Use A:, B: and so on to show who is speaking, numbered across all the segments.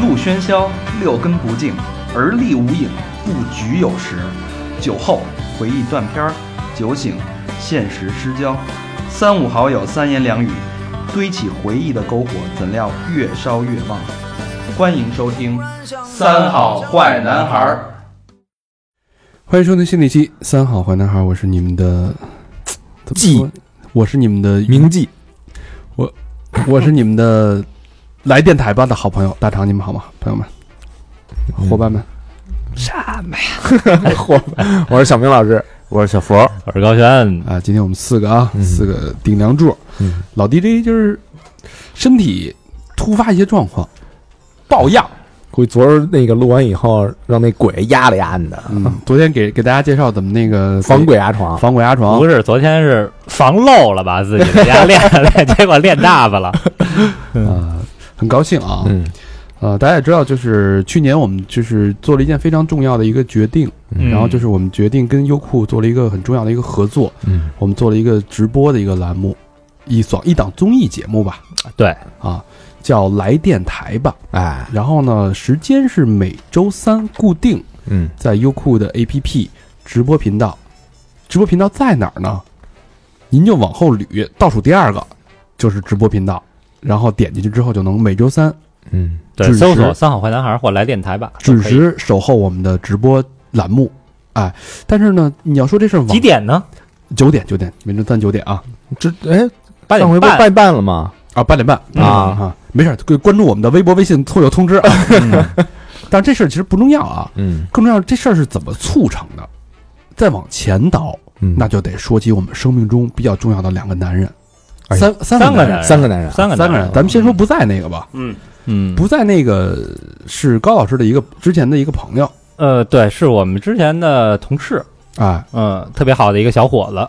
A: 路喧嚣，六根不净，而立无影，不局有时。酒后回忆断片儿，酒醒现实失焦。三五好友三言两语，堆起回忆的篝火，怎料越烧越旺。欢迎收听《三好坏男孩》。
B: 欢迎收听新的一期《三好坏男孩》，我是你们的怎么
C: 季
B: 说我是你们的
C: 铭记，
B: 我是你们的来电台吧的好朋友大肠，你们好吗？朋友们、
C: 嗯
B: 伙伴们，
C: 我是小明老师，
D: 我是小佛，
E: 我是高璇，
B: 啊，今天我们四个啊，
C: 嗯
B: 四个顶梁柱，
C: 嗯
B: 老 DJ 就是身体突发一些状况，抱恙。
C: 估计昨儿那个录完以后，让那鬼压了压你的，
B: 嗯，昨天给给大家介绍怎么那个
C: 防鬼啊压床，
B: 防鬼啊压床
E: 不，是昨天是防漏了吧？自己在家练练， 结果练大发了。
B: 呃，很高兴啊，
C: 嗯
B: 呃，大家也知道，就是去年我们就是做了一件非常重要的一个决定，
C: 嗯
B: 然后就是我们决定跟优酷做了一个很重要的一个合作，
C: 嗯，
B: 我们做了一个直播的一个栏目，一档一档综艺节目吧，
E: 对
B: 啊，叫来电台吧。
C: 哎，
B: 然后呢，时间是每周三固定
C: 嗯，
B: 在优酷的 APP 直播频道，直播频道在哪儿呢？您就往后捋，倒数第二个就是直播频道，然后点进去之后就能每周三
C: 嗯，
E: 对，
B: 准时
E: 搜索“三好坏男孩”或来电台吧。
B: 准
E: 都可以
B: 时守候我们的直播栏目。哎，但是呢，你要说这事儿往
E: 几点呢？
B: 九点九点，每周三九点啊
C: 这哎，
E: 八
C: 上回不
E: 点半。
C: 拜办了吗？
B: 啊八点半
C: 嗯
B: 啊，没事儿，关关注我们的微博微信会有通知啊。
E: 嗯
B: 但是这事儿其实不重要啊，
C: 嗯
B: 更重要的这事儿是怎么促成的。再往前倒，
C: 嗯，
B: 那就得说起我们生命中比较重要的两个男人，
C: 哎
B: 三三
E: 三
B: 个
E: 个
B: 男人，
E: 人，
C: 三个男人，
E: 三个
B: 三个人。咱们先说不在那个吧，
A: 嗯，
E: 嗯，
B: 不在那个是高老师的一个之前的一个朋友
E: 呃，对，是我们之前的同事，
B: 啊，
E: 嗯，特别好的一个小伙子。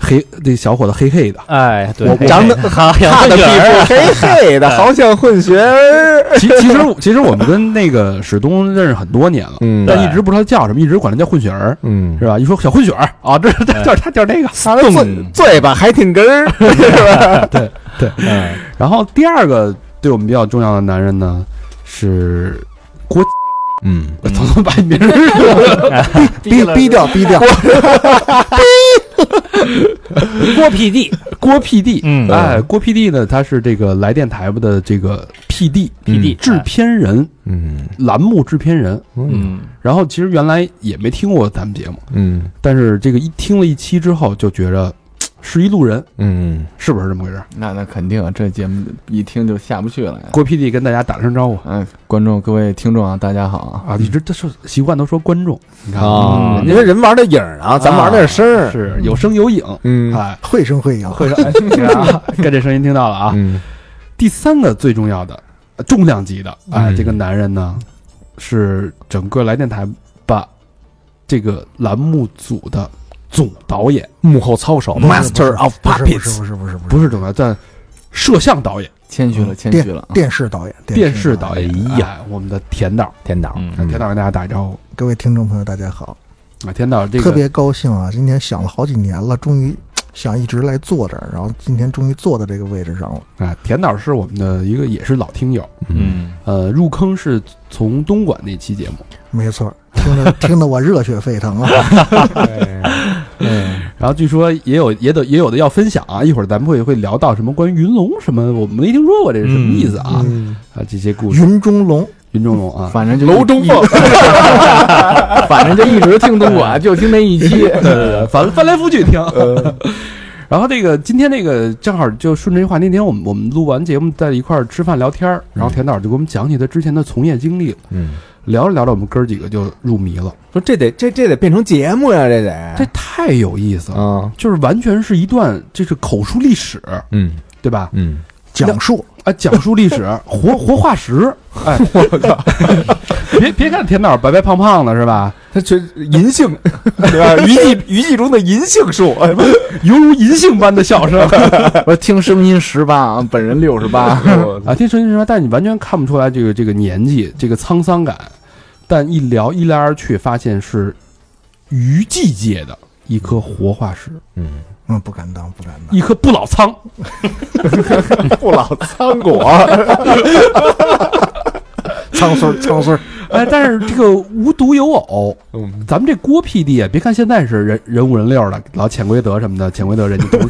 B: 黑那小伙子黑黑的，
E: 哎，对
C: 我，长得
E: 好
C: 大
E: 像
C: 的
E: 女
C: 屁
E: 儿
C: 股黑黑的，好想混血儿，
B: 其其实其实我们跟那个史东认识很多年了，
C: 嗯
B: 但一直不知道他叫什么，一直管他叫混血儿，
C: 嗯
B: 是，吧？一说小混血儿啊，这这叫他叫这个。
C: 他的嘴嘴巴还挺根儿，
E: 嗯
B: 然后第二个对我们比较重要的男人呢是郭，
C: 嗯，
B: 我怎么把名儿说了
C: 逼逼掉逼掉，
E: 郭 PD，
B: 郭 PD，
E: 嗯
B: 哎，郭 PD 呢，他是这个来电台的这个 PD
E: ，PD
B: 制，片人，
E: 哎
C: 嗯
B: 栏目制片人。
C: 嗯
E: 嗯，
B: 然后其实原来也没听过咱们节目，
C: 嗯
B: 但是这个一听了一期之后，就觉着是一路人，
C: 嗯，
B: 是不是这么回事？
D: 那那肯
F: 啊
D: 定，这节目一听就下不去
E: 哎
D: 了呀。
B: 郭 PD 跟大家打了声招呼
D: 嗯，观众各位听众啊，大家好啊，
B: 啊，一直都是习惯都说观众，你看
C: 啊，
B: 人
C: 因
B: 家
C: 为人玩的影儿啊，咱玩的是声儿，
B: 是有声有影，
C: 嗯
E: 啊
B: 哎，
G: 绘声绘影，
B: 会上该这声音听到了啊。
C: 嗯
B: 第三个最重要的呃重量级的，哎，
C: 嗯
B: 这个男人呢是整个来电台把这个栏目组的总导演，
C: 幕后操手
G: 不是
C: ，Master of
G: 不是
C: Puppets，
G: 不是不是不是不是
B: 不是总导演，但摄像导演、
D: 谦虚了，谦虚了啊。
G: 电视导演，电
B: 电视导演，哎呀，我们的田导，
C: 天导，
E: 嗯
B: 田导跟大家打一招呼。
G: 各位听众朋友，大家好，
B: 啊，田导这个
G: 特别高兴啊！今天想了好几年了，终于想一直来坐这儿，然后今天终于坐到这个位置上了。
B: 啊，田导是我们的一个也是老听友，
E: 嗯，
B: 呃，入坑是从东莞那期节目，
G: 没错，听着听得我热血沸腾啊！
B: 然后据说也有也得也有的要分享啊，一会儿咱们会会聊到什么关于云龙什么，我没听说过这是什么意思啊、
C: 嗯
B: 啊这些故事，
G: 云中龙，
B: 云中龙 啊，
D: 反正就
C: 楼中凤，
D: 反正就一直听东莞，就听那一期。
B: 对对对，反翻来覆去 听。 然后这个今天这个正好就顺着这话，那天我们我们录完节目在一块儿吃饭聊天儿，然后田导就给我们讲起他之前的从业经历，
C: 嗯，
B: 聊着聊着我们哥儿几个就入迷了，
C: 说这得这这得变成节目呀，这得
B: 这太有意思了，
C: 啊，
B: 就是完全是一段这是口述历史，
C: 嗯
B: 对吧？
C: 嗯，
G: 讲述
B: 啊，讲述历 史，活活化石， 哎，我靠！别别看田导白白胖胖的是吧？
C: 他这银 杏对吧？余悸余悸中的银杏树，
B: 犹如银杏般的笑 声
D: 我说听声音十八啊，本人六十八。
B: 啊，听声音是吧？但你完全看不出来这个这个年纪，这个沧桑感。但一聊一来二去，发现是娱记界的一颗活化石，
C: 嗯，
G: 嗯，不敢当，不敢当。
B: 一颗不老苍。
C: 不老苍果，
G: 苍 孙儿苍孙儿，
B: 哎，但是这个无独有偶，
C: 嗯，
B: 咱们这郭 PD 啊，别看现在是人人五人六的，老潜规则什么的，潜规则人家 同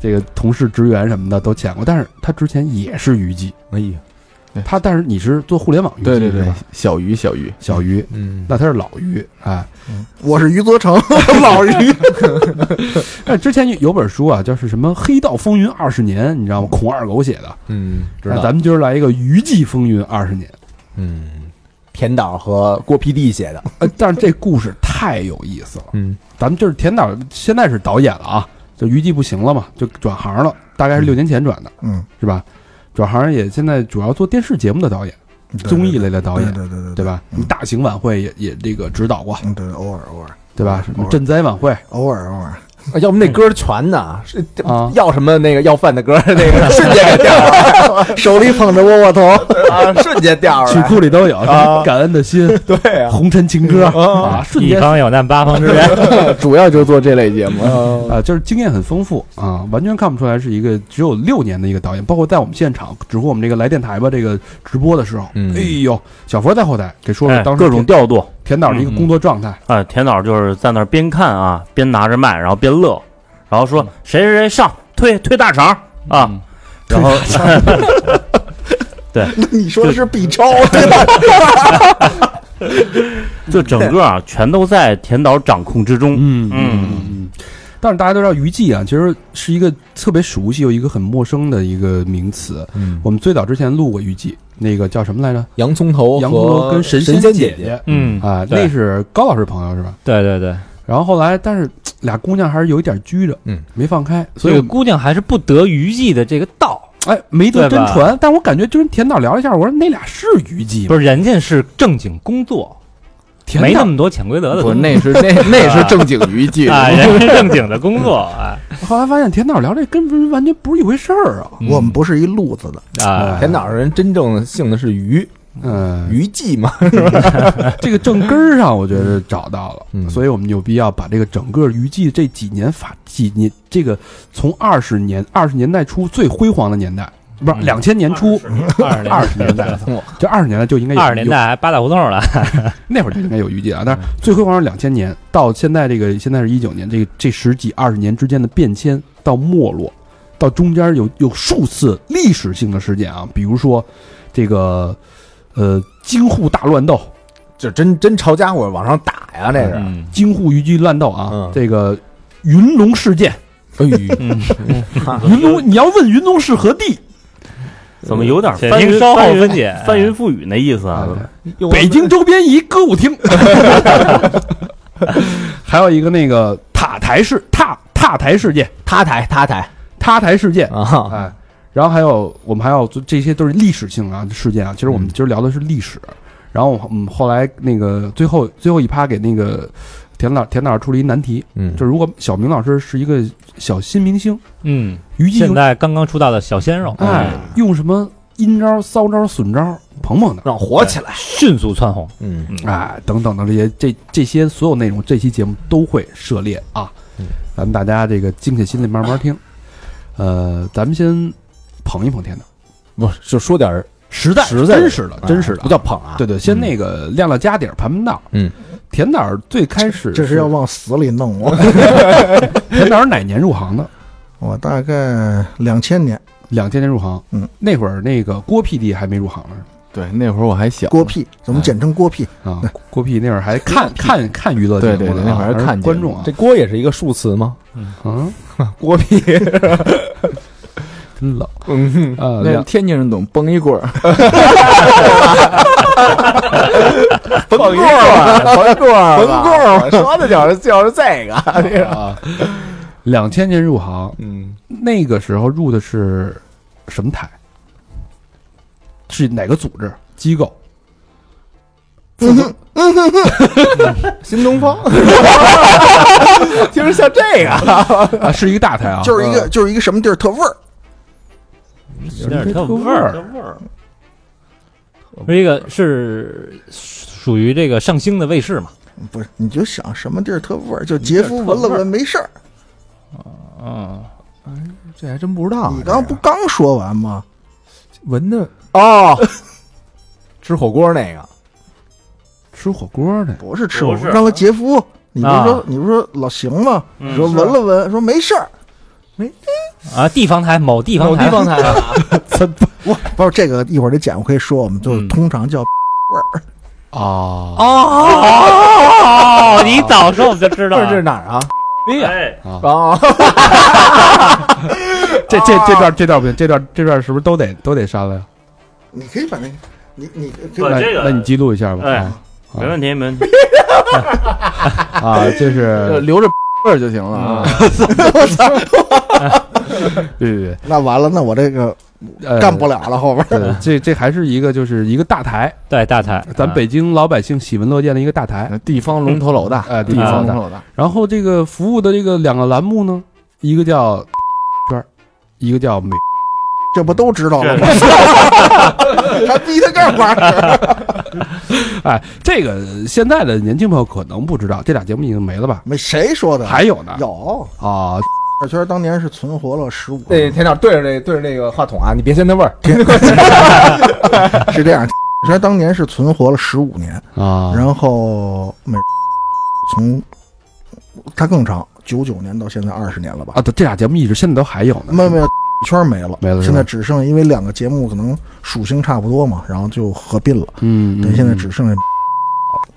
B: 这个同事职员什么的都潜过，但是他之前也是娱记，
C: 哎呀，
B: 他但是你是做互联网娱记
C: 对对
B: 是
C: 对
B: 吧，
C: 小鱼小鱼，
B: 小鱼，
C: 嗯，
B: 那他是老鱼哎。
G: 我是余则成， 老于，
B: 但哎之前有本书啊，就是什么《黑道风云二十年》，你知道吗？孔二狗写的。
C: 嗯，知
B: 那
C: 道，
B: 咱们今儿来一个《娱记风云二十年》，
C: 嗯
D: 田导和
C: 郭 PD 写的，
B: 呃，但是这故事太有意思了。
C: 嗯
B: 咱们就是田导现在是导演了啊，就娱记不行了嘛，就转行了，大概是六年前转的，
G: 嗯，
B: 是吧？转行也现在主要做电视节目的导演，综艺类的导演，
G: 对对对
B: 对，吧？什么大型晚会也也这个指导过，
G: 嗯，对，偶尔偶尔
B: 对吧？什么赈灾晚会
G: 偶尔偶尔，
C: 啊
D: 要不那
C: 嗯
D: 歌全呢？是
B: 啊
D: 要什么那个要饭的歌，那 个瞬间给调
G: 手里捧着窝窝头，
D: 啊，瞬间调出
B: 曲
D: 来。
B: 库里都有，
D: 啊
B: 感恩的心，
D: 对啊，
B: 红尘情歌啊，瞬
E: 一
B: 间
E: 方有难八方支援。
C: 主要就做这类节目，
B: 啊，就是经验很丰富啊，完全看不出来是一个只有六年的一个导演。包括在我们现场，直播我们这个来电台吧，这个直播的时候，
C: 嗯
B: 哎呦，小佛在后台给说说
H: 哎
B: 当时
H: 各种
B: 田
H: 调度
B: 田导的一个工作状态。
H: 啊，田导就是在那儿边看啊，边拿着麦，然后边乐，然后说谁谁谁上推推大肠啊，然后
G: 你说的是 B 超，啊对吧？
H: 就整个啊全都在田导掌控之 中。
B: 嗯嗯。但是大家都知道，娱记啊，其实是一个特别熟悉又一个很陌生的一个名词。
C: 嗯，
B: 我们最早之前录过娱记，那个叫什么来着？
C: 洋葱头
B: 杨波
C: 和
B: 跟
C: 神
B: 仙
C: 仙
B: 姐
C: 姐，
E: 嗯
B: 啊，
E: 对
B: 那是高老师朋友是吧？
E: 对对对，
B: 然后后来，但是嘖俩姑娘还是有一点拘着，
C: 嗯，
B: 没放开，所
E: 所
B: 以
E: 以
B: 我
E: 姑娘还是不得娱记的这个道，
B: 哎，没得
E: 对
B: 真
E: 吧
B: 传，但我感觉就跟田导聊了一下，我说那俩是娱记吗？
E: 不是人家是正经工作，
B: 田
E: 没那
B: 导，
E: 么多潜规则的
C: 不，
E: 东西
C: 那是那那是正经娱记，
E: 啊，人家正经的工作啊。
B: 后来发现田导聊这跟人完全不是一回事儿啊。
G: 我们不是一路子的，
E: 嗯啊，
C: 田导人真正姓的是鱼
B: 嗯，
C: 鱼记 嘛，
B: 这个正根儿上我觉得找到了，
C: 嗯
B: 所以我们有必要把这个整个娱记这几年法几年这个从二十年二十年代初最辉煌的年代，不是
E: 嗯
B: 两千年初
E: 二
B: 二十年代，这二十年代就应该有
E: 二十年代还八大胡同了，
B: 那会儿就应该有预计啊，但是最辉煌是两千年，到现在这个现在是一九年，这个这十几二十年之间的变迁到没落，到中间有有数次历史性的事件啊，比如说这个呃京沪大乱斗、
D: 就真真抄家伙往上打呀，这是。
E: 嗯
B: 京沪虞姬乱斗啊，
D: 嗯
B: 这个云龙事件，
C: 哎呦，
B: 云龙你要问云龙是何地，
H: 怎么有点
E: 且
H: 翻
E: 听
H: 云
E: 稍后
H: 翻云
E: 分解
H: 翻云覆雨那意思啊？
B: 哎北京周边一歌舞厅， 还有一个那个塔台事塔塔台事件，
D: 他台他台
B: 塔台事件
D: 啊，
B: 哎，然后还有我们还要做这些都是历史性啊事件啊。其实我们今儿聊的是历史，然后我们后来那个最后最后一趴给那个田老田老师出了一难题，
C: 嗯
B: 就是如果小明老师是一个小新明星，
E: 嗯，
B: 于记
E: 现
B: 用
E: 在刚刚出道的小鲜肉，
B: 哎用什么阴招、骚招、损招捧捧的，
D: 让火起来。
E: 迅速窜红，啊
C: 嗯
B: 哎等等的这些这这些所有内容，这期节目都会涉猎啊
C: 嗯，
B: 咱们大家这个静下心里慢慢听。呃，咱们先捧一捧田导，
C: 不就说点儿
B: 实在
C: 实在
B: 真实的真实的啊
C: 不叫捧啊，
B: 对对，先那个亮亮家底儿盘盘道。
C: 嗯，
B: 田导儿最开始
G: 这是要往死里弄我。
B: 田导儿哪年入行的？
G: 我大概两千年，
B: 两千年入行。
G: 嗯，
B: 那会儿那个郭 PD 还没入行呢
C: 对，那会儿我还小，
G: 郭屁，我们简称郭屁，
B: 啊，郭 PD 那会儿还看看看娱乐节
C: 对
B: 目
C: 对
B: 呢啊
C: 对，那会儿
B: 还
C: 看
B: 是观众啊
C: 这，锅也是一个数词吗？
B: 嗯，
C: 锅屁，
B: 真冷。
C: 嗯，
B: 呃，
F: 那
B: 两
F: 天津人懂，崩一棍儿，
D: 甭棍儿，甭棍儿，甭棍 儿，说的就是就是这个。
B: 两千年入行，
C: 嗯，
B: 那个时候入的是什么台？是哪个组织机构？
D: 新东方，听着像这个，
B: 啊，是一个大台啊，
G: 就是一个就是一个什么地儿特味儿，
E: 哎有点
B: 特
E: 特
B: 味
E: 味
B: 儿
E: 儿，这个是属于这个上星的卫视嘛？
G: 不是？你就想什么地儿特味儿，就杰夫闻了闻没事儿。
E: 嗯，
C: 这还啊真不知道啊。
G: 你刚不刚说完吗？
C: 这个闻的
D: 哦， 吃火锅那个，
B: 吃火锅的，
G: 不是吃火
H: 不
G: 锅，
H: 是
G: 让他杰夫。你不是说、
E: 啊
G: 你不是说老邢吗？
H: 嗯
G: 说闻了闻，说没事儿。
E: 啊，地方台某地方
C: 某
E: 台哦
C: 地方 台啊，
G: 不是这个，一会儿得剪，我可以说我们就是
E: 嗯
G: 通常叫
B: 啊
E: 哦，你早说我们就知道
D: 这是
E: 了。
D: 哪儿啊？
H: 哎，
B: 啊！
D: 啊，
B: 这这这段这段不行，这段这段是不是都得都得删了呀？
G: 你可以把那，你你
H: 不
B: 那
H: 这个
B: 那你记录一下吧。
H: 哎
B: 啊
H: 没问题，没问题。
B: 啊，这
D: 呃
B: 是
D: 留着味儿就行了啊。
B: 对对
G: 那完了，那我这个
B: 对，呃
G: 干不了了，后边
B: 对，对这这还是一个就是一个大台，
E: 对，大台，啊
B: 咱
H: 啊
B: 北京老百姓喜闻乐见的一个大
H: 嗯
B: 台。
D: 地方龙头老大，
B: 呃
D: 地
B: 地
F: 啊
D: 方龙
H: 啊
B: 方龙
D: 头老大，
B: 然后这个服务的这个两个栏目呢，一个叫圈儿，一个叫美。
G: 这不都知道了吗？ 还逼他干嘛？
B: 哎，这个现在的年轻朋友可能不知道，这俩节目已经没了吧？
G: 没谁说的，
B: 还有呢
G: 有
B: 啊，
G: 二圈当年是存活了十五，
D: 那田长对着那对着那个话筒啊，你别嫌那味儿。
G: 是这样。二圈当年是存活了十五年，
B: 啊，
G: 然后美从他更长，九九年到现在二十年了吧？
B: 啊，对这俩节目一直现在都还有呢。
G: 没有没有，圈没了，
B: 没了是
G: 现
B: 吧
G: 在只剩因为两个节目可能属性差不多嘛，然后就合并了。
B: 嗯，嗯
G: 对，现在
B: 嗯
G: 只剩下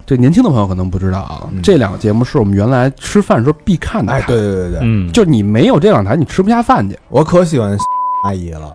B: 这年轻的朋友可能不知道啊，
D: 嗯
B: 这两个节目是我们原来吃饭时候必看的台。
D: 哎，对，对对对，
E: 嗯，
B: 就你没有这两台，你吃不下饭去。
D: 我可喜欢 阿姨了，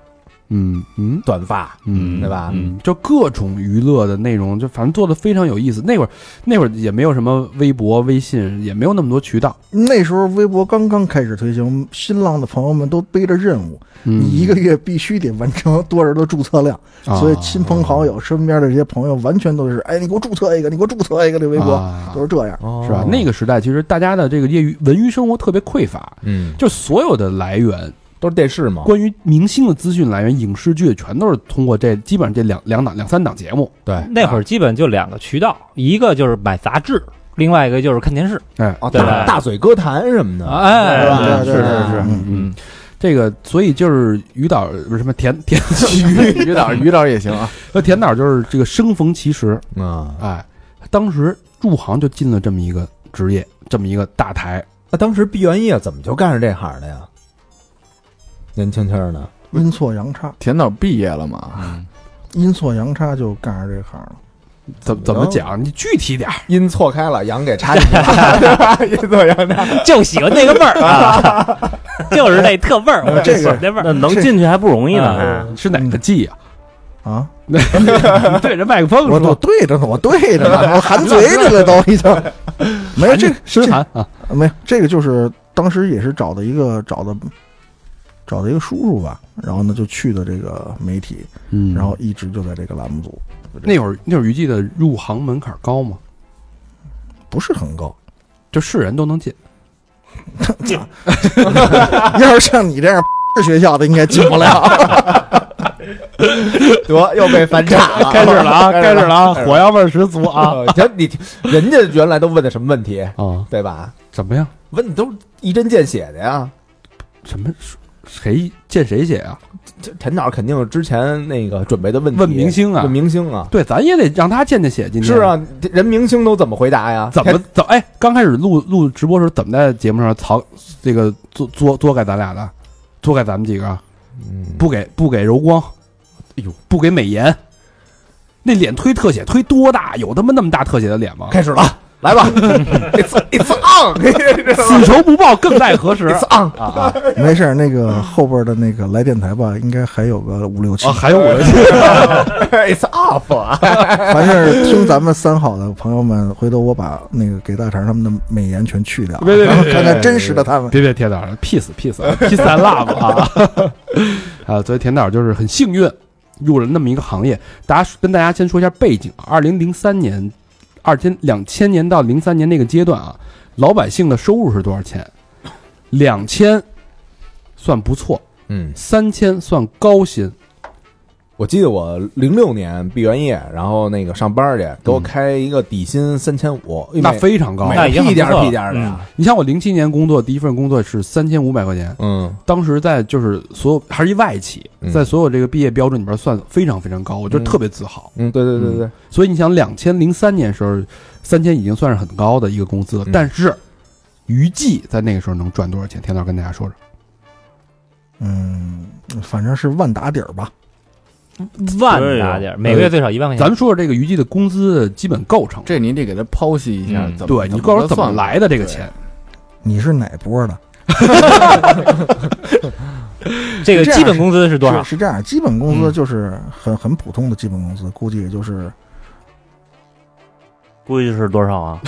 B: 嗯嗯
D: 短发，
B: 嗯
D: 对吧？
E: 嗯，
B: 就各种娱乐的内容，就反正做的非常有意思。那会儿那会儿也没有什么微博、微信，也没有那么多渠道。
G: 那时候微博刚刚开始推行，新浪的朋友们都背着任务，
B: 嗯，
G: 你一个月必须得完成多少的注册量，
B: 啊，
G: 所以亲朋好友、身边的这些朋友完全都是，哎，你给我注册一个，你给我注册一个，这微博、
B: 啊
G: 都是哦这样。
E: 哦
B: 是吧？那个时代其实大家的这个业余文娱生活特别匮乏，
D: 嗯，
B: 就所有的来源，
D: 都是电视嘛。
B: 关于明星的资讯来源，影视剧全都是通过这基本上这两两档两三档节目。
D: 对，
E: 那会儿基本就两个渠道，一个就是买杂志，另外一个就是看电视。
B: 哎，
D: 啊，
E: 对
D: 大
E: 吧
D: 大嘴歌坛什么
C: 啊
D: 的，
E: 哎，
D: 吧
G: 对
B: 是
G: 对
B: 是
G: 对
B: 是，
G: 嗯
B: 嗯，这个所以就是于导不是什么田 田
D: 于于导于导也行啊。
B: 呃田导就是这个生逢其时，
D: 啊，
B: 哎，当时入行就进了这么一个职业，这么一个大台，
D: 那啊当时毕完业怎么就干上这行的呀？年轻轻儿的，
G: 阴错阳差，
F: 田导毕业了嘛？
G: 阴错阳差就干上这行了。
B: 怎么怎么
G: 哦
B: 讲？你具体点儿
D: 阴错开了，阳给插进去了，对吧？ 阴错阳差，
E: 就喜欢那个味儿啊， 就是那特味儿，我就喜欢那味
H: 那
E: 儿。
H: 能进去还不容易呢，还
B: 是哪个
G: 嗯
B: 季啊？
G: 啊！
B: 你对着麦克风
G: 我我
B: 说，
G: 对着呢，我对着 呢，我含嘴里了都已经。没有这个
B: 深寒啊，
G: 啊没有这个就是当时也是找的一个找的找的一个叔叔吧，然后呢就去的这个媒体，
B: 嗯
G: 然后一直就在这个栏目组，
B: 那会儿那会儿于记的入行门槛高吗？
G: 不是很高。
B: 就世人都能进，
G: 要是像你这样 是学校的，应该进 不了。
D: 得又被反trả了，
E: 开始了啊，开始了 啊，
D: 开始
E: 火药味儿十足啊！
D: 啊！瞧你人家原来都问的什么问题，
B: 啊？
D: 对吧？
B: 怎么样？
D: 问的都是一针见血的呀。
B: 什么谁见谁写啊？
D: 这陈导肯定是之前那个准备的问题，
B: 问明星啊
D: 问明星啊，
B: 对，咱也得让他见见写今天
D: 是，啊，这人明星都怎么回答呀？
B: 怎么怎么哎？刚开始录录直播时候，怎么在节目上曹这个作作作改咱俩的，作改咱们几个啊
D: 嗯
B: 不给不给柔光，哎呦，不给美颜，那脸推特写推多大？有他妈那么大特写的脸 吗？
D: 开始了，来 吧，It's It's on，
B: 死仇不报更待何时
D: It's
B: 啊
D: on，
B: 啊？
G: 没事儿，那个后边的那个来电台吧，应该还有个五六七
B: 啊，。还有我的天
D: It's off 啊！
G: 凡是听咱们三好的朋友们，回头我把那个给大肠他们的美颜全去掉，啊
B: 别别别
G: 看看真实的他们。
B: 别别，田导，peace peace peace and love 啊！ 啊，所以田导就是很幸运，入了那么一个行业。大家跟大家先说一下背景：二零零三年、二千两千年到零三年那个阶段啊，老百姓的收入是多少钱？两千算不错，
D: 嗯，
B: 三千算高薪，
D: 我记得我零六年毕完业，然后那个上班去，给我开一个底薪三千五，
B: 那非常
H: 哎
B: 高。
E: 嗯那已经很
D: 屁颠
E: 不错
D: 儿屁颠儿的
E: 了嗯
D: 呀，
B: 你像我零七年工作第一份工作是三千五百块钱，
D: 嗯
B: 当时在就是所有还是一外企
D: 嗯，
B: 在所有这个毕业标准里边算非常非常高，我觉得
D: 嗯
B: 特别自豪。
D: 嗯，对对对对，
B: 所以你想，两千零三年时候，三千已经算是很高的一个工资了
D: 嗯，
B: 但是余记在那个时候能赚多少钱？田老师跟大家说说，
G: 嗯，反正是万打底儿吧。
E: 万打点儿，每个月最少一万块
B: 咱
E: 钱。
B: 们说说这个余记的工资基本构成，
F: 哎这您得给他剖析一下
E: 嗯，
F: 怎么
B: 对你告诉我怎么来的这个钱，
G: 你是哪波的？
E: 这个基本工资是多少？
G: 是是这样，基本工资
E: 嗯
G: 就是很很普通的基本工资，估计也就是
H: 估计是多少啊？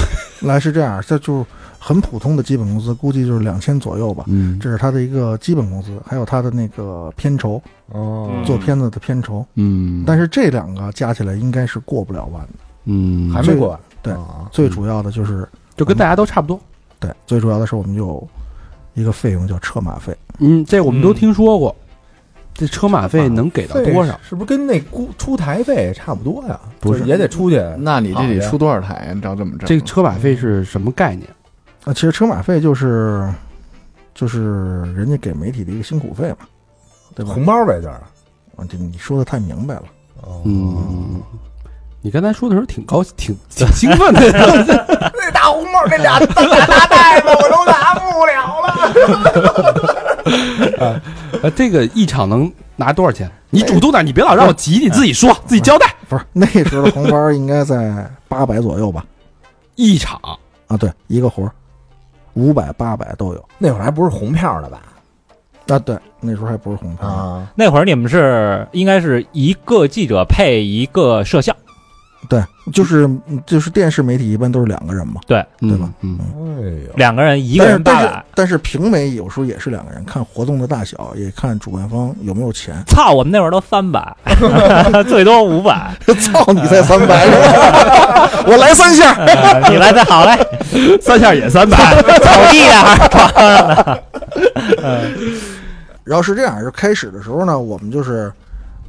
G: 来是这样，这就很普通的基本工资，估计就是两千左右吧。
B: 嗯
G: 这是他的一个基本工资，还有他的那个片酬，
D: 哦，
G: 做片子的片酬。
B: 嗯，
G: 但是这两个加起来应该是过不了万的。
B: 嗯
D: 还没过完，
G: 对
D: 啊
G: 最主要的就是
B: 就跟大家都差不多。
G: 对，最主要的是我们有一个费用叫车马费，
B: 嗯，这我们都听说过，这车马费能给到多少？？
D: 是不是跟那估出台费差不多呀？
B: 不
D: 就是嗯也得出去
F: 那你这得出多少台啊呀？你照这么整，
B: 这个车马费是什么概念？
G: 那其实车马费就是就是人家给媒体的一个辛苦费嘛，对吧？
D: 红包呗，就是。
G: 啊，这你说的太明白了。
D: 哦，
B: 嗯，你刚才说的时候挺高兴，挺挺兴奋 的。
D: 那大红包那俩大大袋子我都拿不了了。
B: 呃，这个一场能拿多少钱？你
G: 哎
B: 主动点，你别老让我急，你自己说，自己交代。
G: 不是那时候的红包应该在八百左右吧？
B: 一场
G: 啊，对，一个活儿，五百、八百都有。
D: 那会儿还不是红票呢吧？
G: 啊，对，那时候还不是红牌，
D: 啊，
E: 那会儿你们是应该是一个记者配一个摄像，
G: 对，就是就是电视媒体一般都是两个人嘛，对吧？
B: 嗯，
D: 哎呦，
E: 两个人一个
G: 但是
E: 人八
G: 但是
E: 百。。
G: 但是平媒有时候也是两个人，看活动的大小，也看主办方有没有钱
E: 操，我们那会儿都三百， 最多五百。
G: 操，你才三百， 我来三下。
E: 呃你来再好嘞，
B: 三下也三百。
E: 走地啊！
G: 然后是这样，就开始的时候呢，我们就是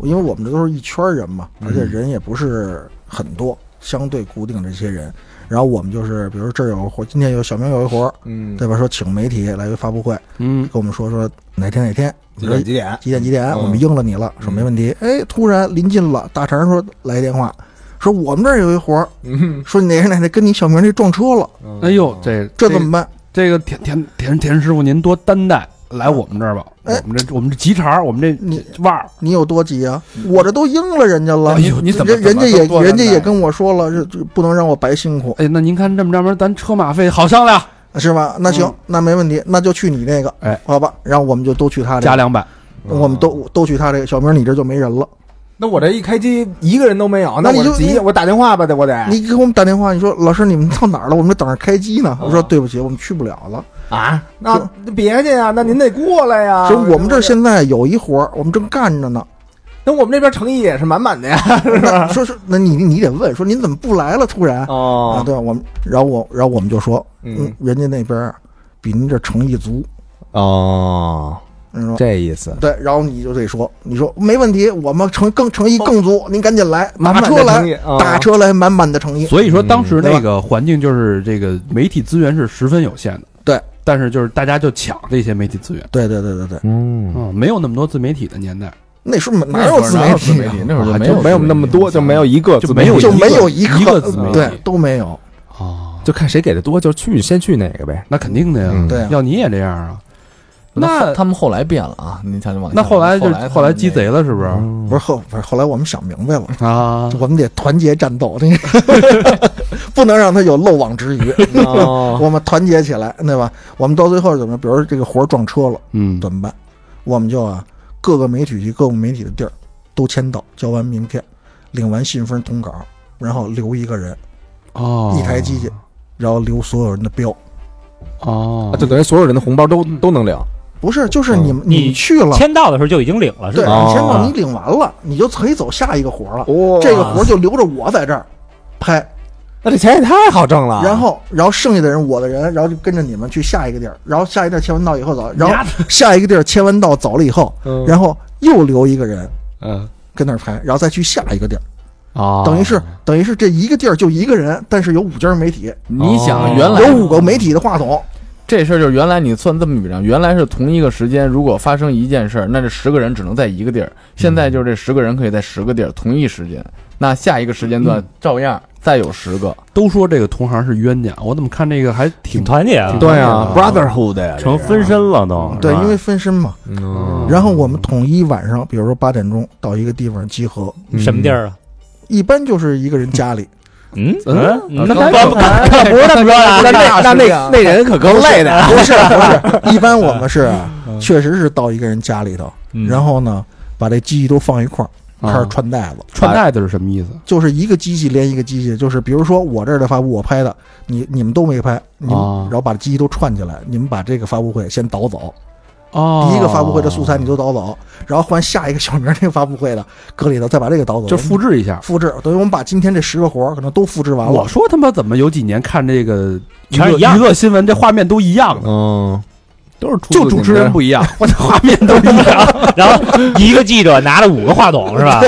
G: 因为我们这都是一圈人嘛，而
D: 嗯
G: 且人也不是很多，相对固定这些人。然后我们就是，比如这儿有个活，今天有小明有一活，
D: 嗯，
G: 对吧？说请媒体来一个发布会，
B: 嗯
G: 跟我们说说哪天哪天，
D: 几点几点？
G: 几点几点，
D: 嗯
G: 我们应了你了，说没问题。哎，突然临近了，大肠说来电话，说我们这儿有一活儿，
D: 嗯，
G: 说哪天哪天跟你小明这撞车了，
B: 哎呦，这
G: 嗯这怎么办？
B: 这个田田田田师傅您多担待，来我们这儿吧。
G: 哎
B: 我们这我们这急茬儿，我们这
G: 你
B: 这腕儿。
G: 你有多急啊？我这都应了人家了，
F: 哎呦你怎么
G: 人人家也
F: 怎么多
G: 人家
F: 担待
G: 也跟我说了，这这不能让我白辛苦，
B: 哎，那您看这么着吧，咱车马费好商量，
G: 是吧？那
F: 嗯
G: 行，那没问题，那就去你那个，
B: 哎，
G: 好吧，然后我们就都去他这
B: 加
G: 个，
B: 两百。
G: 我们都都去他这个，小明你这就没人了，
D: 那我这一开机一个人都没有，那
G: 那你
D: 我
G: 就
D: 急，
G: 你
D: 我打电话吧，得我
F: 哎
D: 得
G: 你给我们打电话，你说老师你们到哪儿了？我们这等着开机呢。
F: 哦
G: 我说对不起，我们去不了了。
D: 啊，那那别介呀，那您得过来
F: 啊
D: 呀。
G: 说我们这儿，现在有一活儿，我们正干 着呢。
D: 那我们这边诚意也是满满的呀。
G: 那说是，那你你得问说您怎么不来了？突然啊，
D: 哦，
G: 对，我们，然后我，然后我们就说，
D: 嗯
G: 嗯，人家那边儿比您这诚意足，
D: 哦，
G: 你说
D: 这意思。
G: 对，然后你就得说，你说没问题，我们诚更诚意更足，您赶紧来，
D: 满
G: 打
D: 满的
G: 车
D: 诚意
G: 来，
D: 啊
G: 打车来，满满的诚意。
B: 所以说当
G: 嗯
B: 时那个环境就是这个媒体资源是十分有限的，
G: 对。
B: 但是就是大家就抢这些媒体资源，
G: 对对对对对，
D: 嗯，
B: 嗯，没有那么多自媒体的年代，
G: 那时候哪
F: 那
G: 有
F: 会儿
G: 自
F: 哪
G: 媒
F: 有自
G: 体
F: 媒
G: 啊
F: 体？，那会儿
B: 啊
F: 就没
D: 就
F: 有
D: 没有
F: 自媒
D: 那么
F: 体
D: 多，就没有一个
B: 就
D: 自
B: 没
D: 媒
B: 有
D: 体
G: 就没有
B: 一
G: 个嗯
B: 个自媒体
G: 对都没有，
B: 啊，
D: 就看谁给的多，就去先去哪个呗。
B: 那肯定的呀，
D: 嗯
G: 对啊，
B: 要你也这样啊，
F: 那
B: 那
F: 后他们后来变了啊！你想想往下
B: 那后来就
F: 他们
B: 后来鸡贼了是不是
G: 不是后不是后来我们想明白了，
B: 啊？
G: 我们得团结战斗，这个不能让他有漏网之鱼。
C: 啊
D: 哦，
G: 我们团结起来，对吧？我们到最后怎么，比如说这个活儿撞车了，
B: 嗯，
G: 怎么办？我们就啊，各个媒体去各个媒体的地儿都签到，交完名片，领完信封通稿，然后留一个人
B: 哦，
G: 一台机器，然后留所有人的标。
C: 啊
B: 哦，
D: 就等于所有人的红包都都能领。
G: 不是，就是你们、
E: 你
G: 你去了，
E: 签到的时候就已经领了，是
G: 对，
E: 吧？
D: 哦
G: 你签到你领完了，你就可以走下一个活儿了。
D: 哇
G: 这个活儿就留着我在这儿拍，
D: 那这钱也太好挣
C: 啊
D: 了。
G: 然后然后剩下的人我的人，然后就跟着你们去下一个地儿，然后下一个地儿签完到以后走，然后下一个地儿签完到走了以后，
D: 嗯
G: 然后又留一个人。
B: 嗯，
G: 跟那儿拍，然后再去下一个地儿，
C: 哦
B: 啊
G: 等于是等于是这一个地儿就一个人，但是有五家媒体，
F: 你想原来
G: 有五个媒体的话筒，
F: 这事儿就是原来你算这么笔账，原来是同一个时间，如果发生一件事儿，那这十个人只能在一个地儿。现在就是这十个人可以在十个地儿同一时间，那下一个时间
B: 嗯
F: 段照样再有十个。啊
B: 都说这个同行是冤家，我怎么看这个还挺
E: 挺团结啊
B: 挺，
C: 对啊
B: 啊
C: ，brotherhood 呀，
H: 成分身了都。
G: 对
H: 是，吧
G: 因为分身嘛。
C: 嗯
G: 然后我们统一晚上，比如说八点钟到一个地方集合，
E: 什么地儿啊？
G: 一般就是一个人家里，
H: 嗯
B: 嗯
H: 嗯，
E: 那
H: 那
E: 咱不可不是这么说的，
C: 那那那那那人可够累的，
G: 不是不是，一般我们是确实是到一个人家里头，然后呢把这机器都放一块儿，开始串带子，
B: 串带子是什么意思？
G: 就是一个机器连一个机器，就是比如说我这儿的发布我拍的，你你们都没拍，你们、
B: 哦
G: 然后把机器都串起来，你们把这个发布会先导走，
B: 哦
G: 第一个发布会的素材你都导走，然后换下一个小明儿那个发布会的搁里头，再把这个导走，
B: 就复制一下。
G: 复制，等于我们把今天这十个活儿可能都复制完了
B: 我。说他妈怎么有几年看这个娱
E: 全
B: 乐
E: 是一样
B: 娱乐新闻，这画面都一样的，
F: 嗯，都是
B: 就主持人不一样， 我这画面都一样。
E: 然后一个记者拿了五个话筒是吧？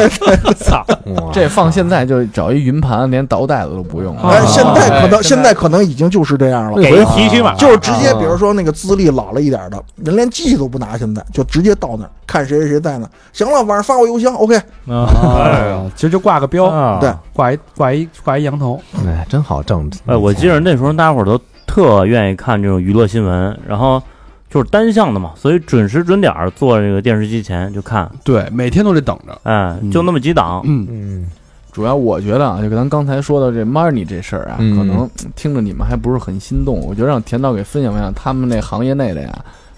E: 操，
F: 这放现在就找一云盘，连倒带子都不用了。
G: 哎，
B: 啊
G: 现在可能、
F: 哎
G: 现在可能已经就是这样了，
E: 给一提取码，
G: 就是直接，比如说那个资历老了一点儿的人，连机器都不拿，现在就直接到那儿看谁谁谁在那儿。行了，晚上发我邮箱，OK。
B: 哎呀，其实就挂个标，
E: 啊
G: 对
B: 挂一挂一挂一羊头，
C: 哎，真好挣。
E: 嗯
H: 哎，我记得那时候大家伙儿都特愿意看这种娱乐新闻，然后就是单向的嘛，所以准时准点儿坐这个电视机前就看，
B: 对，每天都得等着。
H: 哎，就那么几档，
B: 嗯，
C: 嗯，
F: 主要我觉得啊，就咱刚才说到这 money 这事儿啊，
C: 嗯
F: 可能嗯听着你们还不是很心动。我觉得让田导给分享分享他们那行业内的呀，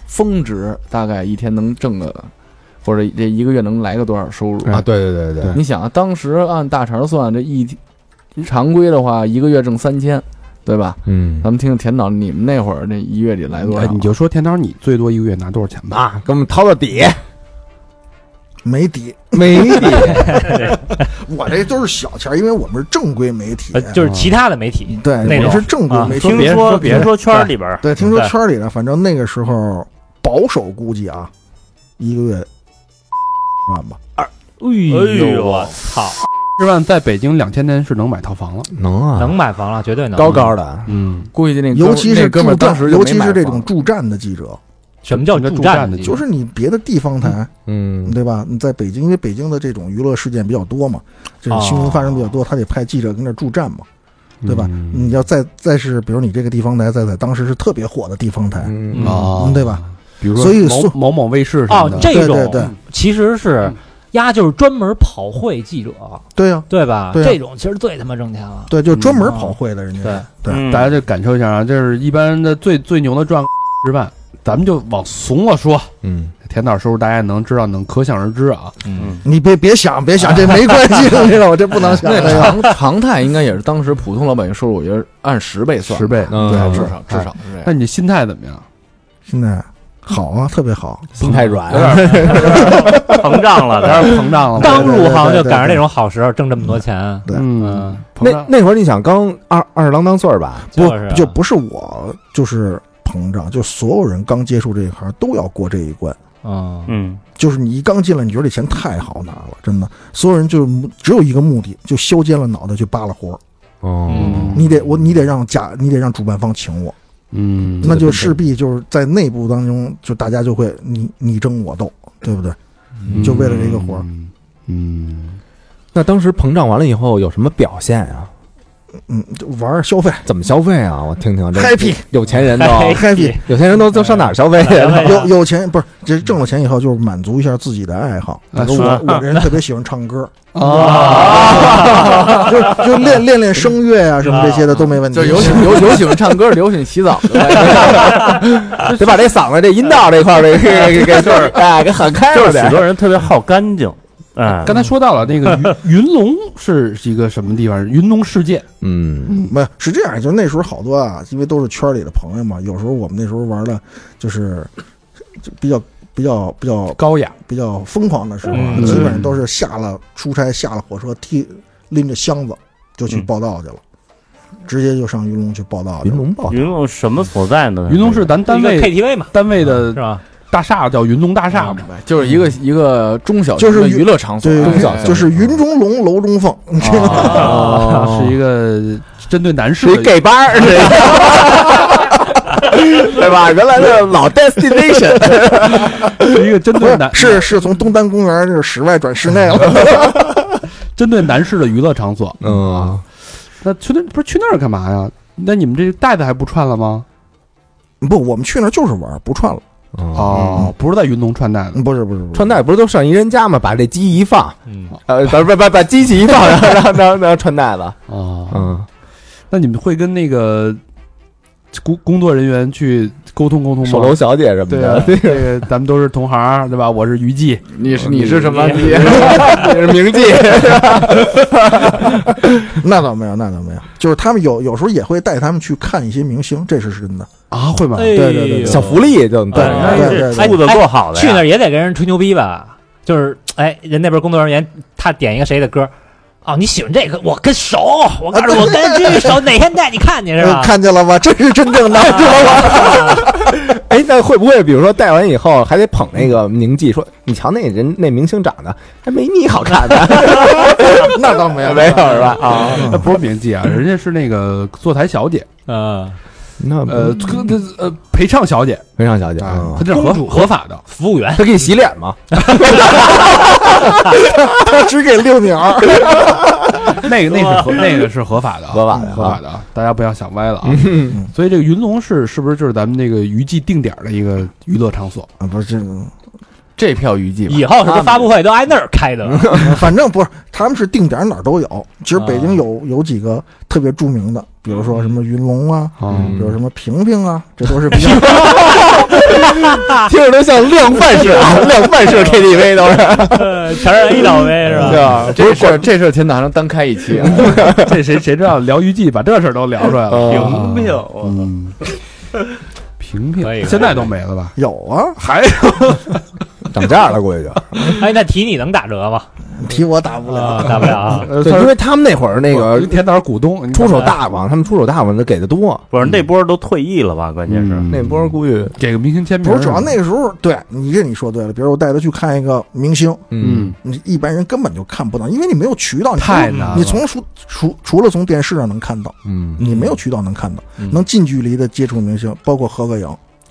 F: 峰值大概一天能挣个，或者这一个月能来个多少收入
G: 哎
C: 啊，？对对对对，
F: 你想啊，当时按大肠算，这一常规的话，一个月挣三千，对吧？
C: 嗯，
F: 咱们听听田导，你们那会儿那一月里来多
B: 哎，
F: 少？
B: 你就说田导，你最多一个月拿多少钱吧？
C: 啊，给我们掏到底，
G: 媒体，
C: 没底，
G: 我这都是小钱儿，因为我们是正规媒体
E: 呃，就是其他的媒体
G: 对，
E: 那种
G: 我们是正规
E: 啊
G: 媒，体。
H: 听说
E: 别人
H: 听说圈儿里边儿
G: 对，听说
E: 对
G: 圈儿里呢，反正那个时候保守估计啊，一个月万吧。
E: 哎呦我操，
B: 十万在北京两千年是能买套房了。
C: 能啊，
E: 能买房了，绝对能。
C: 高高的，
B: 嗯，
F: 估计那哥们儿
G: 尤其是
F: 那哥们
G: 驻
F: 儿当时
G: 站，
F: 就
G: 尤
F: 没
G: 其
F: 买
G: 是这
F: 房嗯
G: 种驻站的记者，
E: 什么叫
B: 什么叫
E: 助
B: 助
E: 战
B: 战的记者
G: 就是你别的地方台，
C: 嗯，
G: 对吧？你在北京，因为北京的这种娱乐事件比较多嘛，这
F: 哦
G: 种新闻发生比较多，他得派记者跟那儿驻站嘛，对吧？
B: 嗯
F: 嗯
G: 你嗯要再再是，比如你这个地方台，在在当时是特别火的地方台，
C: 嗯
B: 啊
G: 嗯对吧？
B: 比如说
G: 所以
B: 某
G: 说
B: 某某卫视什么
E: 哦
B: 的，，
E: 这
G: 对对对
E: 种其实是丫就是专门跑会记者，
G: 对呀、
E: 对吧？
G: 对啊
E: 这种其实最他妈挣钱了。
G: 对，就专
F: 嗯
G: 门跑会的人
E: 对
G: 家，对
H: 嗯
B: 哎大家就感受一下啊，这是一般的最最牛的赚十万，咱们就往怂了说，
C: 嗯，
B: 田导收入大家能知道，能可想而知啊。
G: 你别别想别想，这没关 系，你知道我这不能想这
F: 那
G: 个。
F: 常常态应该也是当时普通老百姓收入，我觉得按十倍算，
B: 十倍
C: 嗯
G: 啊
F: 对，
C: 嗯
F: 至少至少
G: 哎
F: 是这样。
B: 那你心态怎么样？
G: 现在好啊，特别好，
C: 心太软
B: 有点
C: 了，
H: 膨胀了，但是
B: 膨胀了吗？
E: 刚入行就赶上
G: 对对对对
E: 那种好时候，挣这么多钱，
G: 对
B: 嗯，膨
C: 那
B: 胀。
C: 那会儿你想刚二二十郎当岁儿吧，
G: 不
E: 就是啊
G: 就不是我，就是膨胀，就所有人刚接触这一行都要过这一关。
E: 嗯，
H: 嗯，
G: 就是你一刚进来，你觉得这钱太好拿了，真的，所有人就是目只有一个目的，就削尖了脑袋去扒拉活儿。
C: 哦
E: 嗯
G: 你得我，你得让甲，你得让主办方请我，
B: 嗯，
G: 那就势必就是在内部当中，就大家就会你你争我斗，对不对？就为了这个活儿
B: 嗯。嗯，
C: 那当时膨胀完了以后有什么表现啊？
G: 嗯，就玩儿消费
C: 怎么消费啊？我听听这
G: happy
C: 有钱人都
E: 哎
G: happy，哎
C: 有钱人都都上哪儿消费 去？
G: 有有钱不是？这挣了钱以后，就是满足一下自己的爱好。比
B: 啊
G: 如我我这人特别喜欢唱歌，
B: 啊，
G: 就就练练练声乐呀、什么这些的都没问题。
F: 就有喜有有喜欢唱歌，有喜欢洗澡的，
C: 得把这嗓子这阴道这块儿这给给给就是哎给喊开
H: 就
C: 了
H: 是许
C: 得。
H: 多人特别好干净，
E: 啊
H: 哎，
B: 刚才说到了那个 云云龙是一个什么地方？云龙世界，
C: 嗯
G: 没有，是这样，就那时候好多啊，因为都是圈里的朋友嘛，有时候我们那时候玩的，就是就比较比较比较
B: 高雅，
G: 比较疯狂的时候啊，
E: 嗯
G: 基本上都是下了出差，下了火车，提拎着箱子就去报道去了，直接就上云龙去报道去
C: 云
G: 了。
C: 龙报
H: 云龙什么所在呢？
B: 云龙是咱单
E: 嗯一个嗯
B: 位
E: KTV 嘛，
B: 单位的
E: 是吧？
B: 大厦叫云中大厦嘛
F: 明，白就是一个一个中小
G: 嗯就
F: 型
G: 是
F: 的
G: 娱
F: 娱乐场所，啊
G: 对
F: 中小
G: 对，就是云中龙，楼中凤，你知道
E: 嗯
G: 吗？
E: 哦
B: 啊是一个针对男士
C: 是一
B: 的
C: gay 班儿，是一个对吧？原来的 老 destination，
B: 是一个针
G: 不
B: 对
G: 是
B: 男，
G: 是是从东单公园这个室外转室内了。
B: 针对男士的娱乐场所。啊
D: 嗯，
B: 那去那不是去那儿干嘛呀？那你们这袋子还不串了吗？
G: 不，我们去那儿就是玩儿，不串了。
B: 哦，不是在云龙串袋子
G: 嗯，不是不是不是，
C: 嗯穿戴不是都上一人家吗？把这机一放，
E: 嗯，
C: 呃，不是不是不是把机器一放，然后然后然后然后穿戴了，
B: 哦。
C: 嗯，
B: 那你们会跟那个工工作人员去沟通沟通吗？
C: 售楼小姐什么
B: 对啊
C: 的，，
B: 这个咱们都是同行，对吧？我是于记，
F: 你是你是什么？
E: 你
F: 你
C: 也是名妓，
G: 那倒没有，那倒没有。就是他们有有时候也会带他们去看一些明星，这是真的。
B: 啊，会吗？
E: 对
G: 对对对
C: 小福利就
E: 对，
C: 对，
E: 那
G: 对对
E: 是
G: 对
E: 哎
H: 裤子
E: 哎
H: 够好的呀，
E: 去那儿也得跟人吹牛逼吧？就是哎，人那边工作人员他点一个谁的歌。哦，你喜欢这个？我跟熟，我告诉你我跟这 熟，哪天带你看去是吧
G: 呃？看见了吧？这是真正的，知道吧？
C: 哎，那会不会比如说戴完以后还得捧那个名妓说，你瞧那人那明星长得还没你好 看呢？
G: 那倒没有，
C: 没有是吧？啊，
B: 那不是名记啊，人家是那个坐台小姐，
E: 嗯，
C: 那
B: 呃，跟跟呃陪唱小姐
C: 梅上小姐，
B: 啊，
C: 嗯
B: 她这是合合法的。
E: 服务员，
C: 她给你洗脸吗？
G: 他只给遛鸟。
B: 那个那是合那个是合法的啊，
C: 合法的
B: 合法的啊，大家不要想歪了啊。所以这个云龙是是不是就是咱们那个娱记定点的一个娱乐场所？
G: 啊，不是，
F: 这票娱记吧
E: 以后什么发布会都挨那儿开的了。
G: 这呃反正不是，他们是定点哪儿都有。其实北
E: 啊
G: 京有有几个特别著名的，比如说什么云龙啊，
B: 啊，
G: 比如什么平平啊，这都是比 较
C: 听着都像量贩式啊， 量贩式 KTV 都是，
E: 呃，全 让人一倒霉是吧？
C: 吧？
F: 这事儿这事儿天堂上单开一期啊，
B: 这谁谁知道聊娱记把这事儿都聊出来了？
C: 平
B: 平，嗯， 平
E: 可以
B: 平，
E: 可以
B: 现在都没了吧？
G: 有啊，还
C: 涨价了，估计就。
E: 哎，那提你能打折吗？
G: 提我打不了。
E: 啊，打不了啊。
B: 呃，
C: 对，因为他们那会儿那个
B: 田导股东
C: 出手大方，他们出手大方，那给的多。
H: 不是那波都退役了吧？关键是
B: 嗯
C: 那波儿估计，
B: 给个明星签名，
G: 不是，主要那时候，对你这你说对了。比如我带他去看一个明星，
B: 嗯
G: 你一般人根本就看不到，因为你没有渠道，你从
B: 太难了
G: 你从除除除了从电视上能看到，
C: 嗯，
G: 你没有渠道能看到，能近距离的接触明星，包括合个影。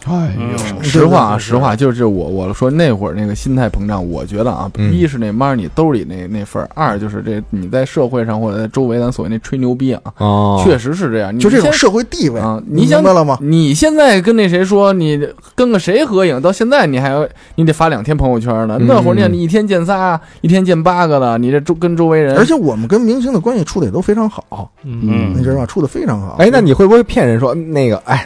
B: 哎呦，
E: 嗯
F: 实话
G: 对
F: 啊，实话就是我我说那会儿那个心态膨胀，我觉得啊，
C: 嗯
F: 一是那 money 兜里那那份儿，二就是这你在社会上或者在周围咱所谓那吹牛逼啊，
C: 哦
F: 确实是这样，你
G: 就这种
F: 先
G: 社会地位
F: 啊，
G: 你
F: 想
G: 明白了吗？
F: 你现在跟那谁说，你跟个谁合影，到现在你还要你得发两天朋友圈呢。
C: 嗯
F: 那会儿你看你一天见仨，一天见八个的，你这周跟周围人，
G: 而且我们跟明星的关系处的也都非常好，
E: 嗯，
G: 你知道吗？处的非常好。
C: 哎，那你会不会骗人说那个哎？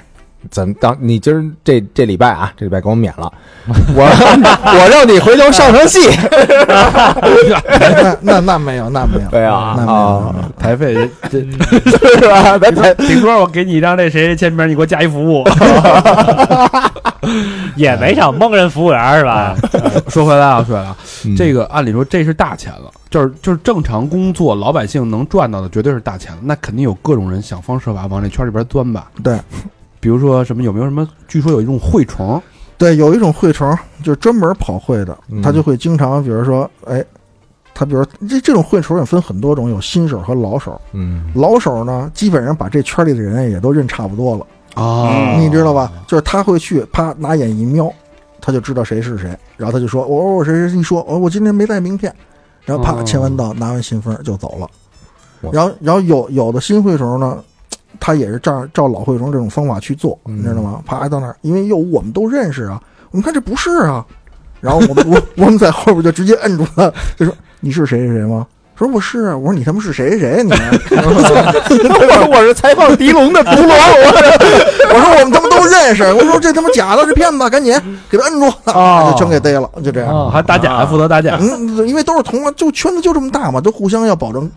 C: 咱们当你今儿这这礼拜啊，这礼拜给我免了，我我让你回头上上戏。
G: 那哎那那没有，那没有，
C: 对啊，
G: 那没有
C: 啊，
G: 那没有，
B: 台费
C: 是吧？咱咱
B: 顶多我给你一张那谁签名，你给我加一服务。
E: 也没少蒙人服务员是吧？
B: 说回来啊，说回来啊，这
C: 个
B: 个按理说这是大钱了，就是就是正常工作老百姓能赚到的绝对是大钱了，那肯定有各种人想方设法往这圈里边钻吧。
G: 对，
B: 比如说什么有没有什么？据说有一种蛔虫，
G: 对，有一种会虫，就是专门跑会的，
C: 嗯
G: 他就会经常，比如说，哎，他比如这这种会虫也分很多种，有新手和老手。
C: 嗯
G: 老手呢，基本上把这圈里的人也都认差不多了，
B: 啊
C: 嗯
G: 你知道吧？就是他会去啪拿眼一瞄，他就知道谁是谁，然后他就说，我、我谁谁谁一说，哦我、我今天没带名片，然后啪
B: 哦
G: 签完到，拿完信封就走了。
C: 嗯哇
G: 然后然后有有的新会虫呢，他也是照照老会虫这种方法去做，
C: 嗯
G: 你知道吗？啪到那儿，因为有我们都认识啊，我们看这不是啊，然后我们 我我们在后边就直接摁住他，就说你是谁谁谁吗？说我是啊，我说你他妈是谁谁谁你？
C: 我说我是采访狄龙的 毒龙，
G: 我说我们他妈都认识，我说这他妈假的，这骗子，赶紧给他摁住，
B: 哦
G: 就全给逮了，就这样。
F: 哦
B: 啊，还打假，负责打假。
G: 嗯，因为都是同行，就圈子就这么大嘛，都互相要保证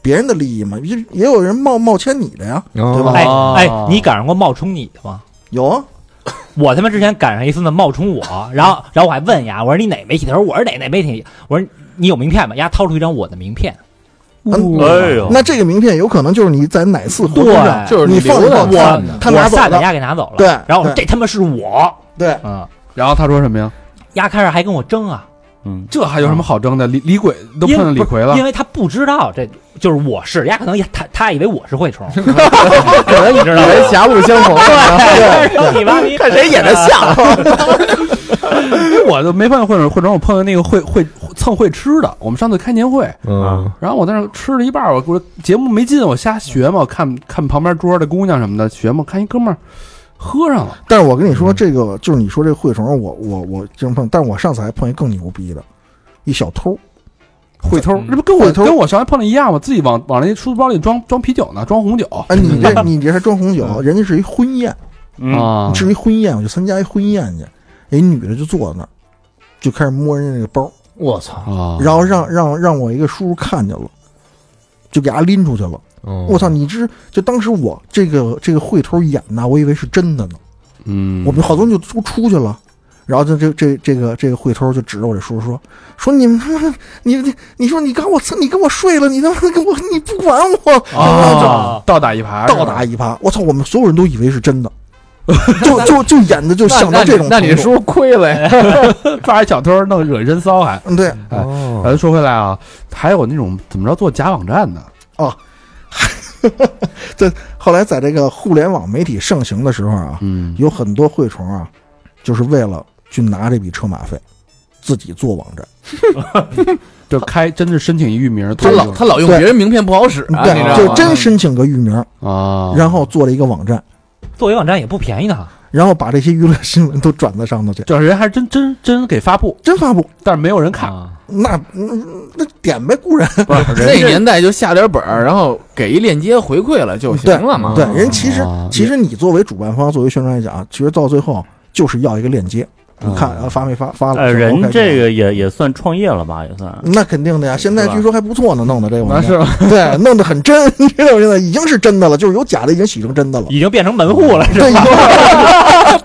G: 别人的利益嘛。也也有人冒冒签你的呀，对吧？
C: 哦
E: 哎哎，你赶上过冒充你的吗？
G: 有啊，
E: 我他妈之前赶上一孙子冒充我，然后然后我还问呀，我说你哪媒体？他说我是哪哪媒体？我说你有名片吗？丫掏出一张我的名片，
G: 嗯
H: 哎呦，
G: 那这个名片有可能就是你在哪次活动上，
F: 哦就是
G: 你
F: 留
G: 放
F: 的
G: 我
F: 看的
G: 他拿
E: 我
G: 走
E: 散的
G: 了，
E: 丫给拿走了。
G: 对
E: 然后我说
G: 对
E: 这他妈是我，
G: 对，
E: 嗯，
B: 然后他说什么呀？
E: 丫开始还跟我争啊，
H: 嗯，
B: 这还有什么好争的？李李鬼都碰
E: 因为
B: 见李
E: 不是
B: 逵了
E: 因，为他不知道这就是我是丫可能也他他以为我是蛔 虫，可能你知道
F: 以 为
E: 吗？
F: 狭路相 逢，
E: 对，说你妈逼，
C: 看谁哎演的像。
B: 我就没碰见会会长，我碰见那个会会蹭会吃的。我们上次开年会，
C: 嗯，
B: 然后我在那儿吃了一半儿，我我节目没劲，我瞎学嘛，我看看旁边桌的姑娘什么的学嘛，看一哥们儿喝上了，
G: 但是我跟你说，这个就是你说这蛔虫，我我我经常碰，但我上次还碰一更牛逼的，一小偷，
B: 会偷，
F: 嗯
B: 这不跟我
G: 会偷
B: 跟我上回碰的一样吗？自己往往那书包里装装啤酒呢，装红酒
G: 哎，你这你这还装红
F: 嗯
G: 酒，人家是一婚宴，
H: 嗯
B: 啊
G: 你是一婚宴，我就参加一婚宴去，一女的就坐在那儿，就开始摸人家那个包，
C: 我操，
B: 啊！
G: 然后让让让我一个叔叔看见了，就给他拎出去了。我
F: 嗯
C: 我
G: 操！你知就当时我这个这个会头演呐，我以为是真的呢。
B: 嗯，
G: 我们好多人就都出去了，然后就这这这个这个会头就指着我这叔叔说说你们他妈你你你说你跟我你跟我睡了，你他妈跟我你不管我，
B: 啊，倒打一耙，
G: 倒打一耙！我操！我们所有人都以为是真的， 就就就演的就
F: 那
G: 想到
F: 那
G: 这
F: 你
G: 种
F: 那你
G: 程度
F: 是不是亏了呀？
B: 抓一小偷，弄惹人骚还。
G: 嗯对，
B: 咱说回来啊，还有那种怎么着做假网站的，
G: 后来在这个互联网媒体盛行的时候啊，
B: 嗯
G: 有很多蛔虫啊，就是为了去拿这笔车马费，自己做网站。
B: 就开真是申请一域名，
F: 他老他老用别人名片不好使啊，你知
G: 对，
F: 道
G: 就
F: 吗？
G: 真申请个域名，
B: 啊，
G: 然后做了一个网站，
E: 作为网站也不便宜呢。
G: 然后把这些娱乐新闻都转到上头去，
B: 这人还真真真给发布，
G: 真发布。
B: 但是没有人看。
G: 啊那嗯那点呗，固然
F: 不是那年代就下点本儿，然后给一链接回馈了就行了嘛。
G: 对人其实
B: 啊
G: 其实你作为主办方，作为宣传来讲，其实到最后就是要一个链接，你看啊发没发发了？
H: 呃，人
G: OK，
H: 这个也也算创业了吧，也算。
G: 那肯定的呀。现在
H: 是吧
G: 据说还不错呢，弄的这个网
B: 那
G: 站
B: 是吧
G: 对，弄得很真， 你知道吗现在已经是真的了，就是有假的已经洗成 真的了。
E: 已经变成门户了，是
G: 对，已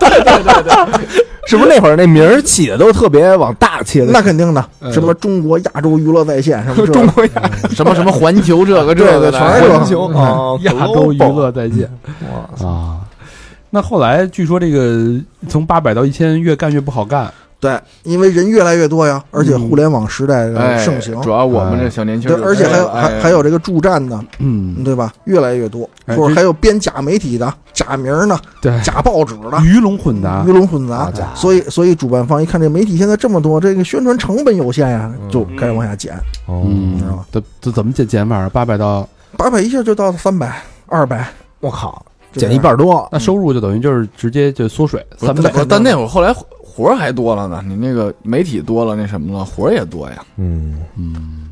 E: 吧？
G: 经
C: 是不是那会儿那名儿起的都特别往大切的？
G: 那肯定的，什么中国亚洲娱乐在线什么这
C: 中国
F: 什么什么环球这个这
G: 对
F: 个
G: 对
F: 的，
G: 全是这个
C: 球啊，
B: 亚洲娱乐再见啊！那后来据说这个从八百到一千越干越不好干，
G: 对，哎因为人越来越多呀，而且互联网时代
C: 呃
G: 的
F: 哎
G: 盛行，
F: 主要我们这小年轻
G: 对
F: 人，，
G: 而且还有
F: 哎
G: 还还有这个助战呢，
B: 嗯，
G: 对吧？越来越多，
B: 哎
G: 或
B: 这
G: 者还有编假媒体的、假名儿呢、
B: 对，
G: 假报纸的。
B: 鱼龙混杂
G: 鱼，龙混杂
B: 好家，伙
G: 所以所以主办方一看这媒体现在这么多，这个宣传成本有限呀，就开始往下减，
B: 嗯，这这怎么减减法？啊八百到
G: 八百一下就到三百、二百，
C: 我靠，
G: 就这
C: 减
G: 样
C: 一半多。
B: 那收入就等于就是直接就缩水
F: 不是
B: 三倍
F: 但。但那会儿后来活儿还多了呢，你那个媒体多了，那什么了，活儿也多呀。
C: 嗯，
B: 嗯，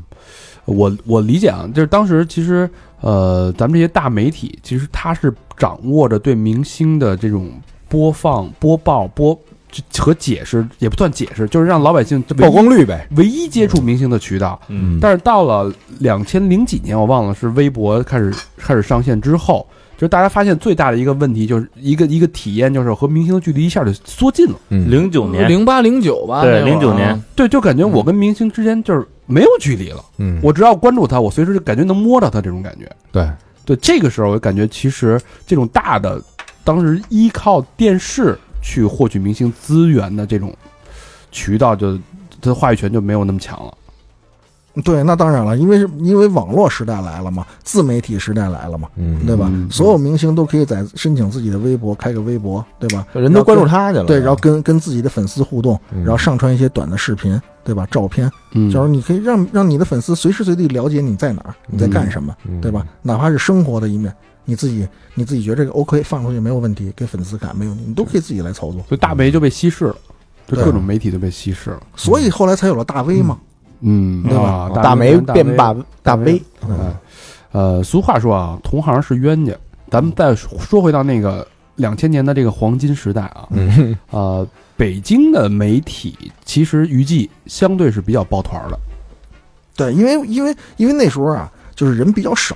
B: 我我理解啊，就是当时其实呃，咱们这些大媒体其实它是掌握着对明星的这种播放、播报、播这和解释，也不算解释，就是让老百姓
C: 曝光率呗。
B: 唯一接触明星的渠道。
C: 嗯
B: 但是到了两千零几年，我忘了是微博开始开始上线之后，就是大家发现最大的一个问题，就是一个一个体验，就是和明星的距离一下就缩近了。
C: 嗯，
H: 零九年，
F: 零八零九吧，
H: 对
F: 那会儿啊
H: 09年，
B: 对，就感觉我跟明星之间就是没有距离了。
C: 嗯
B: 我只要关注他，我随时就感觉能摸到他这种感觉。
C: 对
B: 对，这个时候我感觉其实这种大的，当时依靠电视去获取明星资源的这种渠道就，他的话语权就没有那么强了。
G: 对，那当然了，因为是因为网络时代来了嘛，自媒体时代来了嘛，
C: 嗯
G: 对吧？
B: 嗯
G: 所有明星都可以在申请自己的微博，开个微博，对吧？
C: 人都关注他去了。
G: 对，然后跟跟自己的粉丝互动，
C: 嗯
G: 然后上传一些短的视频，对吧？照片，
B: 嗯
G: 就是你可以让让你的粉丝随时随地了解你在哪儿，你在干什么，
C: 嗯
G: 对吧？哪怕是生活的一面，你自己你自己觉得这个 OK 放出去没有问题，给粉丝看没有问题，你都可以自己来操作。
B: 所以大媒就被稀释了，就
G: 对
B: 各种媒体都被稀释了。
G: 所以后来才有了大 V 嘛。
B: 嗯，
G: 对吧
B: 啊
C: 大梅变
B: 大
C: 大大 V，
B: 哎呃，俗话说啊，同行是冤家。咱们再说回到那个两千年的这个黄金时代啊，
C: 嗯
B: 呃，北京的媒体其实娱记相对是比较抱团儿的。
G: 对，因为因为因为那时候啊，就是人比较少，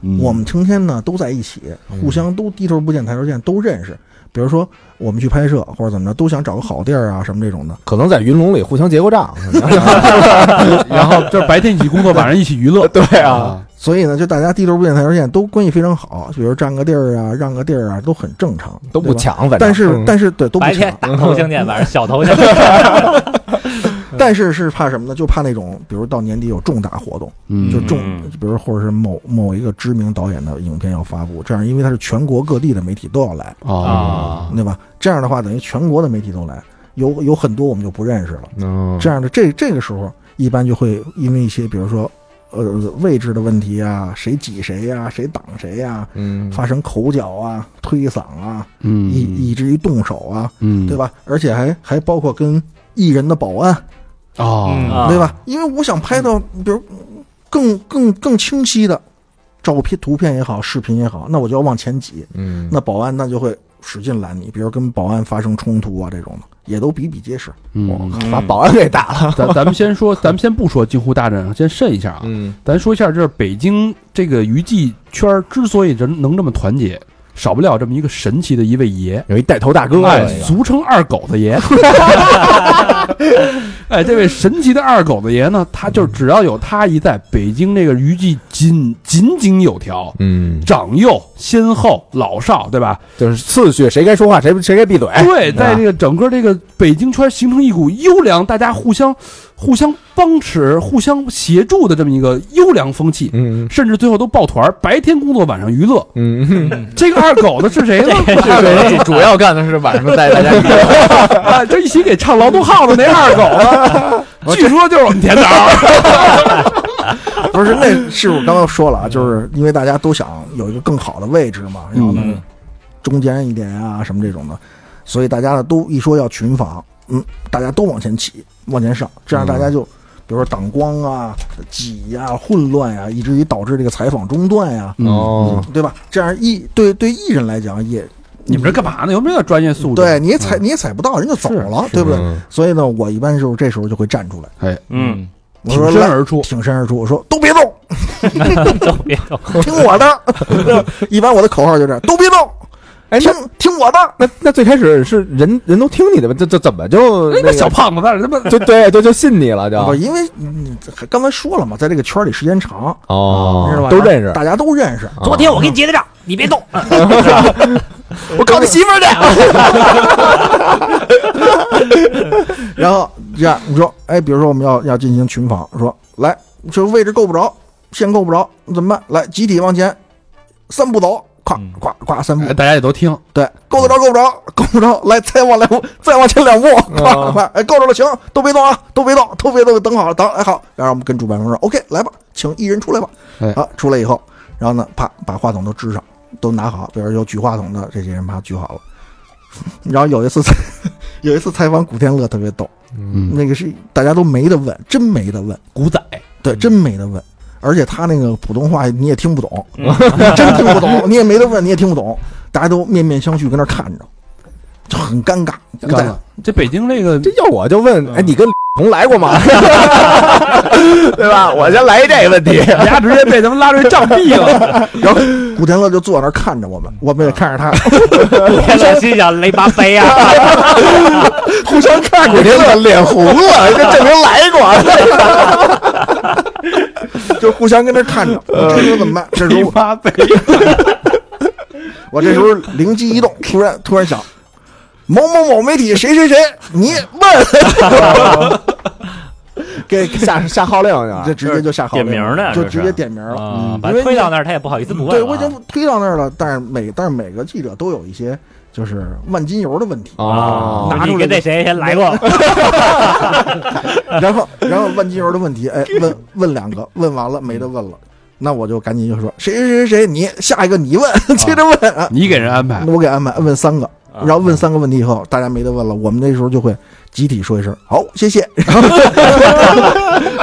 C: 嗯
G: 我们成天呢都在一起，互相都低头不见抬头见，都认识。比如说我们去拍摄或者怎么着，都想找个好地儿啊什么这种的。
C: 可能在云龙里 互相结过账。
B: 然后就是白天一起工作，晚上一起娱乐。对啊，
G: 所以呢，就大家低头不见抬头见，都关系非常好，比如占个地儿啊，让个地儿啊，都很正常，
C: 都不
G: 对吧。
C: 抢，反正
G: 但是
C: 嗯
G: 但是对都不
E: 白
G: 抢
E: 天，大头青年，晚上小头青 年，嗯
G: 但是是怕什么呢？就怕那种，比如到年底有重大活动，
B: 嗯
G: 就重
H: 嗯，
G: 比如或者是某某一个知名导演的影片要发布，这样因为它是全国各地的媒体都要来，
B: 啊，
G: 对吧？这样的话，等于全国的媒体都来，有有很多我们就不认识了。
C: 嗯
G: 这样的这这个时候，一般就会因为一些，比如说呃位置的问题啊，谁挤谁呀、谁挡谁呀、
C: 嗯
G: 发生口角啊、推搡啊，
B: 嗯，
G: 以以至于动手啊，
B: 嗯，
G: 对吧？而且还还包括跟艺人的保安，
E: 嗯
B: 啊，
H: 啊
G: 对吧？因为我想拍到，比如更更更清晰的照片、图片也好，视频也好，那我就要往前挤，
C: 嗯
G: 那保安那就会使劲拦你，比如跟保安发生冲突啊这种的，也都比比皆是。
B: 嗯，
C: 把保安给打了，
B: 咱咱们先说，咱们先不说京沪大战，先慎一下啊。
C: 嗯
B: 咱说一下，就是北京这个娱记圈儿之所以人能这么团结，少不了这么一个神奇的一位爷，
C: 有一带头大哥，
B: 哎，俗称二狗子 爷。 哎，这位神奇的二狗子爷呢，他就是只要有他一在，北京这个娱记井井井有条，
C: 嗯，
B: 长幼先后老少，对吧？
C: 就是次序，谁该说话，谁谁该闭嘴，
B: 对，在
C: 吧
B: 这个整个这个北京圈形成一股优良，大家互相互相帮持、互相协助的这么一个优良风气，
C: 嗯
B: 甚至最后都抱团儿，白天工作，晚上娱乐。
C: 嗯，
B: 这个二狗子是谁 呢？
F: 主主要干的是晚上带大家一起
B: 啊，这一起给唱《劳动号》的那二狗子，据说就是我们田导。
G: 不是，那是我刚刚说了啊，就是因为大家都想有一个更好的位置嘛，然后呢，
B: 嗯
G: 中间一点啊什么这种的，所以大家呢都一说要群防，嗯，大家都往前起，往前上，这样大
B: 嗯
G: 家就。比如说挡光啊、挤呀、混乱呀、以至于导致这个采访中断呀、
C: 哦，
G: 对吧？这样艺对对艺人来讲也，
B: 你们这干嘛呢？有没有专业素质？
G: 对你也采你也采不到，人就走了，对不对？
C: 嗯
G: 所以呢，我一般就是这时候就会站出来，
H: 嗯，
G: 我
B: 哎挺
G: 说
B: 身
G: 来
B: 而出。
G: 挺身而出，我说都别动，
E: 都别动，
G: 听我 的。一般我的口号就这样，都别动，
C: 哎，
G: 听
C: 那
G: 听我的。
C: 那那最开始是人人都听你的吧？这这怎么就
B: 哎，那
C: 个
B: 小胖子在这他妈
C: 就对就就信你了就
G: 不，因为嗯刚才说了嘛，在这个圈里时间长，
C: 哦
G: 知道吧？
C: 都认识，
G: 大家都认识。
E: 昨天我给你结的 账，你别动，
C: 我靠你媳妇儿去，
G: 然后这样你说，哎，比如说我们要要进行群访，说来，这位置够不着，线够不着，怎么办？来，集体往前，三步走，咵
C: 嗯
G: 咵咵三步
B: 哎，大家也都听，
G: 对，够得着，够不着，够不着，来，再往来，再往前两
B: 啊
G: 步，快快，哎，够着了，行，都别动啊，都别动，都别动，等好了，等，哎，好，然后我们跟主办方说，OK，来吧，请一人出来吧
B: 哎，
G: 啊，出来以后，然后呢，啪，把话筒都支上，都拿好，比如有举话筒的这些人，啪，举好了。 然后有一次采， 有一次采访古天乐特别逗，
B: 嗯，
G: 那个是大家都没得问，真没得问，
B: 古仔
G: 对，真没得问。而且他那个普通话你也听不懂， 真听不懂，你也没得问，你也听不懂，大家都面面相觑，跟那儿看着，就很尴尬。
B: 干了。这北京这个
C: 这要我就问，哎，你跟红来过吗？对吧？我先来一这个问题，
B: 人家直接被他们拉出去杖毙了。
G: 古天乐就坐那儿看着我们，我们也看着他，
E: 天乐 心想雷巴杯啊，
C: 互相看，古天乐脸红了，这证明来过。
G: 就互相跟那儿看着。这时候怎么办？这时候
B: 妈被
G: 我这时候灵机一动，突然突然想，某某某媒体谁谁谁，你问，给给
C: 下下号令去
G: 就直接就下好了
H: 点名呢
G: 就
H: 这是
G: 直接点名了。
E: 啊
B: 嗯
E: 把他推到那儿，他也不好意思不问了啊。
G: 对，我已经推到那儿了，但是每但是每个记者都有一些就是万金油的问题，
C: 哦
E: 啊
G: 拿出
E: 你
G: 来
E: 跟
G: 就
E: 那谁谁 来过？
G: 然后然后万金油的问题，哎，问问两个，问完了没得问了，那我就赶紧就说谁谁谁谁，你下一个你问， 接着问啊，
B: 你给人安排，
G: 我给安排问三个，然后问三个问题以后，大家没得问了，我们那时候就会集体说一声好，谢谢，然后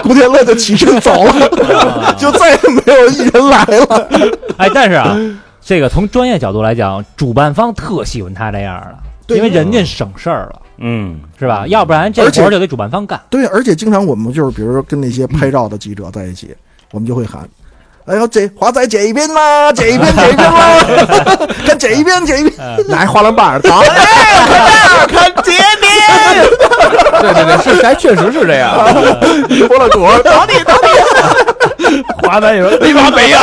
G: 古天乐就起身走了，就再也没有一人来了，
E: 哎，但是啊，这个从专业角度来讲，主办方特喜欢他这样的，
G: 对
E: 因为人家省事儿了，
H: 嗯，
E: 是吧？要不然这
G: 而且
E: 活儿就得主办方干。
G: 对，而且经常我们就是，比如说跟那些拍照的记者在一起，我们就会喊：“哎呦，这华仔剪一边啦，剪一边，剪一边啦，看剪一边，剪一边。
C: 拿一花篮 棒儿砸，
G: 看截边。
F: 对对对，是还确实是这样。
C: 拨了主，
E: 打你打你，
F: 华仔，你说你妈没呀？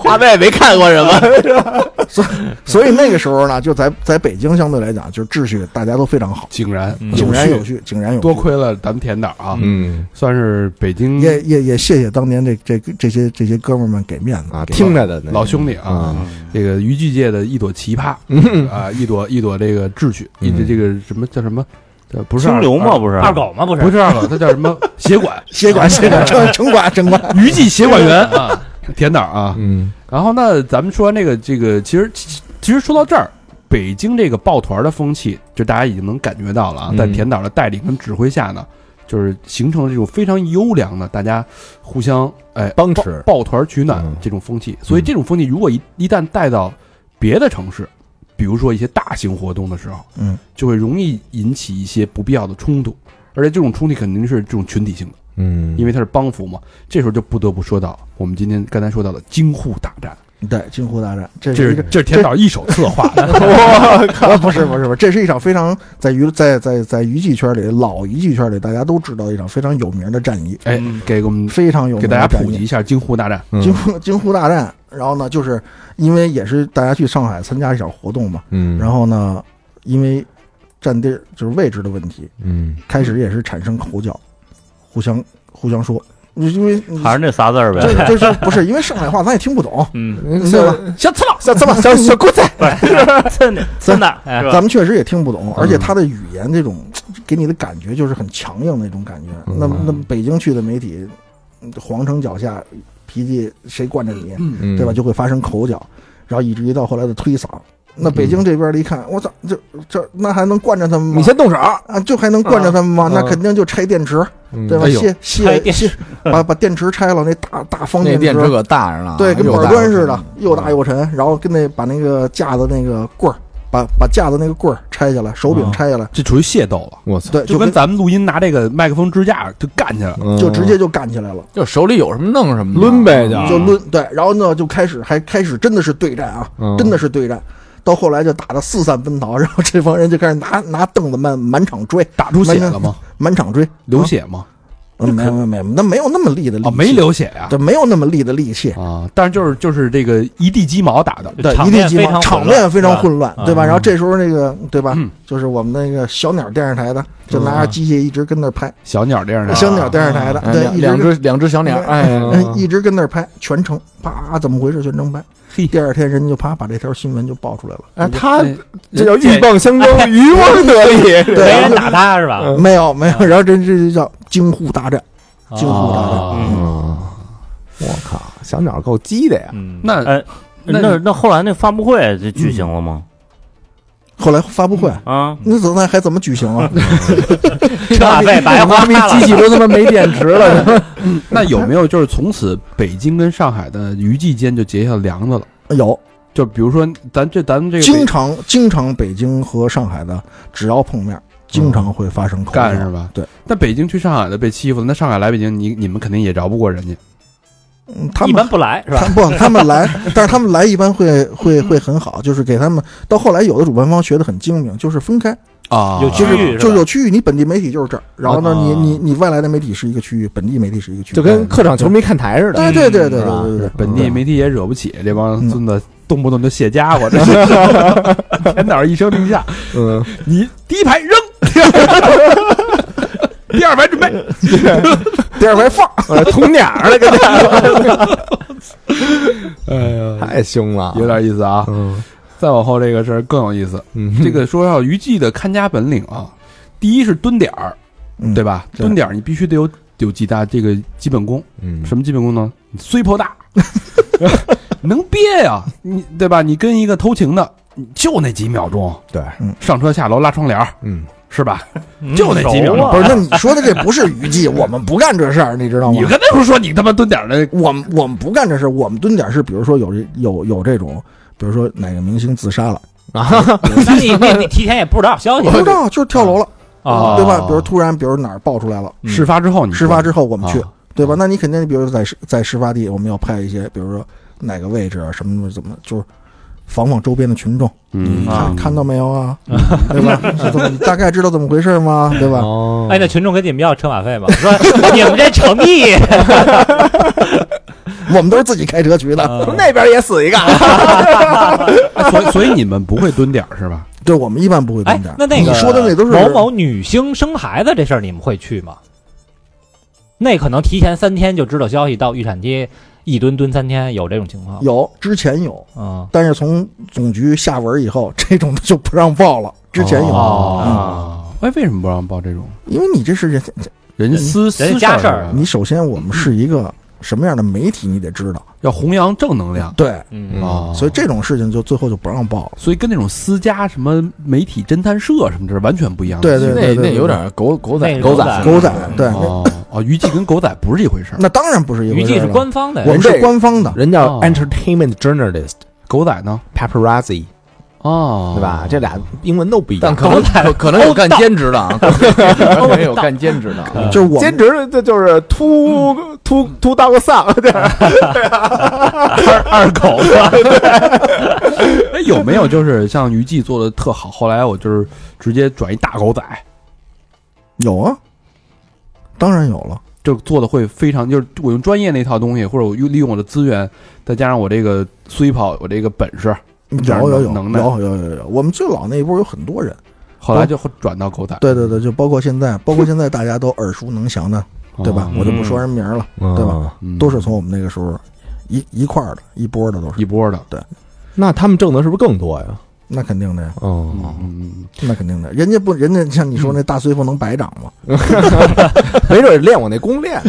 F: 华仔也没看过什么，
G: 所以那个时候呢，就在在北京相对来讲，就是秩序大家都非常好，
B: 井然
H: 嗯
G: 井
B: 有
G: 然有
B: 序，
G: 序，井然有序。
B: 多亏了咱们田导啊，
C: 嗯
B: 算是北京
G: 也也也谢谢当年这这这些这些哥们儿们给面子
C: 啊，听着的那
B: 老兄弟啊，
C: 啊，
B: 这个娱剧界的一朵奇葩
C: 嗯
B: 啊，一朵一朵这个秩序，一这
C: 嗯
B: 这个什么叫什么？呃不是
H: 清流
B: 嘛
H: 嘛，，不是
E: 二狗吗？
B: 不
E: 不是，
B: 是不是二狗，他叫什 么？协管
G: 协管协管，城城管城管，
B: 娱记协管 员啊，田导啊，
C: 嗯
B: 然后那咱们说完这个这个，其实其其实说到这儿，北京这个抱团的风气，就大家已经能感觉到了啊，
C: 嗯
B: 在田导的带领跟指挥下呢，就是形成了这种非常优良的大家互相哎
C: 帮持
B: 抱抱团取暖
C: 嗯
B: 这种风气。所以这种风气如果一一旦带到别的城市，比如说一些大型活动的时候，
G: 嗯，
B: 就会容易引起一些不必要的冲突，而且这种冲突肯定是这种群体性的，
C: 嗯，
B: 因为它是帮扶嘛。这时候就不得不说到我们今天刚才说到的京沪大战。
G: 对，京沪大战，这
B: 这
G: 是 一
B: 是
G: 个。
B: 这是田导一手策划的，
G: 啊， 不是不是不是，这是一场非常在娱在在在娱记圈里老娱记圈里大家都知道的一场非常有名的战役，
B: 哎，给我们
G: 非常有
B: 给
G: 名的
B: 大家
G: 战
B: 普
G: 役
B: 及一下京沪大战，
C: 嗯
G: 京沪京沪大战，然后呢，就是因为也是大家去上海参加一场活动嘛，
C: 嗯，
G: 然后呢，因为占地儿就是位置的问题，
C: 嗯
G: 开始也是产生口角，互相互相说，你因为
H: 还是那仨字儿呗。
G: 这就是不是因为上海话咱也 听不懂，
H: 嗯，
G: 对吧？
E: 小刺佬，
C: 小啊怎么小小姑子，
H: 不是，蹭 的蹭的，哎
G: 咱们确实也听不
C: 嗯
G: 懂，而且他的语言这种给你的感觉就是很强硬那种感觉。
C: 嗯
G: 那么那么北京去的媒体，嗯皇城脚下脾气谁惯着你，
C: 嗯
G: 对吧？？就会发生口角，然后以至于到后来的推搡。
C: 嗯
G: 那北京这边儿一看，我操，这这那还能惯着他们吗？
C: 你先动手，
G: 啊，就还能惯着他们吗？
C: 嗯
G: 那肯定就拆电池，对吧？
B: 哎呦
G: 卸
E: 拆
G: 卸
E: 电
G: 卸，
B: 嗯
G: 把把电池拆了，那大大方
F: 那电池
G: 池，
F: 可大着呢，
G: 对，跟
C: 哎
F: 又
G: 板
F: 大
G: 砖
F: 又
G: 似
F: 沉嗯
G: 的，又大又沉。然后跟那把那个架子那个棍儿，把把架子那个棍儿拆下来，手柄
B: 啊
G: 拆下来，
B: 这属于械斗了，
C: 我操，
G: 对，
B: 就
G: 就
B: 跟嗯咱们录音拿这个麦克风支架就干起来了，
F: 嗯
G: 就直接就干起来了，
F: 就手里有什么弄什么，
C: 抡。呗，
B: 啊
C: 就
G: 就抡对，然后呢就开始还开始真的是对战啊，
C: 嗯
G: 真的是对战。到后来就打得四散奔逃， 然后这帮人就开始拿拿凳子满满场追，
B: 打出血了吗？
G: 满场追，
B: 流血吗？
G: 嗯，没有没有，没有那没有那么利的力
B: 啊，
G: 气
B: 没，流血呀
G: 对，，没有那么利的力气，
B: 啊，但是就是就是这个一地鸡毛打的，
G: 对，
H: 场
G: 一地
H: 面
G: 鸡
H: 非常
G: 毛，场
H: 混乱
G: 面非常
H: 是吧
G: 混乱，对吧？然后这时候那个对吧，就是我们那个小鸟电视台的，就拿着机器一直跟那儿拍，
B: 小鸟这样的，啊
G: 小鸟电视台的，
F: 哎
G: 对，
F: 两
G: 一直
F: 两
G: 跟
F: 只两只小鸟，哎，
G: 嗯，一直跟那儿拍，全程啪，怎么回事？全程拍。第二天人家就啪把这条新闻就爆出来了。
C: 哎，他
B: 哎
C: 这叫鹬蚌相争，渔 翁得利。
G: 对嗯
E: 没
G: 然
E: 人打
G: 后
E: 他是吧？
G: 没有没有，然后这这就叫京沪大战，京沪大战。
F: 嗯
B: 啊，
C: 啊，我靠，小鸟够鸡的呀！
H: 嗯，
B: 那
H: 哎，
B: 那
H: 那那后来那发布会就举行了吗？
G: 后来发布会，
E: 嗯
H: 啊，
G: 那怎么还怎么举行啊？
E: 车马费白花了。
F: 器都他妈没电池了，
B: 那有没有就是从此北京跟上海的娱记间就结下梁子了？
G: 有，
B: 就比如说咱这咱们这个
G: 经常经常北京和上海的只要碰面，经常会发生口
B: 北
G: 角
B: 干是吧？
G: 对，
B: 那北京去上海的被欺负了，那上海来北京，你你们肯定也饶不过人家。
G: 嗯，他
E: 一
G: 们
E: 般不来是
G: 他
E: 吧？
G: 不，他们来，但是他们来一般会会会很好，就是给他们到后来有的主办方学的很精明，就是分开。
B: 啊
E: 有
G: 就
E: 区域
G: 是
E: 是
G: 就
E: 吧
G: 是有区域，你本地媒体就是这儿，然后呢，
B: 啊
G: 你你你外来的媒体是一个区域，本地媒体是一个区域，
C: 就
F: 嗯
C: 跟客场球迷看台似的，嗯
G: 对对对对对
C: 是吧
G: 对对对，
B: 本地媒体也惹不起这帮
G: 嗯
B: 孙子，动不动就卸家伙，这是田导一声令下，
C: 嗯，
B: 你第一排扔，第二排准备，
G: 第二排放，
C: 呃捅鸟儿了，跟那
B: 哎呀，
C: 太凶了，
B: 有点意思啊！
C: 嗯
B: 再往后这个事儿更有意思，
C: 嗯，
B: 这个说要娱记的看家本领啊，第一是蹲点儿，
G: 嗯
B: 对？吧？蹲点儿你必须得有有几大这个基本功，
C: 嗯
B: 什么基本功呢？你虽破大，能憋呀，你对吧？你跟一个偷情的，你就那几秒钟，
C: 对，
B: 上车下楼拉窗帘儿
C: 嗯，
B: 是吧？
E: 嗯
B: 就那几秒钟
E: 熟啊
G: 不是，那你说的这不是娱记，我们不干这事儿，你知道吗
B: 你？跟那时候说你他妈蹲点儿的，
G: 我们我们不干这事儿，我们蹲点是，比如说有这有有这种，比如说哪个明星自杀了，
E: 那你你你提前也不知道消息
G: 不知道嗯就是跳楼了，
E: 哦
B: 啊
G: 对吧？比如突然，比如哪儿爆出来了，
B: 事发之后你
G: 事发之后我们去
B: 嗯啊，
G: 对吧？那你肯定，比如在事在事发地，我们要派一些，比如说哪个位置啊，什么怎么，就是防防周边的群众，
B: 嗯
H: 啊
G: 看看到没有啊？ 对吧？是怎么你大概知道怎么回事 吗？对吧？
B: 哦
E: 哎，那群众跟你们要车马 费吗？说你们这诚意，
G: 我们都是自己开车去的，
E: 啊
C: 那边也死一个，
B: 嗯所以所以你们不会蹲点儿是吧？
G: 对我们一般不会蹲
E: 哎
G: 点儿，。
E: 那那个
G: 你说的那都是
E: 某某女星生孩子这事儿，你们会去吗？那可能提前三天就知道消息，到预产期一蹲蹲三天，有这种情况？
G: 有之前有，
E: 嗯，
G: 但是从总局下文以后，这种就不让报了。之前有，嗯
B: 哦，哎，为什么不让报这种
G: 因为你这是人，
B: 人私私
E: 人家
B: 事
E: 事
B: 儿
E: 儿
B: 啊？
G: 你首先我们是一个什么样的媒体，你得知道。
B: 要弘扬正能量
G: 对，
E: 嗯
B: 啊，
G: 所以这种事情就最后就不让报了。
B: 所以跟那种私家什么媒体侦探社什么这是完全不一样的。
G: 对对
F: 那
G: 对对，
F: 那有点狗狗
E: 那
F: 仔
E: 是
F: 狗
E: 狗
F: 仔
E: 仔
G: 狗仔，对，那
B: 哦哦，娱记跟狗仔不是一回事儿。
G: 那当然不是一
E: 娱
G: 回
E: 记
G: 事
E: 是
G: 了。
E: 官方的
G: 我，们
C: 人
G: 是
C: 这
G: 官方的，
C: 人叫
B: 哦
C: entertainment journalist
B: 狗仔呢？
C: paparazzi，
B: 哦，
C: 对吧？这俩英文都不一
F: 但
C: 样。
F: 可能可可能有干兼职 的啊，可能有干兼职的 啊。
G: 就是我
D: 兼
G: 们
D: 职这就是秃
F: 嗯
D: 秃秃当个丧，对
B: 二狗子。哎，有没有就是像娱记做的特好，后来我就是直接转一大狗仔，
G: 有啊，当然有了。
B: 就做的会非常，就是我用专业那套东西，或者我用利用我的资源，再加上我这个虽跑，我这个本事，点儿
G: 有有有
B: 能
G: 有
B: 耐
G: 有有有有，我们最老那一波有很多人，
B: 后来就会转到狗仔。
G: 对对对，就包括现在，包括现在大家都耳熟能详的，对吧？我就不说人名了，对吧？
B: 嗯
G: 都是从我们那个时候一一块儿的，一波的都是，
B: 一波的。
C: 那他们挣的是不是更多呀？
G: 那肯定的呀，
C: 嗯，
B: 嗯，
G: 那肯定的。人家不，人家像你说那大绥夫能白长吗？
C: 没准练我那公练，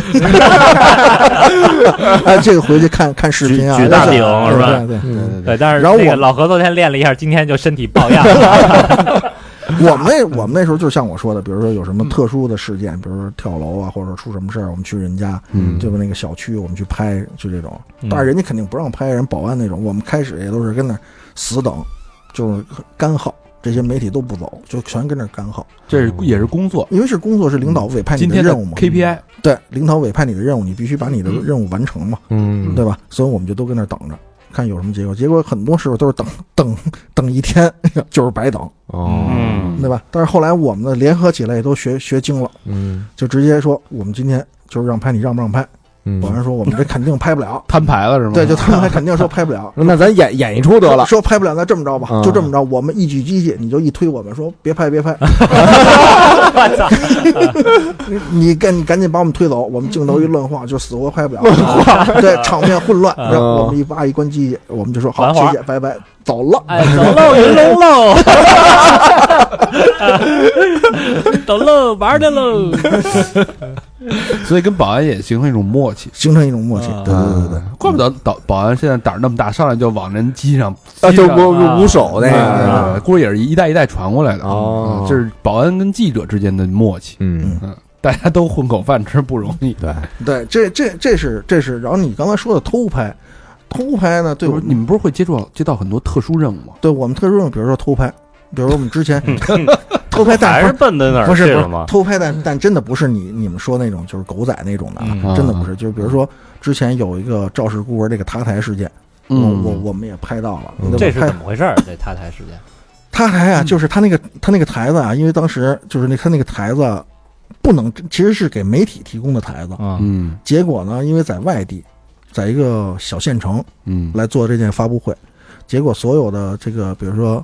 G: 哎，这个回去看看视频啊，
H: 举举大
G: 对
H: 饼是吧
G: 对
B: 对
G: 对对
B: 对对，
E: 对，但是
G: 然后
E: 那个
G: 我
E: 老何昨天练了一下，今天就身体抱恙了。
G: 我们那我们那时候就像我说的，比如说有什么特殊的事件，比如说跳楼啊，或者出什么事儿，我们去人家，
B: 嗯
G: 对吧？那个小区我们去拍，就这种。
E: 嗯
G: 但是人家肯定不让拍，人保安那种。我们开始也都是跟那儿死等，就是干耗。这些媒体都不走，就全跟那儿干耗，
B: 这是也是工作。
G: 因为是工作，是领导委派你
B: 嗯今天的
G: 任务嘛。
B: KPI，
G: 对，领导委派你的任务，你必须把你的任务完成嘛，
C: 嗯
G: 对吧？所以我们就都跟那儿等着，看有什么结果。结果很多时候都是等等等一天， 就是白等。
C: 哦，
H: 嗯
G: 对吧？但是后来我们呢联合起来也都学学精了，
C: 嗯
G: 就直接说我们今天就是让拍，你让不让拍？保
C: 嗯，。
G: 安说我们这肯定拍不了
B: 摊牌了是吗？
G: 对，就他们还肯定说拍不了
C: 那咱演演一出得了，
G: 说拍不了，那这么着吧，
C: 嗯
G: 就这么着，我们一举机器，你就一推我们，说别拍，别拍， 你赶你赶紧把我们推走，我们镜头一乱晃，就死活拍不了，对，场面混
C: 嗯
G: 乱，然后我们一扒一关机器，我们就说好，
E: 玩会儿
G: 谢谢，拜拜，走了。
E: 哎，走喽，云龙 喽，走喽，玩儿去喽。
B: 所以跟保安也形成一种默契。
G: 形成一种默契，
C: 嗯
G: 对对对对对，
B: 怪不得导保安现在胆儿那么大，上来就往人机上，
C: 啊，就
B: 我
C: 不不捂手那个。
B: 对，估计也是一代一代传过来的。
C: 哦
B: 嗯这是保安跟记者之间的默契，
C: 嗯，
B: 大家都混口饭吃不容易。
C: 对，
G: 对，这这这是这是，然后你刚才说的偷拍，偷拍呢，对
B: 就
G: 我
B: 是你们不是会接触接到很多特殊任务吗？
G: 对我们特殊任务，比如说偷拍，比如说我们之前
E: 嗯
G: 偷拍
H: 还是
G: 但
H: 奔着那
G: 不
H: 儿
G: 是
H: 去
G: 不是
H: 了吗？
G: 偷拍但但真的不是你你们说那种就是狗仔那种的啊，
H: 嗯
B: 啊
G: 真的不是，就是比如说之前有一个肇事孤儿这个塌台事件，
B: 嗯，
G: 我我我们也拍到了，
C: 嗯
G: 对吧
E: 这是
G: 拍
E: 怎么回事儿？这塌台事件，
G: 他还
B: 嗯
G: 啊，就是他那个他那个台子啊，因为当时就是那他那个台子不能，其实是给媒体提供的台子，
E: 嗯
B: 嗯
G: 结果呢，因为在外地，在一个小县城。
B: 嗯
G: 来做这件发布会，结果所有的这个，比如说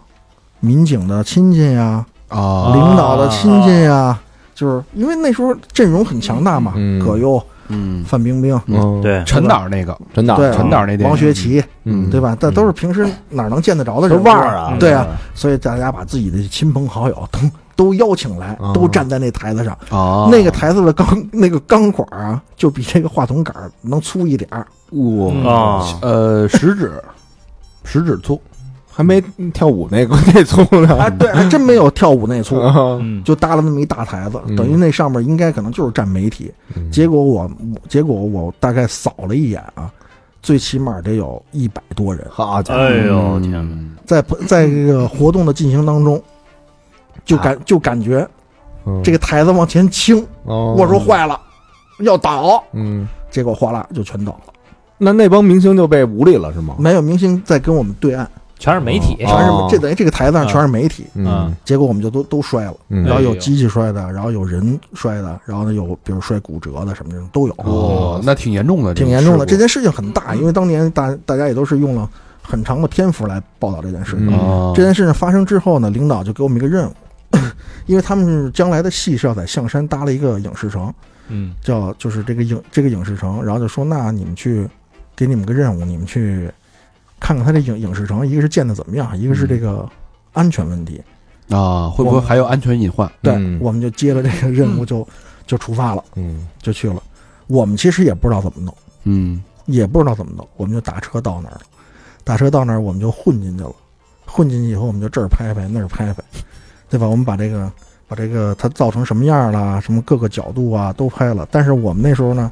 G: 民警的亲戚呀、
B: 啊
G: 领导的亲戚呀、就是因为那时候阵容很强大嘛，
C: 嗯
G: 葛优、
B: 嗯，
G: 范冰冰，
C: 嗯，
H: 对，
B: 陈导那个，
C: 陈导，
G: 对，啊
B: 陈导那电影
G: 嗯王学圻，
C: 嗯，
G: 对吧？但都是平时哪能见得着的人
C: 都
G: 物
C: 腕儿啊
G: 对啊，所以大家把自己的亲朋好友都都邀请来
C: 哦，
G: 都站在那台子上。
B: 啊
G: 那个台子的钢那个钢管儿啊，就比这个话筒杆儿能粗一点儿，
B: 我
H: 啊
B: 呃食指食指粗，
C: 还没跳舞 那个那粗呢。
G: 哎，对，还真没有跳舞 那粗。
E: 嗯，
G: 就搭了那么一大台子
C: 嗯，
G: 等于那上面应该可能就是站媒体。
C: 嗯
G: 结果我，结果我大概扫了一眼啊，最起码得有一百多人
C: 好家伙，
H: 哎
G: 啊
B: 嗯
H: 呦天哪！
B: 哪！
G: 在在这个活动的进行当中，就感就感觉
C: 啊嗯
G: 这个台子往前倾，
C: 哦
G: 我说，坏了，要倒，
C: 嗯，
G: 结果哗啦就全倒了。
C: 那那帮明星就被无力了是吗？
G: 没有明星在跟我们对岸，
E: 全是媒体，
G: 全是
C: 哦
G: 这等于这个台子上全是媒体，
C: 嗯
G: 结果我们就都都摔了。
C: 嗯
G: 然后有
E: 哎呦
G: 机器摔的，然后有人摔的，然后呢有比如摔骨折的什么这种都有，
B: 哦，那挺严重的，
G: 挺严重的。
B: 个
G: 这件事情很
C: 嗯
G: 大，因为当年大大家也都是用了很长的篇幅来报道这件事
B: 事
G: 情。
B: 故
C: 嗯
B: 哦
G: 这件事情发生之后呢，领导就给我们一个任务， 因为他们是将来的戏是要在象山搭了一个影视城，
E: 嗯，
G: 叫就是这个影这个影视城，然后就说那你们去给你们个任务，你们去看看它这影影视城，一个是建的怎么样，一个
C: 嗯
G: 是这个安全问题。
B: 啊，会不会还有安全隐患？
G: 对，
C: 嗯
G: 我们就接了这个任务就、就出发了，
C: 嗯
G: 就去了。我们其实也不知道怎么弄，
B: 嗯，
G: 也不知道怎么弄，我们就打车到那儿了。打车到那儿，我们就混进去了。混进去以后，我们就这儿拍拍那儿拍拍，对吧？我们把这个把这个它造成什么样了，什么各个角度啊都拍了。但是我们那时候呢，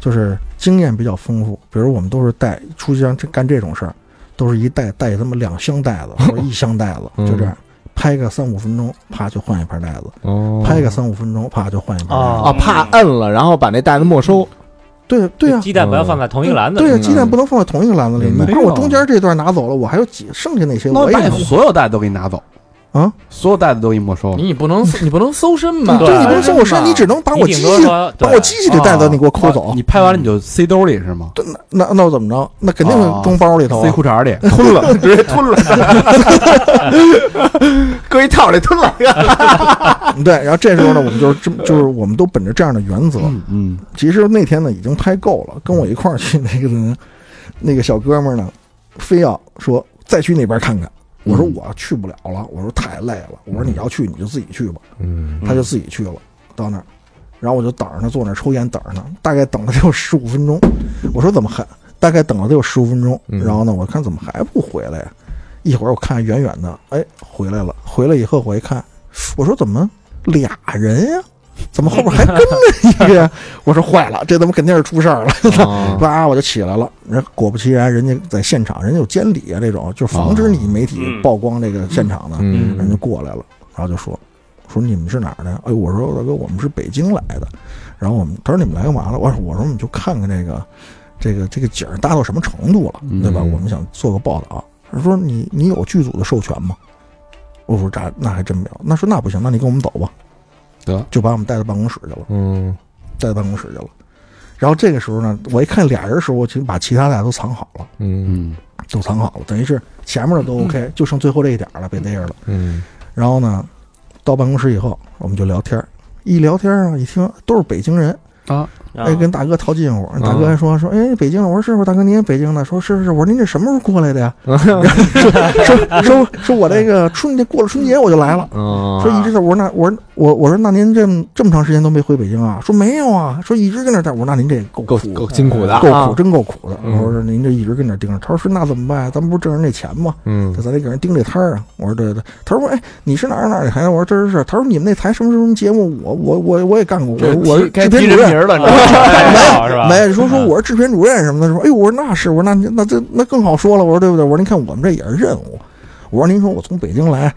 G: 就是经验比较丰富，比如我们都是带出去让这干这种事儿，都是一带带他妈两箱袋子或者一箱袋子，
C: 嗯
G: 就这样拍个三五分钟，啪就换一盘袋子，
C: 哦
G: 拍个三五分钟，啪就换一盘袋子。
E: 哦
C: 啊，怕摁了，然后把那袋子没收，
G: 对对啊，
E: 鸡蛋不要放在同一个篮子
G: 对
E: 里，
G: 呀，鸡蛋不能放在同一个篮子里。
C: 明白
G: 你把我中间这段拿走了，我还有几剩下那些
B: 那
G: 我
B: 我
G: 也
B: 把你所有袋子都给你拿走
G: 啊，
B: 所有袋子都给你没收了。
F: 你不能你不能搜身吧？
G: 对
E: 对
G: 你不能说我身，
F: 吧
G: 啊你只能把我
E: 你
G: 机
E: 顶多
G: 器
E: 说
G: 把
E: 对
G: 我机器这袋子你给我抠走
B: 啊。你拍完了你就塞兜里是吗？
G: 对那那那我怎么着？那肯定
B: 哦
G: 是装包里头
B: 塞
G: 啊。
B: 裤衩 里，
C: 吞了，直接吞了，搁一套里吞了。
G: 对，然后这时候呢，我们就是这么，就是我们都本着这样的原则。
B: 嗯嗯
G: 其实那天呢已经拍够了，跟我一块儿去那个人，那个小哥们儿呢，非要说再去那边看看。
C: 嗯
G: 我说我去不了了，我说太累了。我说你要去你就自己去吧。
C: 嗯
G: 他就自己去了，到那儿，然后我就等着他坐那儿抽烟，等着他，大概等了得有十五分钟。我说怎么还？大概等了得有十五分钟，
C: 嗯
G: 然后呢，我看怎么还不回来呀？一会儿我看远远的，哎，回来了。回来以后我一看，我说怎么俩人呀、怎么后边还跟着一个 呀？我说坏了，这他妈肯定是出事儿了。
C: 哦
G: 哇，我就起来了。人果不其然，人家在现场，人家有监理啊，这种就是防止你媒体曝光这个现场的。人
C: 嗯
G: 就过来了，然后就说说你们是哪儿的？哎，我说大哥，我们是北京来的。然后我们他说你们来干嘛了？我说我说我们就看看这个这个这个景儿搭到什么程度了，对吧？
C: 嗯
G: 我们想做个报道。他说你你有剧组的授权吗？我说这那还真没有。那说那不行，那你跟我们走吧。
B: 得
G: 就把我们带到办公室去了，
C: 嗯
G: 带到办公室去了。然后这个时候呢，我一看俩人的时候，我其实把其他的都藏好了，
C: 嗯
B: 嗯，
G: 都藏好了，等于是前面的都 OK，、就剩最后这一点儿了，被逮着了。
C: 嗯
G: 然后呢，到办公室以后，我们就聊天儿。一聊天儿啊，一听都是北京人，
E: 啊
G: 哎，跟大哥套近乎。大哥还说说，哎，北京的。我说是不是？大哥您也北京的？说是是是。我说您这什么时候过来的呀？ 说说说我这个春节过了春节我就来了。
C: 嗯
G: 说一直在我说那我说我我说那您这么这么长时间都没回北京啊？说没有啊。说一直跟那儿待。我说那您这够
C: 够
G: 苦
C: 够辛苦的，啊
G: 够苦，，真够苦的。
C: 嗯
G: 我说您这一直跟那儿盯着。他说是那怎么办呀？咱们不是挣人这钱吗？
C: 嗯
G: 这咱得给人盯这摊儿啊！我说对对，他说哎，你是哪儿哪儿的台？我说这是是。他说你们那台什么什么节目？我我我我也干过，我我是
F: 该
G: 制
F: 提
G: 片主
F: 人名
G: 任。
F: 儿嗯了，你
E: 没是吧？
G: 没说说我是制片主任什么的，说哎呦，我说那是，我说那那这那更好说了，我说对不对？我说您看我们这也是任务，我说您说我从北京来，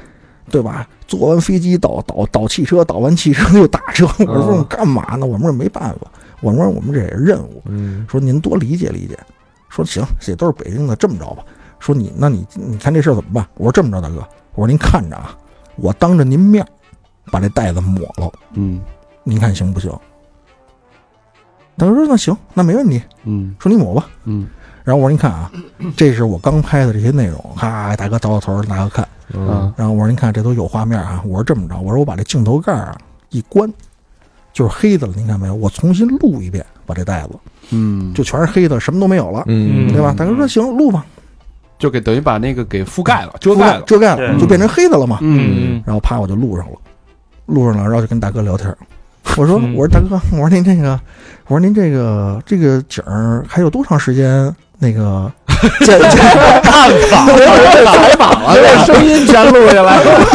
G: 对吧？坐完飞机倒倒倒汽车，倒完汽车又打车，我
F: 嗯
G: 说我们干嘛呢？我们这没办法，我们说我们这也是任务，
C: 嗯
G: 说您多理解理解。说行，这都是北京的，这么着吧。说你，那你你看这事儿怎么办？我说这么着，大哥，我说您看着啊，我当着您面儿把这袋子抹了，
B: 嗯
G: 您看行不行？他说那行，那没问题。
B: 嗯
G: 说你抹吧。
B: 嗯，
G: 然后我说您看啊，这是我刚拍的这些内容，哈，大哥倒倒头，大哥看。
B: 啊
G: 然后我说您看，这都有画面啊。我说这么着，我说我把这镜头盖儿啊一关，就是黑的了，您看没有？我重新录一遍，把这袋子
B: 嗯，
G: 就全是黑的，什么都没有了。
C: 嗯
G: 对吧？大哥说行，录吧，
B: 就给等于把那个给嗯覆盖了，遮盖了。
G: 遮盖了，
B: 对
G: 就变成黑的了嘛。
B: 嗯
G: 然后啪，我就录上了，录上了，然后就跟大哥聊天儿。我说，
E: 嗯
G: 我说大哥，我说您这个，我说您这个这个景儿还有多长时间那个建建？
C: 把这声音全录下来了，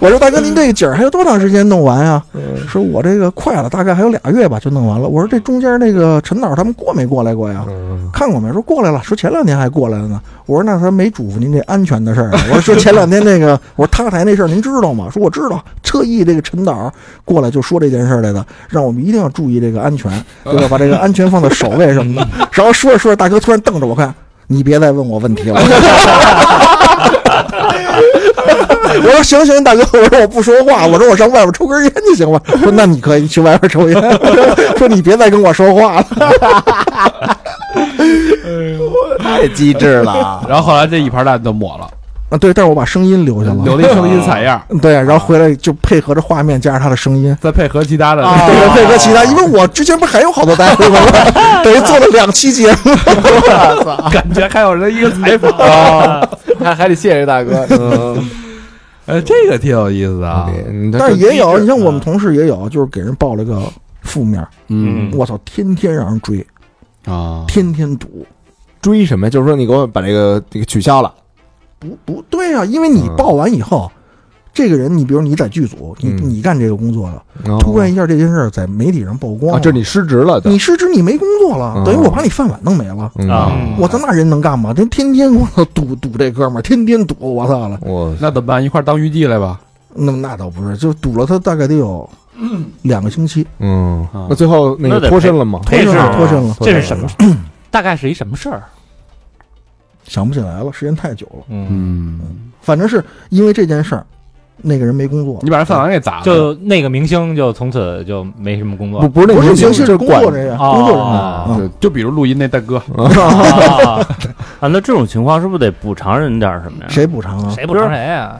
G: 我说大哥，您这个景儿还有多长时间弄完啊？说我这个快了，大概还有俩月吧就弄完了。我说这中间那个陈导他们过没过来过呀？看过没？说过来了，说前两天还过来了呢。我说那他没嘱咐您这安全的事儿啊。我说说前两天那个，我说塌台那事儿您知道吗？说我知道，特意这个陈导过来就说这件事儿来的，让我们一定要注意这个安全，对吧？把这个安全放在首位什么的。然后说着说着，大哥突然瞪着我看，你别再问我问题了。 我说行行，大哥，我说我不说话，我说我上外边抽根烟就行了。 说那你可以去外边抽烟， 说你别再跟我说话了。
C: 太机智了。
B: 然后后来这一盘蛋都抹了，
G: 啊，对，但是我把声音留下了。
B: 嗯留了一声音采样，
G: 对，然后回来就配合着画面加上他的声音，
B: 再配合其他的。
G: 对，配合其他，因为我之前不是还有好多单子吗？ 等于做了两期节目，
B: 感觉还有人一个采 访。啊
F: 还还得谢谢大 哥，
B: 呃，这个挺有意思的啊。
C: 嗯
G: 但是也有，你像我
C: 们。
G: 们同事也有，就是给人报了个负面，
B: 嗯
G: 我操，天天让人追，
B: 啊，
G: 天天堵，
C: 追什么呀？就是说你给我把这个这个取消了，
G: 不不对啊，因为你报完以后，这个人，你比如你在剧组，你
C: 嗯
G: 你干这个工作的，突
C: 突
G: 然一下这件事儿在媒体上曝光
C: 啊，
G: 了，
C: 哦就是你失职了，
G: 你失职，你没工作了，
C: 嗯
G: 等于我把你饭碗弄没了。
C: 嗯
H: 啊
G: 我操，那人能干嘛？这天天我操赌赌这哥们儿，天天赌，我操了。
C: 我
B: 那怎么办？一块儿当娱记来吧。
G: 那那倒不是，就赌了他大概得有两个星期，
C: 嗯
B: 啊，
C: 那最后那
H: 那
C: 个
H: 得
C: 脱身了吗？
G: 脱身
H: 赔
E: 啊
G: 了，
H: 是
G: 脱身了，
H: 这是什么？大概是一什么事儿？
G: 想不起来了，时间太久了。
H: 嗯，
B: 嗯，
G: 反正是因为这件事儿，那个人没工作
B: 你，把人饭碗给砸了。
E: 就那个明星就从此就没什么工作
C: 不，不是那
G: 不是
C: 明
G: 明
C: 星，
G: 星
C: 是
G: 工
C: 管
G: 作人员，
E: 哦
G: 工作人员
E: 哦
G: 啊，
B: 就就比如录音那大哥，
E: 啊，
H: 啊，那这种情况是不是得补偿人点儿什么呀？
G: 谁补偿啊？
E: 谁不成谁啊？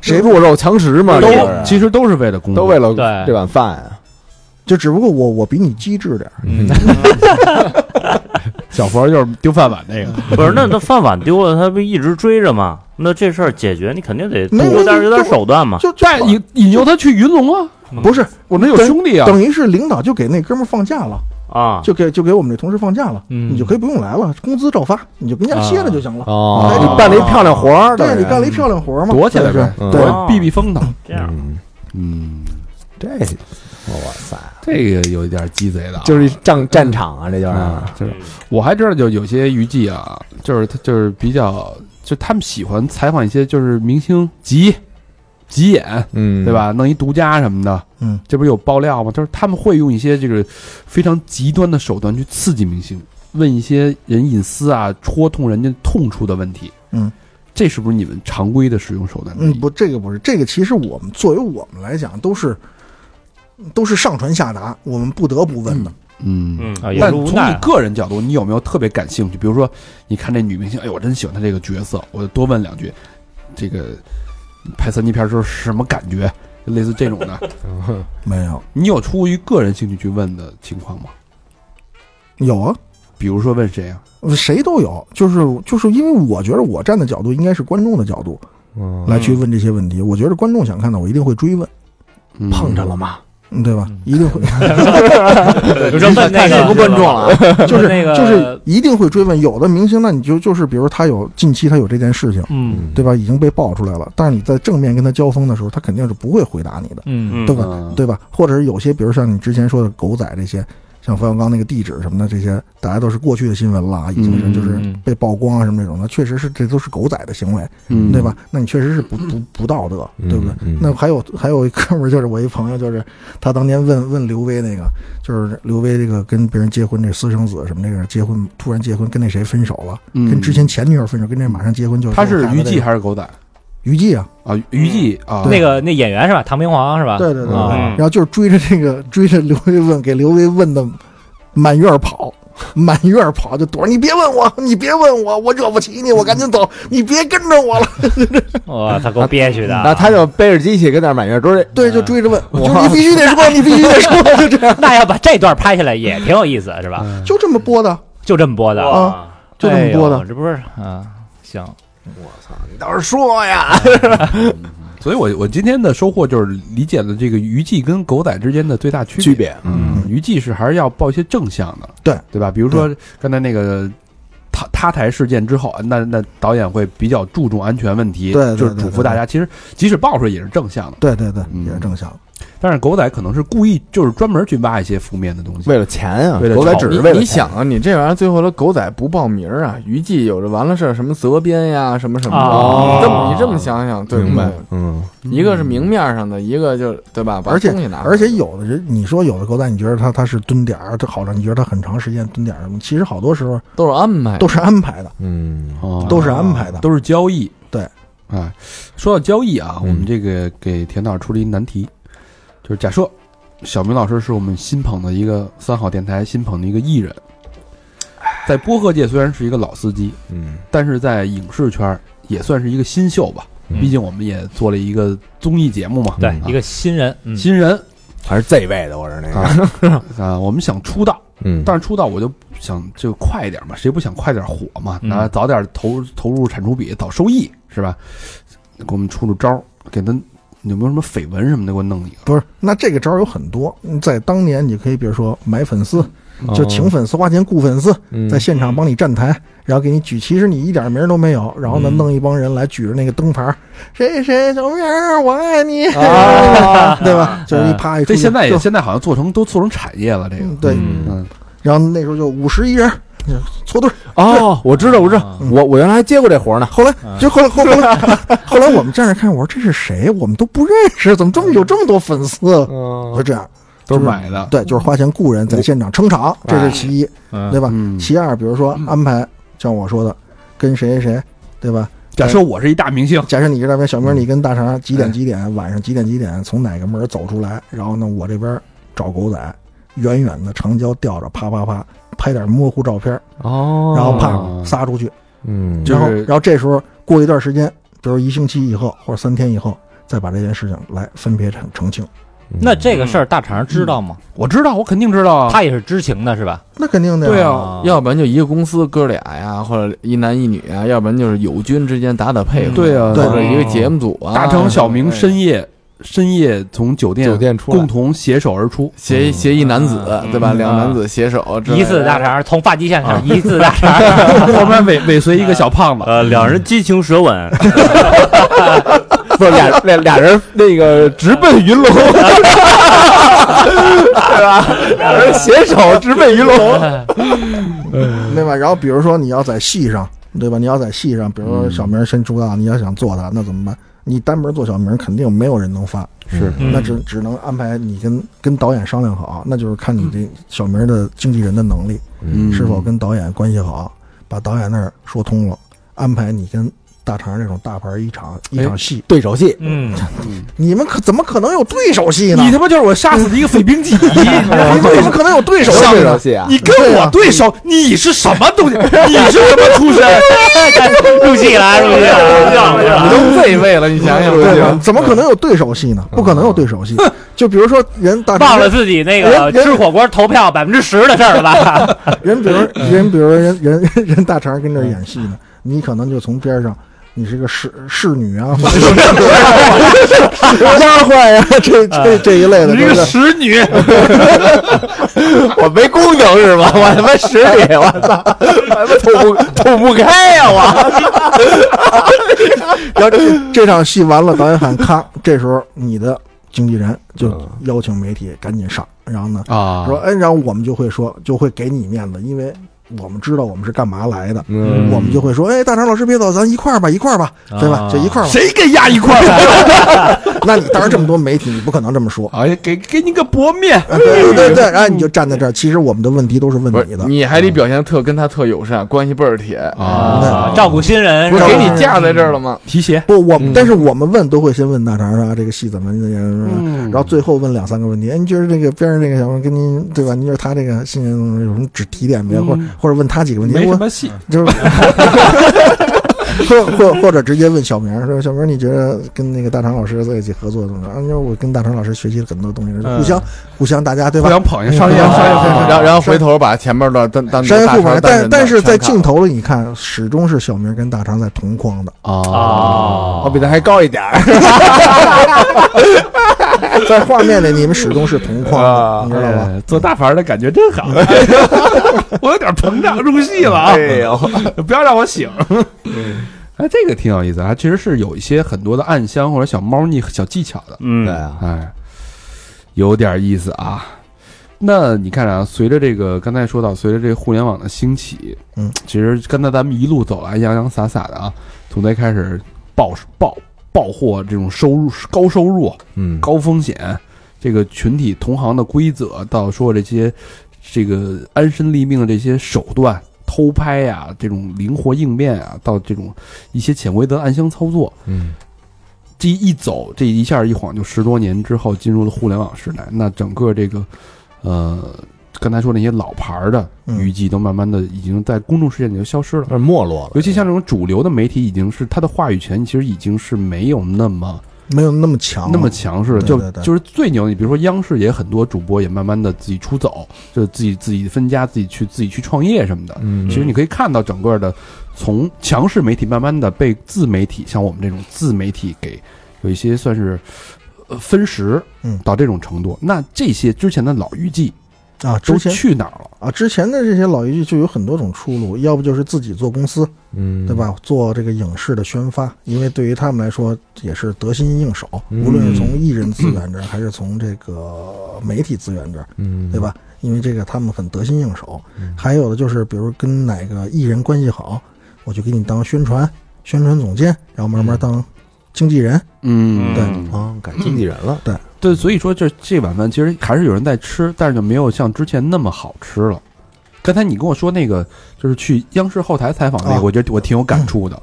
C: 谁弱肉强食嘛，
B: 都
C: 这个人
B: 其实都是为了工作，
C: 都为了
E: 对
C: 这碗饭啊。
G: 就只不过我我比你机智点儿，
H: 嗯，
B: 小佛就是丢饭 碗那个。
H: 不是，那那饭碗丢了，他不一直追着吗？那这事儿解决，你肯定得
G: 没有
H: 有点有点
G: 就
H: 手段嘛。
G: 就就
B: 但引引诱他去云龙啊，
G: 不是
B: 我们有兄弟啊。
G: 等于是领导就给那哥们儿放假了，
H: 啊，
G: 就给就给我们这同事放假了，
E: 嗯
G: 你就可以不用来了，工资照发，你就跟家歇着就行了。
B: 啊
C: 哦
G: 哎
C: 你办了一漂亮活儿，
G: 对，你
C: 等于
G: 干了一漂亮活儿嘛，
B: 躲起来呗
G: 呗。
C: 嗯
G: 对
H: 哦
B: 避避风头。
H: 这样
C: 嗯，
B: 嗯，
C: 这哇塞，
B: 这个有一点鸡贼的啊，
C: 就是一战战场啊，这就是
B: 啊，
G: 嗯
B: 就是我还知道，就有些娱记啊，就是他就是比较，就他们喜欢采访一些就是明星急急眼，
C: 嗯
B: 对？吧？弄一独家什么的，
G: 嗯，
B: 这不是有爆料吗？就是他们会用一些这个非常极端的手段去刺激明星，问一些人隐私啊，戳痛人家痛处的问题。
G: 嗯，
B: 这是不是你们常规的使用手段之一？
G: 嗯，不，这个不是，这个其实我们作为我们来讲，都是都是上传下达，我们不得不问的。
B: 嗯
H: 嗯啊，也
B: 但
H: 是
B: 从
H: 无
B: 你
H: 奈。
B: 个人角度，你有没有特别感兴趣？比如说，你看这女明星，哎呦，我真喜欢她这个角色，我就多问两句。这个拍三级片的时候是什么感觉？就类似这种的，
C: 嗯
G: 没有，
B: 你有出于个人兴趣去问的情况吗？
G: 有啊，
B: 比如说问谁啊？
G: 谁都有，就是就是因为我觉得我站的角度应该是观众的角度
C: 嗯
G: 来去问这些问题，我觉得观众想看到，我一定会追问，
B: 嗯
C: 碰着了吗？
G: 嗯对吧？一定会，
E: 就这么那个观众了，
G: 就是
E: 那个
G: 就是一定会追问。有的明星，那你就就是比如他有近期他有这件事情，
E: 嗯
G: 对吧？已经被爆出来了，但是你在正面跟他交锋的时候，他肯定是不会回答你的。
E: 嗯
H: 嗯
G: 对吧？
B: 嗯
G: 对吧？或者是有些，比如像你之前说的狗仔这些，像冯小刚那个地址什么的，这些大家都是过去的新闻了啊，已经是
B: 嗯
G: 就是
E: 嗯
G: 被曝光啊什么这种的，确实是这都是狗仔的行为，
B: 嗯
G: 对吧？？那你确实是不不不道德，对不对？
C: 嗯嗯
G: 那还有还有一哥们儿，就是我一朋友，就是他当年问问刘威那个，就是刘威这个跟别人结婚这私生子什么这个结婚突然结婚跟那谁分手了，
B: 嗯
G: 跟之前前女友分手，跟这马上结婚就是
B: 他是
G: 孩子
B: 娱
G: 这
B: 记
G: 个
B: 还是狗仔
G: 娱记啊，
B: 啊？娱记啊，
E: 那个那演员是吧？唐明皇是吧？
G: 对对对对
E: 啊
H: 嗯
G: 然后就是追着这个 追着刘威问，给刘威问的满院跑，满院跑就躲着你别问我，你别问我，我惹不起你，我赶紧走，你别跟着我了。
E: 哇，他给我憋屈的啊。
C: 那他就背着机器跟那儿满月追，
G: 对，就追着问，就你必须得说，你必须得说，就这 样，
E: 那要把这段拍下来也挺有意思，是吧？
G: 就这么播的。
E: 就这么播的，
G: 嗯啊就这么播的
E: 哎呦这不是啊？行，
C: 你倒是说呀，
B: 所以我我今天的收获就是理解了这个娱记跟狗仔之间的最大区别。
C: 区别，
B: 嗯，娱记是还是要报一些正向的，
G: 对
B: 对吧？比如说刚才那个塌塌台事件之后，那那导演会比较注重安全问题，
G: 对对
B: 就是
G: 对
B: 嘱
G: 对
B: 咐大家，其实即使爆出来也是正向的。
G: 对对对，
B: 嗯
G: 也是正向。
B: 但是狗仔可能是故意就是专门去挖一些负面的东西，
C: 为了钱啊，
B: 为了
C: 狗仔
B: 炒
C: 只
B: 作
C: 是
F: 你
C: 为了
F: 你
C: 钱
F: 想啊，你这玩意儿最后了，狗仔不报名儿啊，娱记有的完了事儿，什么责编呀，什么什么的。
E: 哦
F: 你这么你这么想想，对
C: 明
F: 不对
C: 白？？嗯，
F: 一个是明面上的，一个就是对吧？把
G: 而且
F: 东西拿
G: 而且有的人，你说有的狗仔，你觉得他他是蹲点儿，他好像你觉得他很长时间蹲点儿什么，其实好多时候
F: 都是安排，
G: 都是安排的，
C: 嗯，
B: 哦
G: 都是安排的。
B: 都是交易，
G: 对，
B: 哎，说到交易啊，
C: 嗯
B: 我们这个给田导出了一难题，就是假设小明老师是我们新捧的一个三好电台新捧的一个艺人，在播客界虽然是一个老司机，
C: 嗯
B: 但是在影视圈也算是一个新秀吧。
E: 嗯
B: 毕竟我们也做了一个综艺节目嘛，
E: 对
B: 啊
E: 一个新人，嗯，
B: 新人
C: 还是 Z 位的，我是那个，
B: 啊啊，我们想出道，
C: 嗯
B: 但是出道我就想就快一点嘛，谁不想快点火嘛？
E: 嗯
B: 拿早点投投入产出比，早收益是吧？给我们出出招儿，给他有没有什么绯闻什么的，给我弄一个。
G: 不是，那这个招儿有很多，嗯在当年你可以比如说买粉丝，
C: 哦
G: 就请粉丝花钱雇粉丝，
C: 嗯
G: 在现场帮你站台，然后给你举，其实你一点名儿都没有，然后呢
E: 嗯
G: 弄一帮人来举着那个灯牌儿，谁谁小明儿我爱你，
C: 啊
G: 对吧？就是一啪一出
B: 这
G: 去
B: 现在也
G: 就
B: 现在好像做成都做成产业了，这个
G: 嗯对，
C: 嗯
B: 嗯，
G: 然后那时候就五十一人就搓堆儿，
C: 哦，我知道，我知
F: 啊
C: 道，我我原来还接过这活呢，
G: 后来就后来后后来 后来我们站着看，我说这是谁？我们都不认识，怎么这么有这么多粉丝？
C: 嗯
G: 我说这样，
B: 都是买的，
G: 对，就是花钱雇人在现场撑场，这是其一，
E: 嗯
G: 对吧？
B: 嗯
G: 其二，比如说安排，像我说的，跟谁谁谁，对吧？
B: 假设我是一大明星，
G: 假设你是那边小明，你跟大肠几点几点晚上几点几点从哪个门走出来，然后呢，我这边找狗仔，远远的长焦吊着，啪啪啪拍点模糊照片，
C: 哦
G: 然后
B: 哦
G: 啪撒出去，
C: 嗯
B: 就
G: 然后
B: 是
G: 然后这时候过一段时间，比如一星期以后或者三天以后，再把这件事情来分别澄澄清，
E: 那这个事儿大肠知道吗？
B: 我知道，我肯定知道啊。
E: 他也是知情的，是吧？
G: 那肯定的呀。
F: 对啊
E: 啊，
F: 要不然就一个公司哥俩呀，或者一男一女啊，要不然就是友军之间打打配合，
B: 对啊
F: 或者
E: 对
F: 一个节目组啊，
B: 大成小明
F: 对
B: 深夜深夜从酒店
C: 酒店出来
B: 共，同携手而出，
F: 携携一男子
E: 嗯，
F: 对吧？
E: 嗯
F: 两男子携手之类的，
E: 一次大肠从发际线上，一次大肠，
B: 后面尾尾随一个小胖子，
H: 呃，两人激情舌 吻，
C: 不是俩俩俩人那个直奔云龙，对吧？俩人携手直奔云龙，
B: 嗯
G: 对吧？然后比如说你要在戏上，对吧？你要在戏上，比如说
B: 嗯
G: 小明先出道，你要想做他，那怎么办？你单门做小明，肯定没有人能发，
C: 是
E: 嗯
G: 那只只能安排你跟跟导演商量好，那就是看你这小明的经纪人的能力
B: 嗯
G: 是否跟导演关系好，把导演那儿说通了，安排你跟大肠这种大牌一场
B: 哎
G: 一场戏，
C: 对手戏，
E: 嗯，
G: 你们可怎么可能有对手戏呢？
B: 你他妈就是我杀死的一个匪兵记忆，
G: 你们怎么可能有对手戏
C: 对
G: 呢
C: 手？戏啊，
B: 你跟我对手，你是什么东西？你是什么出身？
H: 哎
E: 入戏了，入戏了，入戏
F: 啊你
E: 了。
F: 都这位了，你想想，
G: 对嗯吧？怎么可能有对手戏呢？不可能有对手戏。就比如说人大肠
E: 忘了自己那个
G: 人人
E: 吃火锅投票百分之十的事儿了 吧？
G: 人比如人，比如人人 人大肠跟这儿演戏呢，你可能就从边上，你是个侍侍女啊，或者 是丫鬟呀、这这这一类的，对不对？
B: 使女，
C: 我没功能是 吧？我他妈使你，我操，我他妈捅不捅不开呀、我
G: 然后这这场戏完了，导演喊咔，这时候你的经纪人就邀请媒体赶紧上，然后呢
B: 啊
G: 说，哎，然后我们就会说，就会给你面子，因为我们知道我们是干嘛来的。
C: 嗯
G: 我们就会说，哎，大肠老师别走，咱一块儿吧，一块儿吧，对吧？
E: 啊
G: 就一块儿 吧。
B: 谁跟压一块儿？
G: 那你当然这么多媒体，你不可能这么 说。
B: 哎，给给你个薄面，
G: 啊，对对对，然后你就站在这儿，其实我们的问题都是问
F: 不是
G: 你的，
F: 你嗯还得表现特跟他特友善，关系倍儿铁
E: 啊，照顾新人
F: 不
E: 是
F: 是
E: 吧
F: 给你架在这儿了吗？
B: 提鞋。
G: 不，我们但是我们问都会先问大肠啊，这个戏怎么怎么，
B: 嗯
G: 然后最后问两三个问题，哎，你觉得这个边上这个小妹跟您对吧？你觉得他这个新人有什么指提点没有，或者
B: 嗯
G: 或者问他几个问题，
B: 没什
G: 我
B: 么戏，
G: 就是。 或或或者直接问小明儿说：“小明儿，你觉得跟那个大肠老师在一起合作怎么着？”啊，因为我跟大肠老师学习了很多东西，互相互相大家
B: 嗯
G: 对
B: 互
G: 吧？嗯
B: 相捧一商业商业
E: 啊
F: 然后然后回头把前面的单单
G: 商业嗯互捧，但但是在镜
F: 头
G: 头里你看，始终是小明儿跟大肠在同框
B: 哦
G: 的。
E: 啊
C: 我比他还高一点儿，
G: 在画面里，你们始终是同框的，你知道吧？
B: 哎做大牌的感觉真好，我有点膨胀入戏了啊！
C: 哎呦，
B: 不要让我醒。哎，这个挺有意思啊，其实是有一些很多的暗箱或者小猫腻、小技巧的。
H: 嗯，
C: 对啊，
B: 哎，有点意思啊。那你看啊，随着这个刚才说到，随着这个互联网的兴起，
G: 嗯，
B: 其实刚才咱们一路走来，洋洋洒洒的啊，从最开始爆爆爆货这种收入高收入、啊
C: 嗯，
B: 高风险，这个群体同行的规则，到说这些这个安身立命的这些手段、偷拍呀、这种灵活应变啊，到这种一些潜规则暗箱操作，
C: 嗯，
B: 这一走，这一下一晃就十多年之后进入了互联网时代，那整个这个，呃，刚才说那些老牌儿的
G: 嗯
B: 娱记都慢慢的已经在公众视野里就消失了
C: 有，点没落了，
B: 尤其像这种主流的媒体，已经是它的话语权其实已经是没有那么
G: 没有那么强，
B: 那么强势了，
G: 哦对
B: 就
G: 对对
B: 就是最牛的，你比如说央视也很多主播也慢慢的自己出走，就是自己自己分家，自己去自己去创业什么的。
C: 嗯
B: 其实你可以看到整个的从强势媒体慢慢的被自媒体，像我们这种自媒体给有一些算是呃分食，
G: 嗯
B: 到这种程度。那这些之前的老娱记
G: 啊。
B: 都
G: 之前
B: 去哪儿了？
G: 啊，之前的这些老一句就有很多种出路，要不就是自己做公司，
C: 嗯，
G: 对？吧？做这个影视的宣发，因为对于他们来说也是得心应手，
C: 嗯
G: 无论是从艺人资源这儿，还是从这个媒体资源这儿，
C: 嗯，
G: 对？吧？因为这个他们很得心应手。还有的就是，比如跟哪个艺人关系好，我就给你当宣传宣传总监，然后慢
C: 嗯
G: 慢当经纪人。
B: 嗯
G: 对
C: 啊，改经纪人了，
B: 对，所以说这这碗饭其实还是有人在吃，但是就没有像之前那么好吃了。刚才你跟我说那个，就是去央视后台采访那个，
G: 啊
B: 我觉得我挺有感触的。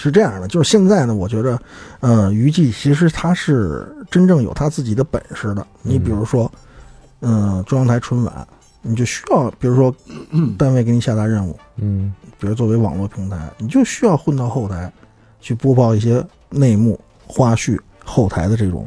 G: 是这样的，就是现在呢，我觉着，呃，娱记其实他是真正有他自己的本事的。你比如说，嗯、中央台春晚，你就需要，比如说单位给你下达任务，
C: 嗯
G: 比如作为网络平台，你就需要混到后台去播报一些内幕、花絮、后台的这种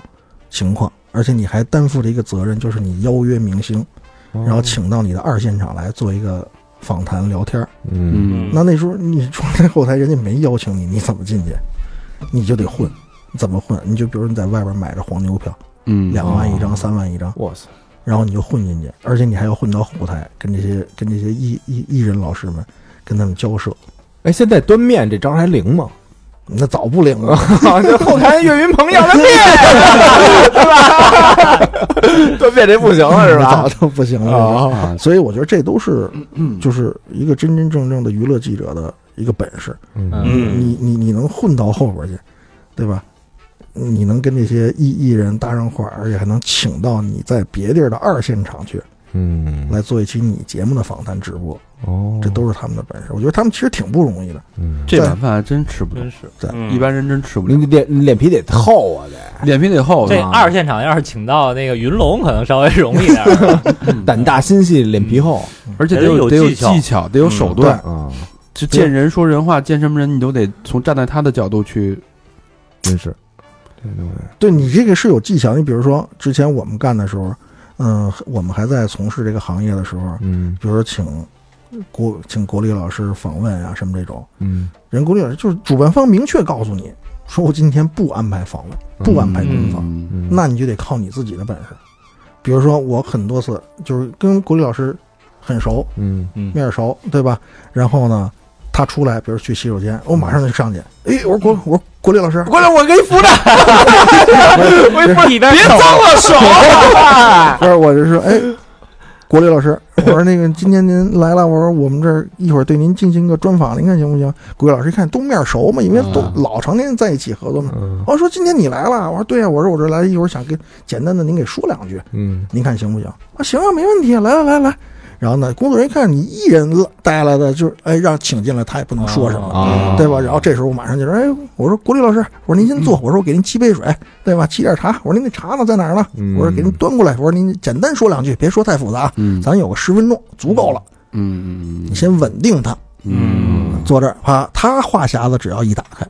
G: 情况，而且你还担负着一个责任，就是你邀约明星，
C: 哦
G: 然后请到你的二现场来做一个访谈聊天儿。
C: 嗯
G: 那那时候你坐在后台，人家没邀请你，你怎么进去？你就得混，怎么混？你就比如你在外边买着黄牛票，
B: 嗯
G: 两万一
C: 哦
G: 张、三万一张，
C: 哇塞，
G: 然后你就混进去，而且你还要混到后台，跟这些跟这些艺艺艺人老师们跟他们交涉，
C: 哎，现在端面这招还灵吗？
G: 那早不灵了。
C: 这后台岳云鹏要的面， 对吧？端面这不行 了是吧？ 嗯
G: 早就不行了。
C: 啊，
G: 所以我觉得这都是，就是一个真真正正的娱乐记者的一个本事。
C: 嗯
H: 嗯，
G: 你你你能混到后边去，对吧？你能跟这些艺艺人搭上话，而且还能请到你在别地儿的二现场去
C: 嗯，
G: 来做一期你节目的访谈直播，
C: 哦
G: 这都是他们的本事。我觉得他们其实挺不容易的。
C: 嗯，
B: 这碗饭还真吃不了，
H: 是
E: 嗯
B: 一般人真吃不了，
C: 你脸你脸皮得厚啊，得
B: 脸皮得厚
E: 这
B: 啊
E: 二现场要是请到那个云龙，可能稍微容易点儿。
C: 胆大心细，脸皮厚
B: 而且得
H: 得
B: 有
H: 有
B: 得有
H: 技巧
B: 技巧，得有手段。
C: 啊，
B: 就见人说人话，见什么人你都得从站在他的角度去。
C: 真是。
G: 对你这个是有技巧。你比如说之前我们干的时候，嗯、我们还在从事这个行业的时候，
C: 嗯
G: 比如说请国请国立老师访问啊什么这种，
C: 嗯，
G: 人工律师就是主办方明确告诉你，说我今天不安排访问，不安排专访，
B: 嗯
C: 嗯
G: 那你就得靠你自己的本事。比如说，我很多次就是跟国立老师很熟，
C: 嗯
G: 面儿熟，对吧？然后呢，他出来，比如去洗手间，我马上就上去，哎，我说国，我说国立老师，
C: 过来，我给你扶着，
E: 一边
C: 别脏我手。
G: 不是，我就说，哎，国立老师，我说那个今天您来了，我说我们这儿一会儿对您进行个专访，您看行不行？国立老师一看都面熟嘛，因为都老常年在一起合作嘛。我说今天你来了，我说对呀、我说我这来一会儿想跟简单的您给说两句，
C: 嗯
G: 您看行不行？啊，行啊，没问题，来来来来。然后呢，工作人员一看你一人带来的，就是哎让请进来，他也不能说什么。
C: 啊
G: 对吧？然后这时候我马上就说：“哎，我说国立老师，我说您
B: 嗯
G: 先坐，我说我给您沏杯水，对吧？沏点茶，我说您那茶呢在哪儿呢？
C: 嗯
G: 我说给您端过来，我说您简单说两句，别说太复杂，
B: 嗯
G: 咱有个十分钟足够了。
B: 嗯
G: 你先稳定他，
B: 嗯
G: 坐这儿，啪，他话匣子只要一打开，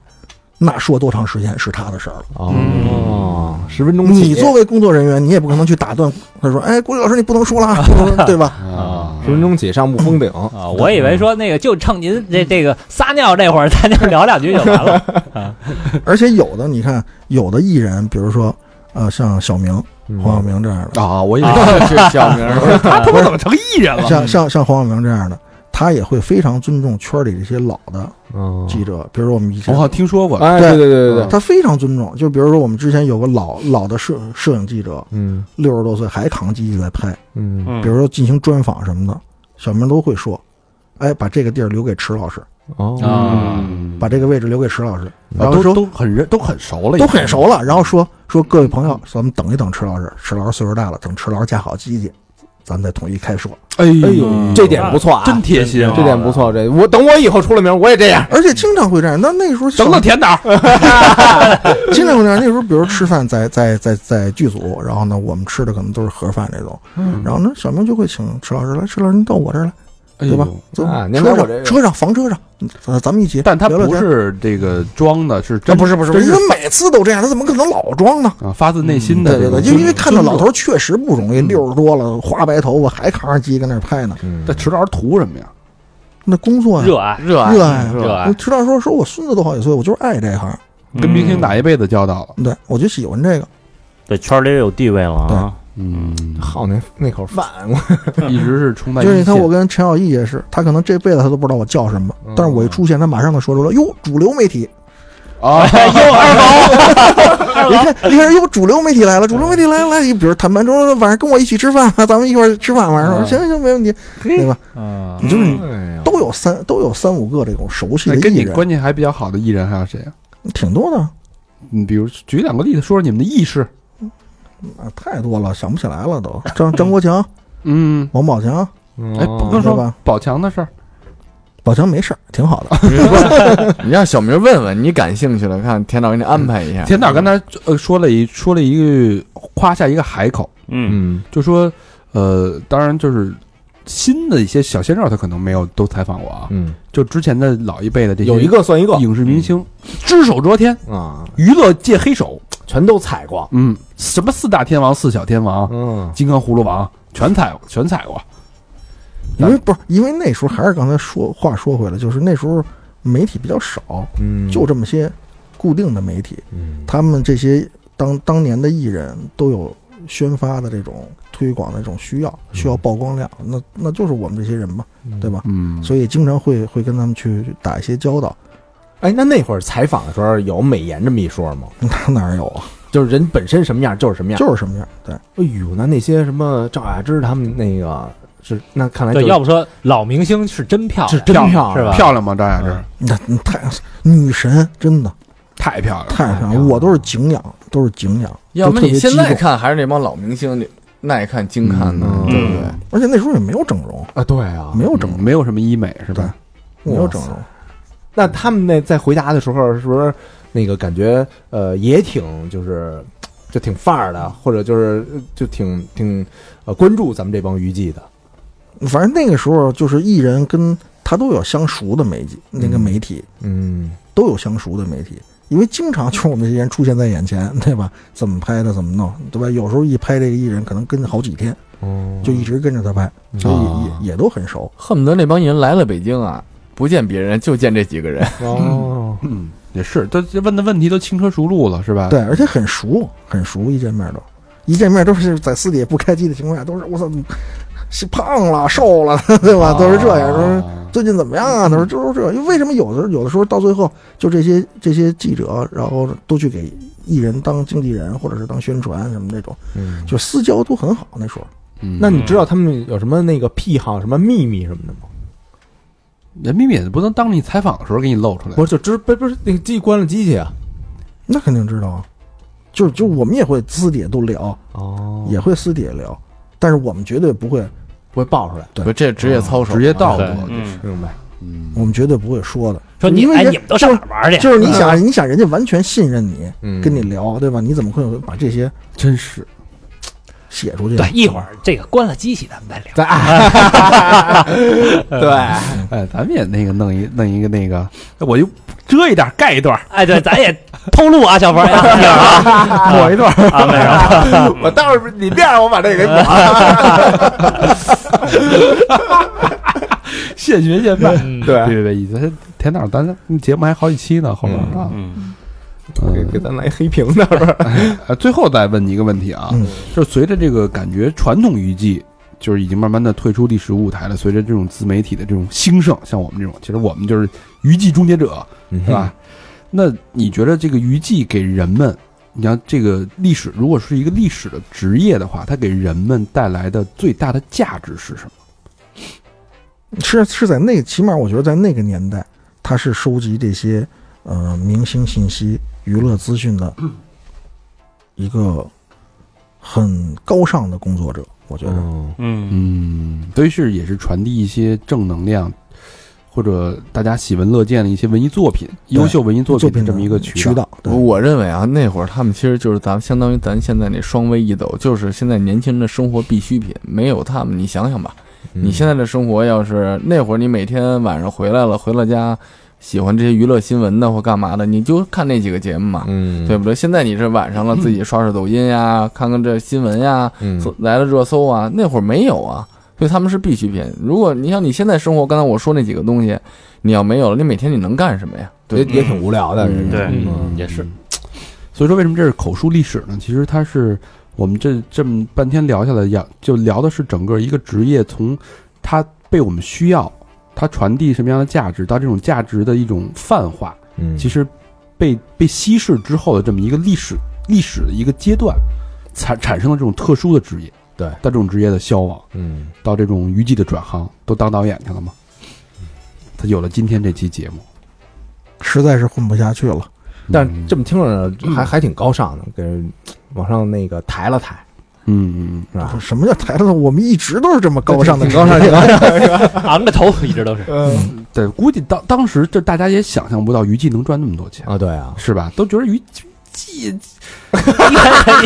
G: 那说多长时间是他的事儿了。
C: 哦，十分钟起，
G: 你作为工作人员，你也不可能去打断他说：‘哎，国立老师，你不能说了啊，不 能对吧？’
C: 啊，十分钟起上不封顶，
E: 啊，我以为说那个就趁您这这个撒尿这会儿，咱就聊两句就完 了。
G: 而且有的你看，有的艺人，比如说呃，像小明、
C: 嗯
G: 黄晓明这样的，
B: 啊，我以为
F: 是小名儿，
B: 他们怎么成艺人？
C: 嗯
G: 像像像黄晓明这样的，他也会非常尊重圈里这些老的
C: 嗯，
G: 记者，比如说我们以
B: 我
G: 前，
B: 好像听说过，嗯
C: 哎，对对对对对，
G: 他非常尊重。就比如说我们之前有个老老的摄摄影记者，
C: 嗯
G: 六十多岁还扛机器在拍，
C: 嗯，
G: 比如说进行专访什么的，小明都会说。哎，把这个地儿留给池老师，
C: 哦，
B: 啊，
G: 把这个位置留给池老师，
B: 然
G: 然
B: 后啊
G: 后
B: 都
G: 说
B: 都很认，都很熟了，
G: 哎都很。熟了，然后说说各位朋友，咱们等一等池老师，池老师岁数大了，等池老师架好机器，咱们再统一开说。
B: 哎
C: 呦，这点不错啊，
B: 真贴心啊，
C: 这点不错。这我等我以后出了名，我也这样。
G: 而且经常会这样。那那时候小
B: 等等甜枣，
G: 经常会这样。那时候比如吃饭在在在在剧组，然后呢，我们吃的可能都是盒饭这种，然后呢，小明就会请池老师来，池老师您到我这儿来，
B: 哎
G: 对吧
B: 呦？
G: 走，
C: 啊您来
G: 车
C: 我
G: 上
C: 这个
G: 车上房车上，咱咱们一起。
B: 但他
G: 聊聊
B: 不
G: 天
B: 是这个装的，是
G: 啊
B: 真
G: 不是不是，不
B: 真
G: 是因
B: 是
G: 为每次都这样，他怎么可能老装呢？
B: 啊，发自内心的
G: 对
B: 这
G: 嗯对
B: 个
G: 对，
B: 尊
G: 就
B: 重。
G: 因为看到老头儿确实不容易，六十多了，花白头发还扛着机跟那儿拍呢，
B: 这迟早图什么呀？
G: 那工作
E: 嗯
G: 呀，
E: 热爱，
F: 热爱
G: 热爱啊。
E: 热
G: 我
E: 爱，
G: 知道说说我孙子都好几岁，我就是爱这行，
B: 跟明星
H: 嗯
B: 打一辈子交道了，
G: 对我就喜欢这个。
H: 在圈里有地位了啊，
B: 嗯，
C: 好那那口饭，我
B: 一直是冲在
G: 就是
B: 一
G: 你看
B: 线
G: 我跟陈小艺也是，他可能这辈子他都不知道我叫什么，但是我一出现，他马上就说出来，哟，主流媒体，
B: 啊，
G: 一看一看，哟，主流媒体来了，主流媒体来了来，比如谈判说晚上跟我一起吃饭，咱们一块儿吃饭，晚
B: 嗯
G: 上我说行行没问题，对吧？
F: 嗯，
G: 你就是
C: 哎呀，
G: 都有三都有三五个这种熟悉
B: 那
G: 的
B: 哎跟
G: 艺
B: 你
G: 人，
B: 关系还比较好的艺人还有谁啊？
G: 挺多的。
B: 你比如举两个例子，说说你们的意识。
G: 啊，太多了，想不起来了都。张张国强、
B: 嗯，
G: 王宝强，
B: 哎，
C: 哦
B: 不能
G: 对
B: 说
G: 吧
B: 宝强的事儿，
G: 宝强没事儿，挺好
B: 啊
G: 的。
F: 你让小明问问，你感兴趣了，看田导给你安排一下。
B: 田导刚才呃说了一说了一个夸下一个海口，
H: 嗯，
C: 嗯，
B: 就说呃，当然就是新的一些小鲜肉，他可能没有都采访过啊，
C: 嗯，
B: 就之前的老一辈的这些
C: 有一个算一个
B: 影视明星，嗯只手遮天，
C: 啊，
B: 娱乐界黑手，
C: 全都踩过。
B: 嗯，什么四大天王、四小天王、
C: 嗯，
B: 金刚葫芦娃，全踩全踩过，
G: 因为不是因为那时候还是刚才说话说回来，就是那时候媒体比较少，
C: 嗯
G: 就这么些固定的媒体，
C: 嗯
G: 他们这些当当年的艺人都有宣发的这种推广的这种需要，需要曝光量，那那就是我们这些人嘛，对吧？
B: 嗯，
G: 所以经常会会跟他们去去打一些交道，
C: 哎，那那会儿采访的时候有美颜这么一说吗？
G: 哪哪有啊？
C: 就是人本身什么样就是什么样。
G: 就是什么样，对。
C: 哎呦，那那些什么赵雅芝他们那个是，那看来就
E: 对，要不说老明星是真漂
C: 是
E: 亮，
C: 真漂亮
E: 是吧？
B: 漂亮吗？张雅芝、
C: 嗯
G: 那那太女神真的
B: 太漂亮了，
G: 太漂亮，我都是敬仰，都是敬仰。
F: 要不
G: 就特
F: 你
G: 别
F: 现在
G: 激动，
F: 看还是那帮老明星，你耐看精看呢，
C: 嗯
F: 对不对？
G: 而且那时候也没有整容，
C: 啊，对啊，
G: 没有整
B: 整，嗯没有什么医美是吧？
G: 容，没有整容，
C: 那他们那在回答的时候，是不是那个感觉呃也挺就是就挺范儿的，或者就是呃就挺挺呃关注咱们这帮娱记的？
G: 反正那个时候就是艺人跟他都有相熟的媒体，那个媒体
C: 嗯
G: 都有相熟的媒体，因为经常就是我们这些人出现在眼前， 对吧？怎么拍的，怎么弄，对吧？有时候一拍这个艺人，可能跟好几天，
C: 哦
G: 就一直跟着他拍，所以
F: 啊
G: 也也也都很熟。
F: 恨不得那帮人来了北京啊，不见别人就见这几 个人。
C: 哦，
B: 嗯，也是，都问的问题都轻车熟路了是吧？
G: 对，而且很熟，很熟，一见面都，一见面都是在私底下不开机的情况下，都是我操，是胖了、瘦了， 对吧？都是这样，都是
B: 啊
G: 最近怎么样啊？都是都是这样，因为为什么有的有的时候到最后，就这些这些记者，然后都去给艺人当经纪人或者是当宣传什么这种，
C: 嗯
G: 就私交都很好那时候。
B: 嗯
C: 那你知道他们有什么那个癖好、什么秘密什么的吗？
B: 人民也不能当你采访的时候给你露出来
C: 不，是，就知不是不是那个机关了机器啊？
G: 那肯定知道啊，就就我们也会私底下都聊，
C: 哦
G: 也会私底下聊，但是我们绝对不会，
C: 不会 爆出来，
G: 对
F: 不，这职业操守，
B: 啊职业道德
E: 对，
H: 嗯，
C: 明白？
B: 嗯
G: 我们绝对不会说的。
E: 说你
G: 因为
E: 哎，
G: 人
E: 你们都嗯上哪儿玩去？
G: 就是你想，你想人家完全信任你，
C: 嗯
G: 跟你聊，对吧？你怎么会把这些
B: 真是
G: 写出去？
H: 嗯
E: 对，一会儿这个关了机器，咱们再聊。
C: 对，
B: 哎，咱们也那个弄一弄一个那个，我就遮一点儿盖一段儿，
E: 哎，对，咱也透露啊，小冯，哎没事儿 啊，
B: 抹一段儿，
E: 啊，没事儿啊，
C: 我到时候你这样，我把这个给抹。
B: 现学现卖。别
C: 对，
B: 别别，以前田导，咱节目还好几期呢，后边
C: 嗯
B: 啊，
H: 嗯，
C: 给给咱来黑屏的，
B: 呃，最后再问你一个问题啊，
G: 嗯
B: 就是随着这个感觉传统娱记就是已经慢慢的退出历史舞台了，随着这种自媒体的这种兴盛，像我们这种，其实我们就是娱记终结者，
C: 嗯
B: 是吧？那你觉得这个娱记给人们，你像这个历史，如果是一个历史的职业的话，它给人们带来的最大的价值是什么？
G: 是是在那，起码我觉得在那个年代，他是收集这些呃明星信息、娱乐 资讯的一个很高尚的工作者。
C: 我觉得。
D: 嗯，
H: 嗯，
B: 嗯，所以是也是传递一些正能量，或者大家喜闻乐见的一些文艺作品、优秀文艺作
G: 作
B: 品的这么一个
G: 渠
B: 道。嗯
G: 道，对
F: 我我认为啊，那会儿他们其实就是咱们相当于咱现在那双微一抖，就是现在年轻人的生活必需品。没有他们，你想想吧，
B: 嗯
F: 你现在的生活要是那会儿你每天晚上回来了，回了家，喜欢这些娱乐新闻的或干嘛的，你就看那几个节目嘛，
D: 嗯，
F: 对不对？现在你是晚上了，自己刷刷抖音呀，看看这新闻呀，
D: 嗯，
F: 搜来了热搜啊，那会儿没有啊，所以他们是必需品。如果你像你现在生活，刚才我说那几个东西，你要没有了，你每天你能干什么呀？
C: 也
F: 对，
C: 也挺无聊的，
F: 嗯
C: 这个
H: 对
B: 嗯，
E: 也是。
B: 所以说，为什么这是口述历史呢？其实它是我们这这么半天聊下来，呀，就聊的是整个一个职业从它被我们需要，它传递什么样的价值，到这种价值的一种泛化，
D: 嗯
B: 其实被被稀释之后的这么一个历史历史的一个阶段，产产生了这种特殊的职业，
C: 对
B: 到这种职业的消亡。
D: 嗯，
B: 到这种娱记的转行，都当导演去了吗？他有了今天这期节目，
G: 实在是混不下去了。
C: 但
B: 嗯
C: 是这么听着还还挺高尚的，给人往上那个抬了抬，
B: 嗯嗯
C: 是吧？
G: 什么叫抬头呢？我们一直都是这么高尚的
C: 挺高尚，挺高尚。
E: 昂着头一直都是。
B: 嗯，对，估计当当时这大家也想象不到娱记能赚那么多钱，
C: 啊，对 啊，
B: 是吧？都觉得娱记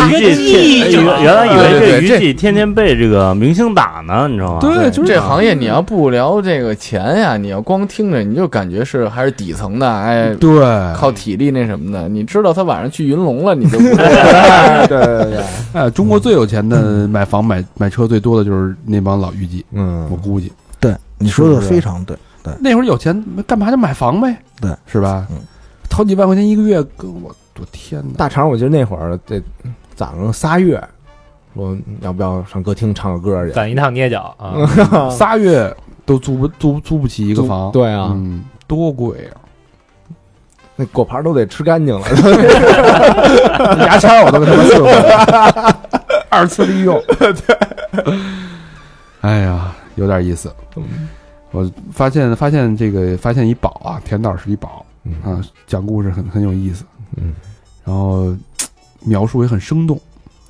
E: 一个记
H: 原
E: 者，
H: 原来以为这
F: 对对对
H: 娱
F: 这
H: 记天天被这个明星打呢，你知道吗？
B: 对，就是
F: 这行业你要不聊这个钱呀，你要光听着，你就感觉是还是底层的，哎，
B: 对，
F: 靠体力那什么的。你知道他晚上去云龙了， 你就不
C: 对对对，
B: 呃，中国最有钱的买房买买车最多的就是那帮老娱记，我
D: 嗯，
B: 估计
G: 对，你说的非常对。
B: 那会儿有钱干嘛就买房呗，
G: 对，
B: 是吧
G: 嗯？
B: 掏几万块钱一个月，跟我我天哪！
C: 大肠，我觉得那会儿得攒个仨月，我要不要上歌厅唱个歌去？
E: 攒一趟捏脚啊！
H: 嗯
B: 仨月都租不租租不起一个
C: 租
B: 房，
C: 对啊
B: 嗯，多贵啊！
C: 那果盘都得吃干净了，
B: 牙签我都跟他们试过，二次利用。 对，哎呀，有点意思。嗯我发现发现这个发现一宝啊，田导是一宝
C: 嗯
B: 啊，讲故事很很有意思，
D: 嗯，
B: 然后嘖描述也很生动，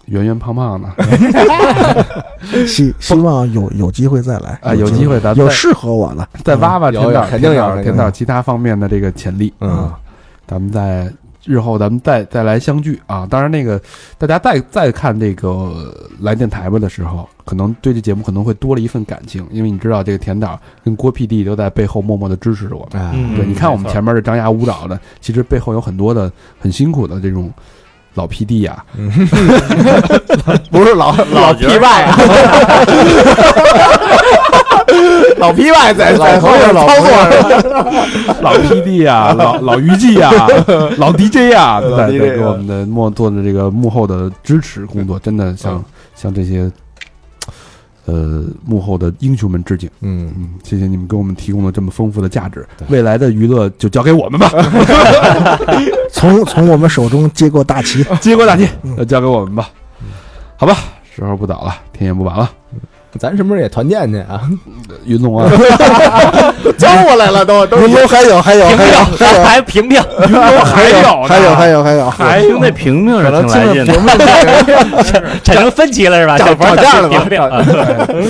B: 圆圆胖胖 的
G: 希希望有有机会再来
B: 啊，有嗯机会咱们
G: 有
B: 再
G: 适合我了，
B: 再挖挖田
C: 有有
B: 导
C: 肯定有
B: 田导
C: 肯定有
B: 田导其他方面的这个潜力
D: 嗯
B: 啊，咱们在日后咱们再再来相聚啊。当然，那个大家再再看这个呃来电台吧的时候，可能对这节目可能会多了一份感情，因为你知道这个田导跟郭 PD 都在背后默默的支持着我们。
C: 哎，
E: 嗯
B: 对，你看我们
E: 没错
B: 前面这张牙舞爪的，其实背后有很多的很辛苦的这种老啊 PD 呀、
C: 不是老老
H: 觉
C: 皮
H: 得
C: 外啊，老皮外在在后面操作着，
B: 老 PD 呀、老老娱记 呀、老啊 DJ 呀、都在
C: DJ
B: 在给我们的幕做的这个幕后的支持工作，真的向向这些呃幕后的英雄们致敬。
D: 嗯，
B: 嗯，谢谢你们给我们提供了这么丰富的价值，未来的娱乐就交给我们 吧，
G: 从从我们手中接过大旗。
B: 接过大旗，呃交给我们吧。好吧，时候不早了，天也不晚了，
C: 咱什么时候也团建去啊？
B: 云龙啊，
C: 招过来了都都
G: 云龙还有还有
E: 平
G: 还有
E: 票还还平票，
B: 云龙还有呢
G: 还有还有还有，
H: 还听那平平是挺来劲的，
E: 产生分歧了是吧？
C: 涨
E: 小冯
C: 涨价了吧
E: 平票，啊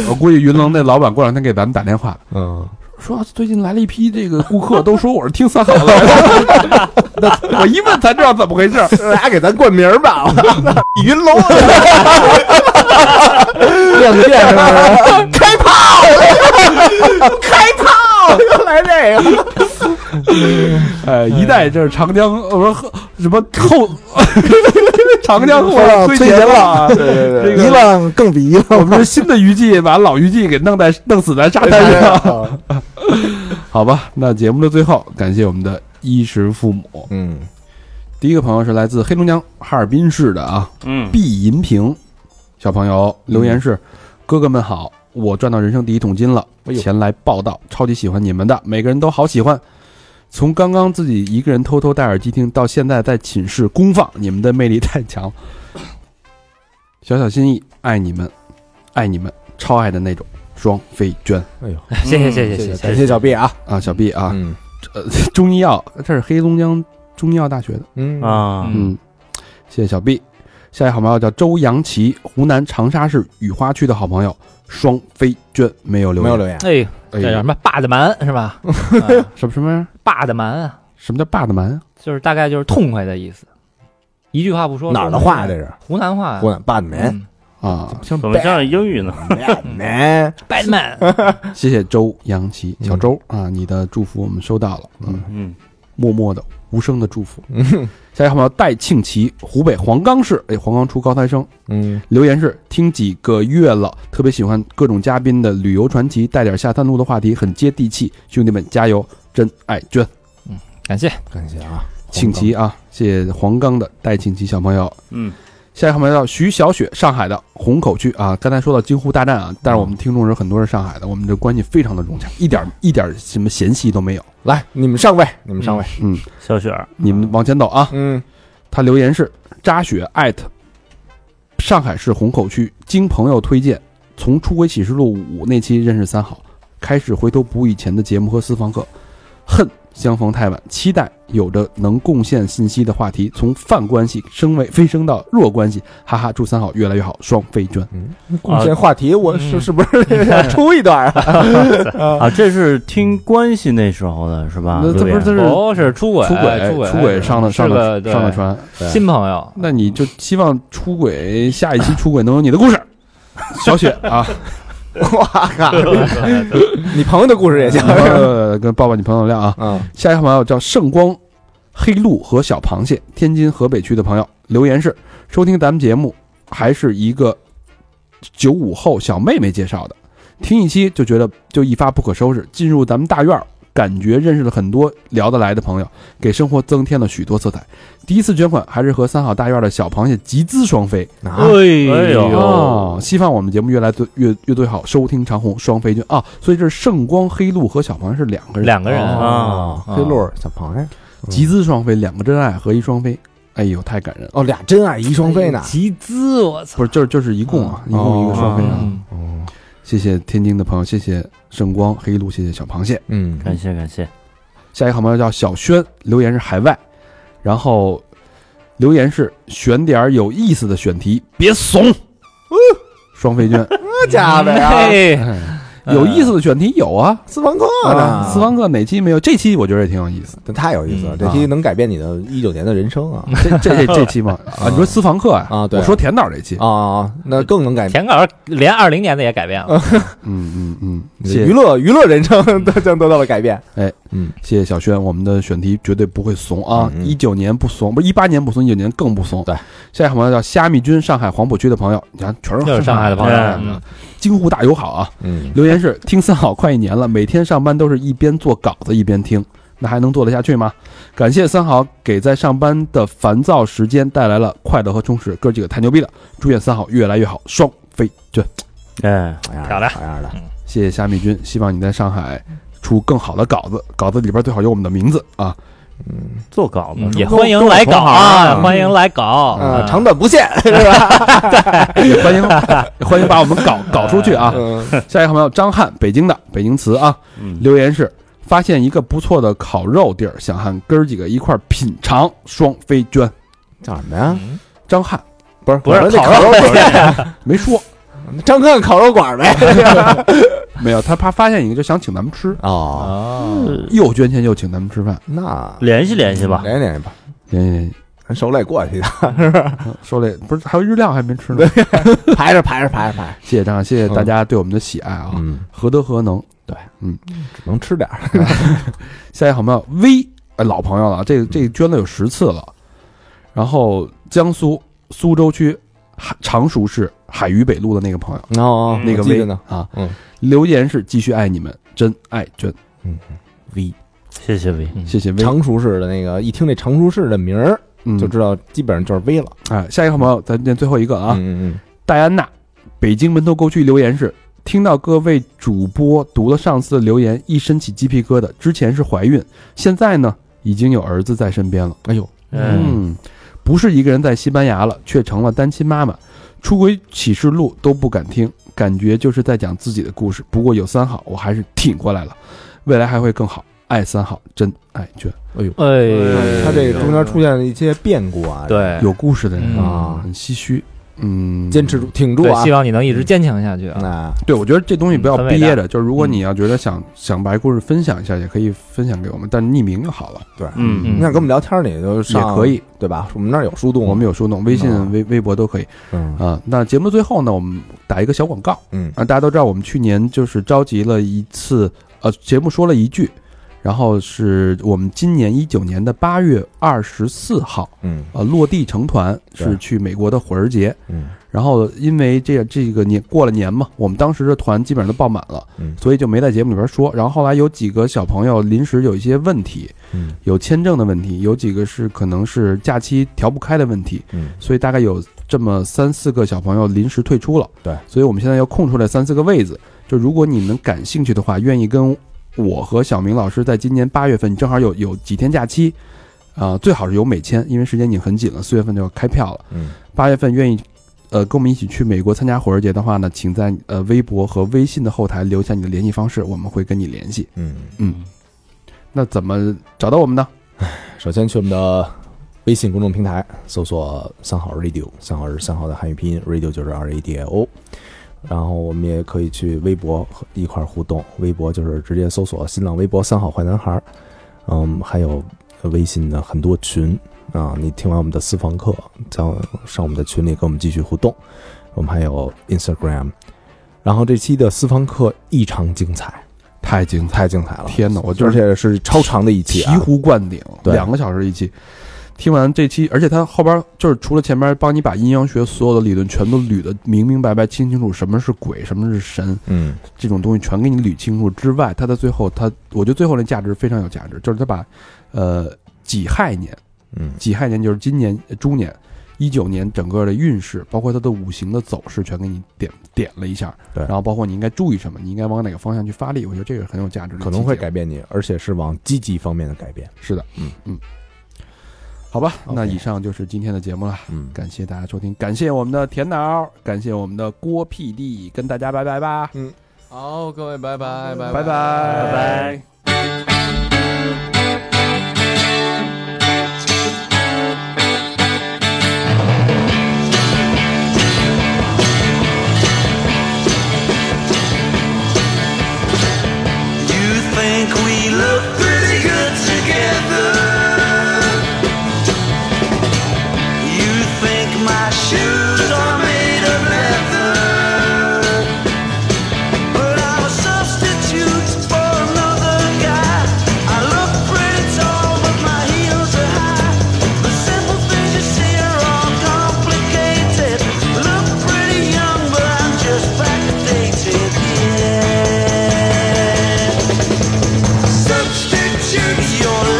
B: 我估计云龙那老板过两天给咱们打电话，
D: 嗯，
B: 说啊最近来了一批这个顾客，都说我是听三好来的。 那我一问才知道怎么回事儿。
C: 大家给咱冠名吧，云龙
B: 亮剑是吧？
C: 开炮，开炮，又来这个，
B: 哎，一代这是长江，呃不是后什么后， 长江后
G: 后浪
B: 推
G: 推前
B: 浪。
C: 对 对
B: 这 个
G: 一浪更比一
B: 我
G: 浪
B: 们是新的娱记把老娱记给弄在弄死在沙滩上，
C: 对，
B: 好吧？那节目的最后，感谢我们的衣食父母。
D: 嗯，
B: 第一个朋友是来自黑龙江哈尔滨市的啊，
H: 嗯，
B: 毕银平小朋友留言是：哥哥们好，我赚到人生第一桶金了，前来报道，超级喜欢你们的，每个人都好喜欢。从刚刚自己一个人偷偷戴耳机听，到现在在寝室公放，你们的魅力太强。小小心意，爱你们，爱你们，超爱的那种。双飞娟
E: 谢谢谢谢谢
C: 感
E: 谢
C: 谢小 B 啊，
B: 啊，小 B 啊，
D: 嗯
B: 中医药，这是黑龙江中医药大学的。
D: 嗯，
H: 啊，
B: 嗯，谢谢小 B。下一好朋友叫周扬琪，湖南长沙市雨花区的好朋友双飞娟，没有留
C: 没有
B: 言，
C: 留言，
E: 哎，
B: 哎
E: 这叫
B: 呀
E: 什么霸的蛮是吧？啊
B: 什么什么玩意儿
E: 霸的蛮啊，
B: 什么叫霸的蛮啊？
E: 就是大概就是痛快的意思，一句话不说。
C: 哪儿的
E: 就是
C: 话这是？
E: 湖南话呀。
C: 湖南霸的门，
E: 嗯
B: 啊，
H: 怎么像英语呢？
C: 门，
E: 霸的蛮，
B: 谢谢周扬琪，嗯小周、啊，你的祝福我们收到了，嗯，
H: 嗯，
B: 默默的、无声的祝福。下一个好朋友戴庆奇，湖北黄冈市，哎，黄冈出高材生，
C: 嗯，
B: 留言是听几个月了，特别喜欢各种嘉宾的旅游传奇，带点下三路的话题，很接地气。兄弟们加油，真爱娟，
E: 感谢
C: 感谢啊，
B: 庆奇啊，谢谢黄冈的戴庆奇小朋友。
H: 嗯，
B: 下一个好朋友叫徐小雪，上海的虹口区啊。刚才说到京沪大战啊，但是我们听众是很多是上海的，我们这关系非常的融洽，一点一点什么嫌隙都没有。
C: 来，你们上位，你们上位，
B: 嗯，
H: 小雪儿，
B: 你们往前走啊。
C: 嗯，
B: 他留言是扎雪艾特上海市虹口区，经朋友推荐，从《出轨启示录五》那期认识三好，开始回头补以前的节目和私房课，恨相逢太晚，期待有着能贡献信息的话题，从泛关系升为飞升到弱关系，哈哈，祝三好越来越好，双飞娟。
C: 贡献话题，我是
E: 啊嗯
C: 是不 是要出一段啊？
H: 啊，这是听关系那时候的是吧？
B: 那这不是这是
E: 哦，是出轨，
B: 出
E: 轨，出
B: 轨哎出轨上了上了上了，船，
E: 是个对新朋友，
B: 那你就希望出轨下一期出轨能有你的故事，小雪 啊。
C: 你朋友的故事也行，
B: 呃，跟抱抱你朋友亮啊。
C: 嗯，
B: 下一个朋友叫圣光、黑鹿和小螃蟹，天津河北区的朋友留言是：收听咱们节目还是一个九五后小妹妹介绍的，听一期就觉得就一发不可收拾，进入咱们大院儿。感觉认识了很多聊得来的朋友，给生活增添了许多色彩。第一次捐款还是和三好大院的小螃蟹集资双飞，
C: 啊，
E: 哎
H: 哎呦
B: 哦，希望我们节目越来越越越对好，收听长虹双飞君啊，所以这是圣光黑鹿和小螃蟹是两个人，
E: 两个人
H: 啊
C: 黑鹿小哎螃蟹，
B: 集资双飞，两个真爱合一双飞，哎呦，太感人了，
C: 嗯哦，俩真爱一双飞呢，
E: 集资，我操，
B: 不是，就是就是一共啊，一共一个双飞啊，
E: 嗯
C: 嗯哦，
B: 谢谢天津的朋友，谢谢圣光黑鹿，谢谢小螃蟹，
C: 嗯，
H: 感谢感谢，
B: 下一个好朋友叫小轩，留言是海外，然后留言是选点儿有意思的选题，别怂，双飞 君，
C: 这家伙呀，
E: 嘿
B: 哎有意思的选题有啊，
C: 私房课呢，
B: 私房课哪期没有？这期我觉得也挺有意思。
C: 这啊太有意思了，
B: 嗯
C: 这期能改变你的一九年的人生啊！
B: 这这这这 期嘛，啊，你说私房课呀？
C: 啊对啊
B: 我说田导这期。
C: 啊，那更能改变
E: 田稿连二零年的也改变了，
B: 嗯嗯嗯，
C: 你
B: 谢
C: 的娱
B: 谢
C: 乐娱乐人生都将得到了改变。
B: 谢谢小轩，我们的选题绝对不会怂啊！
C: 嗯
B: 一九年不怂，不是一八年不怂，一九年更不怂。
C: 对，
B: 下一个朋友叫虾米君，上海黄浦区的朋友，你看全
E: 就是是上海的朋友，
H: 嗯
E: 嗯
B: 京沪大友好啊！
C: 嗯，
B: 留言是听三好快一年了，每天上班都是一边做稿子一边听，那还能做得下去吗？感谢三好给在上班的烦躁时间带来了快乐和充实，哥几个太牛逼了！祝愿三好越来越好，双飞卷！
H: 哎，
C: 嗯好样的
E: 漂亮
C: 好样的，
B: 谢谢虾米君，希望你在上海出更好的稿子，稿子里边最好有我们的名字啊！
H: 做稿子
E: 嗯
H: 是
E: 也
H: 吧
E: 欢迎来搞
C: 嗯
E: 啊，欢迎来搞，
C: 啊，
E: 嗯
C: 长短不限是吧？
B: 也哎欢迎也欢迎把我们稿稿出去啊！
C: 嗯
B: 下一个朋友张翰，北京的北京词啊，
H: 嗯，
B: 留言是发现一个不错的烤肉地儿，想和哥儿几个一块儿品尝，双飞娟。
C: 叫什么呀？
B: 张翰
C: 不是
E: 不是
C: 我说那
E: 烤
C: 肉馆，
B: 没 说，
C: 张看烤肉馆呗。
B: 没有，他怕发现一个就想请咱们吃，
C: 哦，
E: 哦，
B: 又捐钱又请咱们吃饭，
C: 那
H: 联系联系吧，
C: 联系联系吧，
B: 联系联系。
C: 咱手累过去的，
B: 说了不是还有日料还没吃呢，
C: 排着排着排着排着。
B: 谢谢张翰，谢谢大家对我们的喜爱啊，
C: 嗯，
B: 何德何能。
C: 只能吃点儿。
B: 下一个好朋友 V，哎，老朋友了，
C: 嗯
B: 这这捐了有十次了。然后江苏苏州区海常熟市海虞北路的那个朋友，
C: 哦
B: 那个
C: 记
B: V
C: 着呢。
B: 啊，
C: 嗯，
B: 留言是继续爱你们，真爱捐，
H: 谢谢 V，
E: 嗯
B: 谢谢 V，
C: 常熟市的那个，一听这常熟市的名儿，
B: 嗯
C: 就知道基本上就是 V 了
B: 哎，下一个好朋友，咱念最后一个啊，
C: 嗯嗯
B: 戴安娜，北京门头沟区留言是：听到各位主播读了上次的留言，一身起鸡皮疙瘩。之前是怀孕，现在呢已经有儿子在身边了。哎呦，
H: 嗯，
B: 嗯，不是一个人在西班牙了，却成了单亲妈妈。出轨启示录都不敢听，感觉就是在讲自己的故事。不过有三好，我还是挺过来了，未来还会更好。爱三好，真爱卷，
E: 哎，
C: 他这个中间出现了一些变故啊，
E: 对，
B: 有故事的人
C: 啊
B: 很唏嘘。哎嗯，
C: 坚持住，挺住
E: 对，
C: 啊哎
E: 希，望你能一直坚强下去啊！
C: 那
B: 对，我觉得这东西不要
E: 嗯很伟大
B: 憋着，就是如果你要觉得想想把故事分享一下，也可以分享给我们，但匿名就好了，
C: 对，
H: 嗯
C: 你想跟我们聊天儿，你就
B: 也
C: 上
B: 可，以。
C: 对吧？我们那儿有树洞，
B: 我们
C: 有，
B: 有树洞，微信、
C: 嗯
B: 微微博都可以
C: 嗯
B: 啊。那节目最后呢，我们打一个小广告
C: 嗯
B: 啊。大家都知道，我们去年就是召集了一次，呃，节目说了一句，然后是我们今年一九年的八月二十四号，
C: 嗯
B: 呃，落地成团
C: 对
B: 是去美国的火儿节，
C: 嗯
B: 然后因为这这个年过了年嘛，我们当时的团基本上都报满了，
C: 嗯
B: 所以就没在节目里边说。然后后来有几个小朋友临时有一些问题，
C: 嗯
B: 有签证的问题，有几个是可能是假期调不开的问题，
C: 嗯
B: 所以大概有这么三四个小朋友临时退出了。
C: 对，
B: 所以我们现在要空出来三四个位子。就如果你们感兴趣的话，愿意跟我和小明老师在今年八月份，你正好有有几天假期，啊、最好是有美签，因为时间已经很紧了，四月份就要开票了。
C: 嗯，
B: 八月份愿意。呃，跟我们一起去美国参加火儿节的话呢，请在呃微博和微信的后台留下你的联系方式，我们会跟你联系。
C: 嗯。
B: 那怎么找到我们呢？
C: 首先去我们的微信公众平台搜索“三好 radio”，三好是三好的汉语拼音，radio 就是 R A D I O。然后我们也可以去微博和一块儿互动，微博就是直接搜索新浪微博“三好坏男孩”，儿”，嗯，还有微信的很多群啊。你听完我们的私房课，将上我们的群里跟我们继续互动。我们还有 Instagram，然后这期的私房课异常精彩，
B: 太精彩！
C: 太精彩了！
B: 天哪，我就
C: 而
B: 是
C: 且是超长的一期、
B: 醍
C: 啊，
B: 醐灌顶，
C: 对
B: 两个小时一期。听完这期，而且他后边就是除了前面帮你把阴阳学所有的理论全都捋得明明白白、清清楚，什么是鬼，什么是神，
C: 嗯，
B: 这种东西全给你捋清楚之外，他在最后，他我觉得最后那价值非常有价值，就是他把，呃，己亥年，
C: 嗯
B: 己亥年就是今年呃猪年，一九年整个的运势，包括它的五行的走势，全给你点点了一下，
C: 对
B: 然后包括你应该注意什么，你应该往哪个方向去发力，我觉得这个很有价值的一期节目，
C: 可能会改变你，而且是往积极方面的改变。
B: 是的，
C: 嗯
B: 嗯，好吧
C: OK
B: 那以上就是今天的节目了，
C: 嗯，
B: 感谢大家收听，感谢我们的田导，感谢我们的郭 PD，跟大家拜拜吧，
F: 好，各位，拜拜，拜
B: 拜拜拜
H: 拜。
I: You think we look pretty good together? You think my shoes are made of leather? But I'm a substitute for another guy. I look pretty tall, but my heels are high. The simple things you say are all complicated. Look pretty young, but I'm just backdated. Yeah. Substitute oh,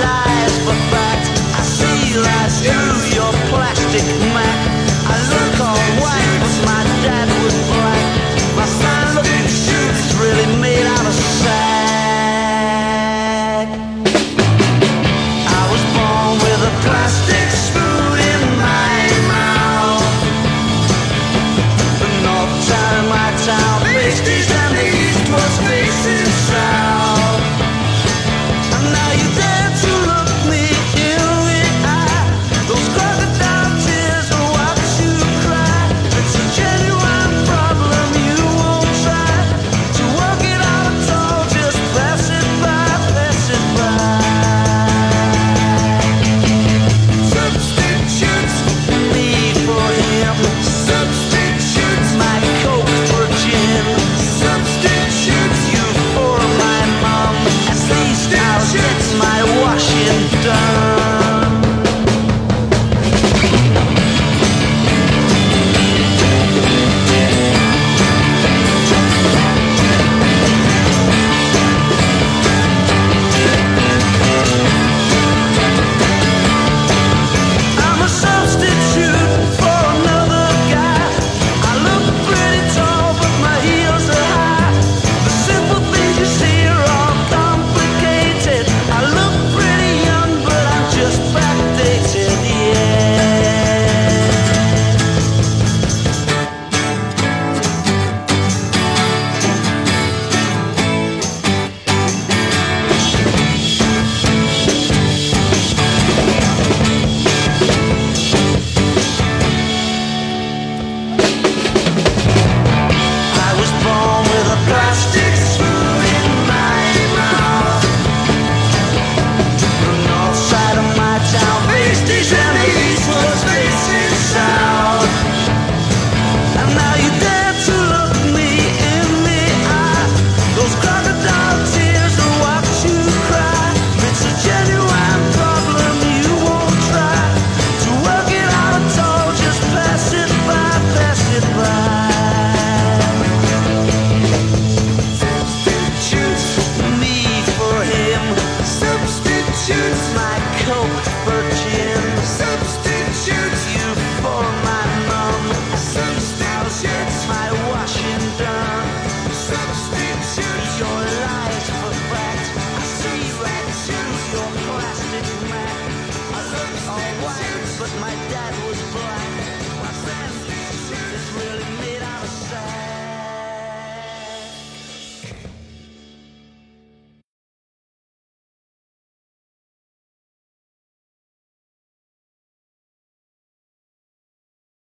I: My dad was black.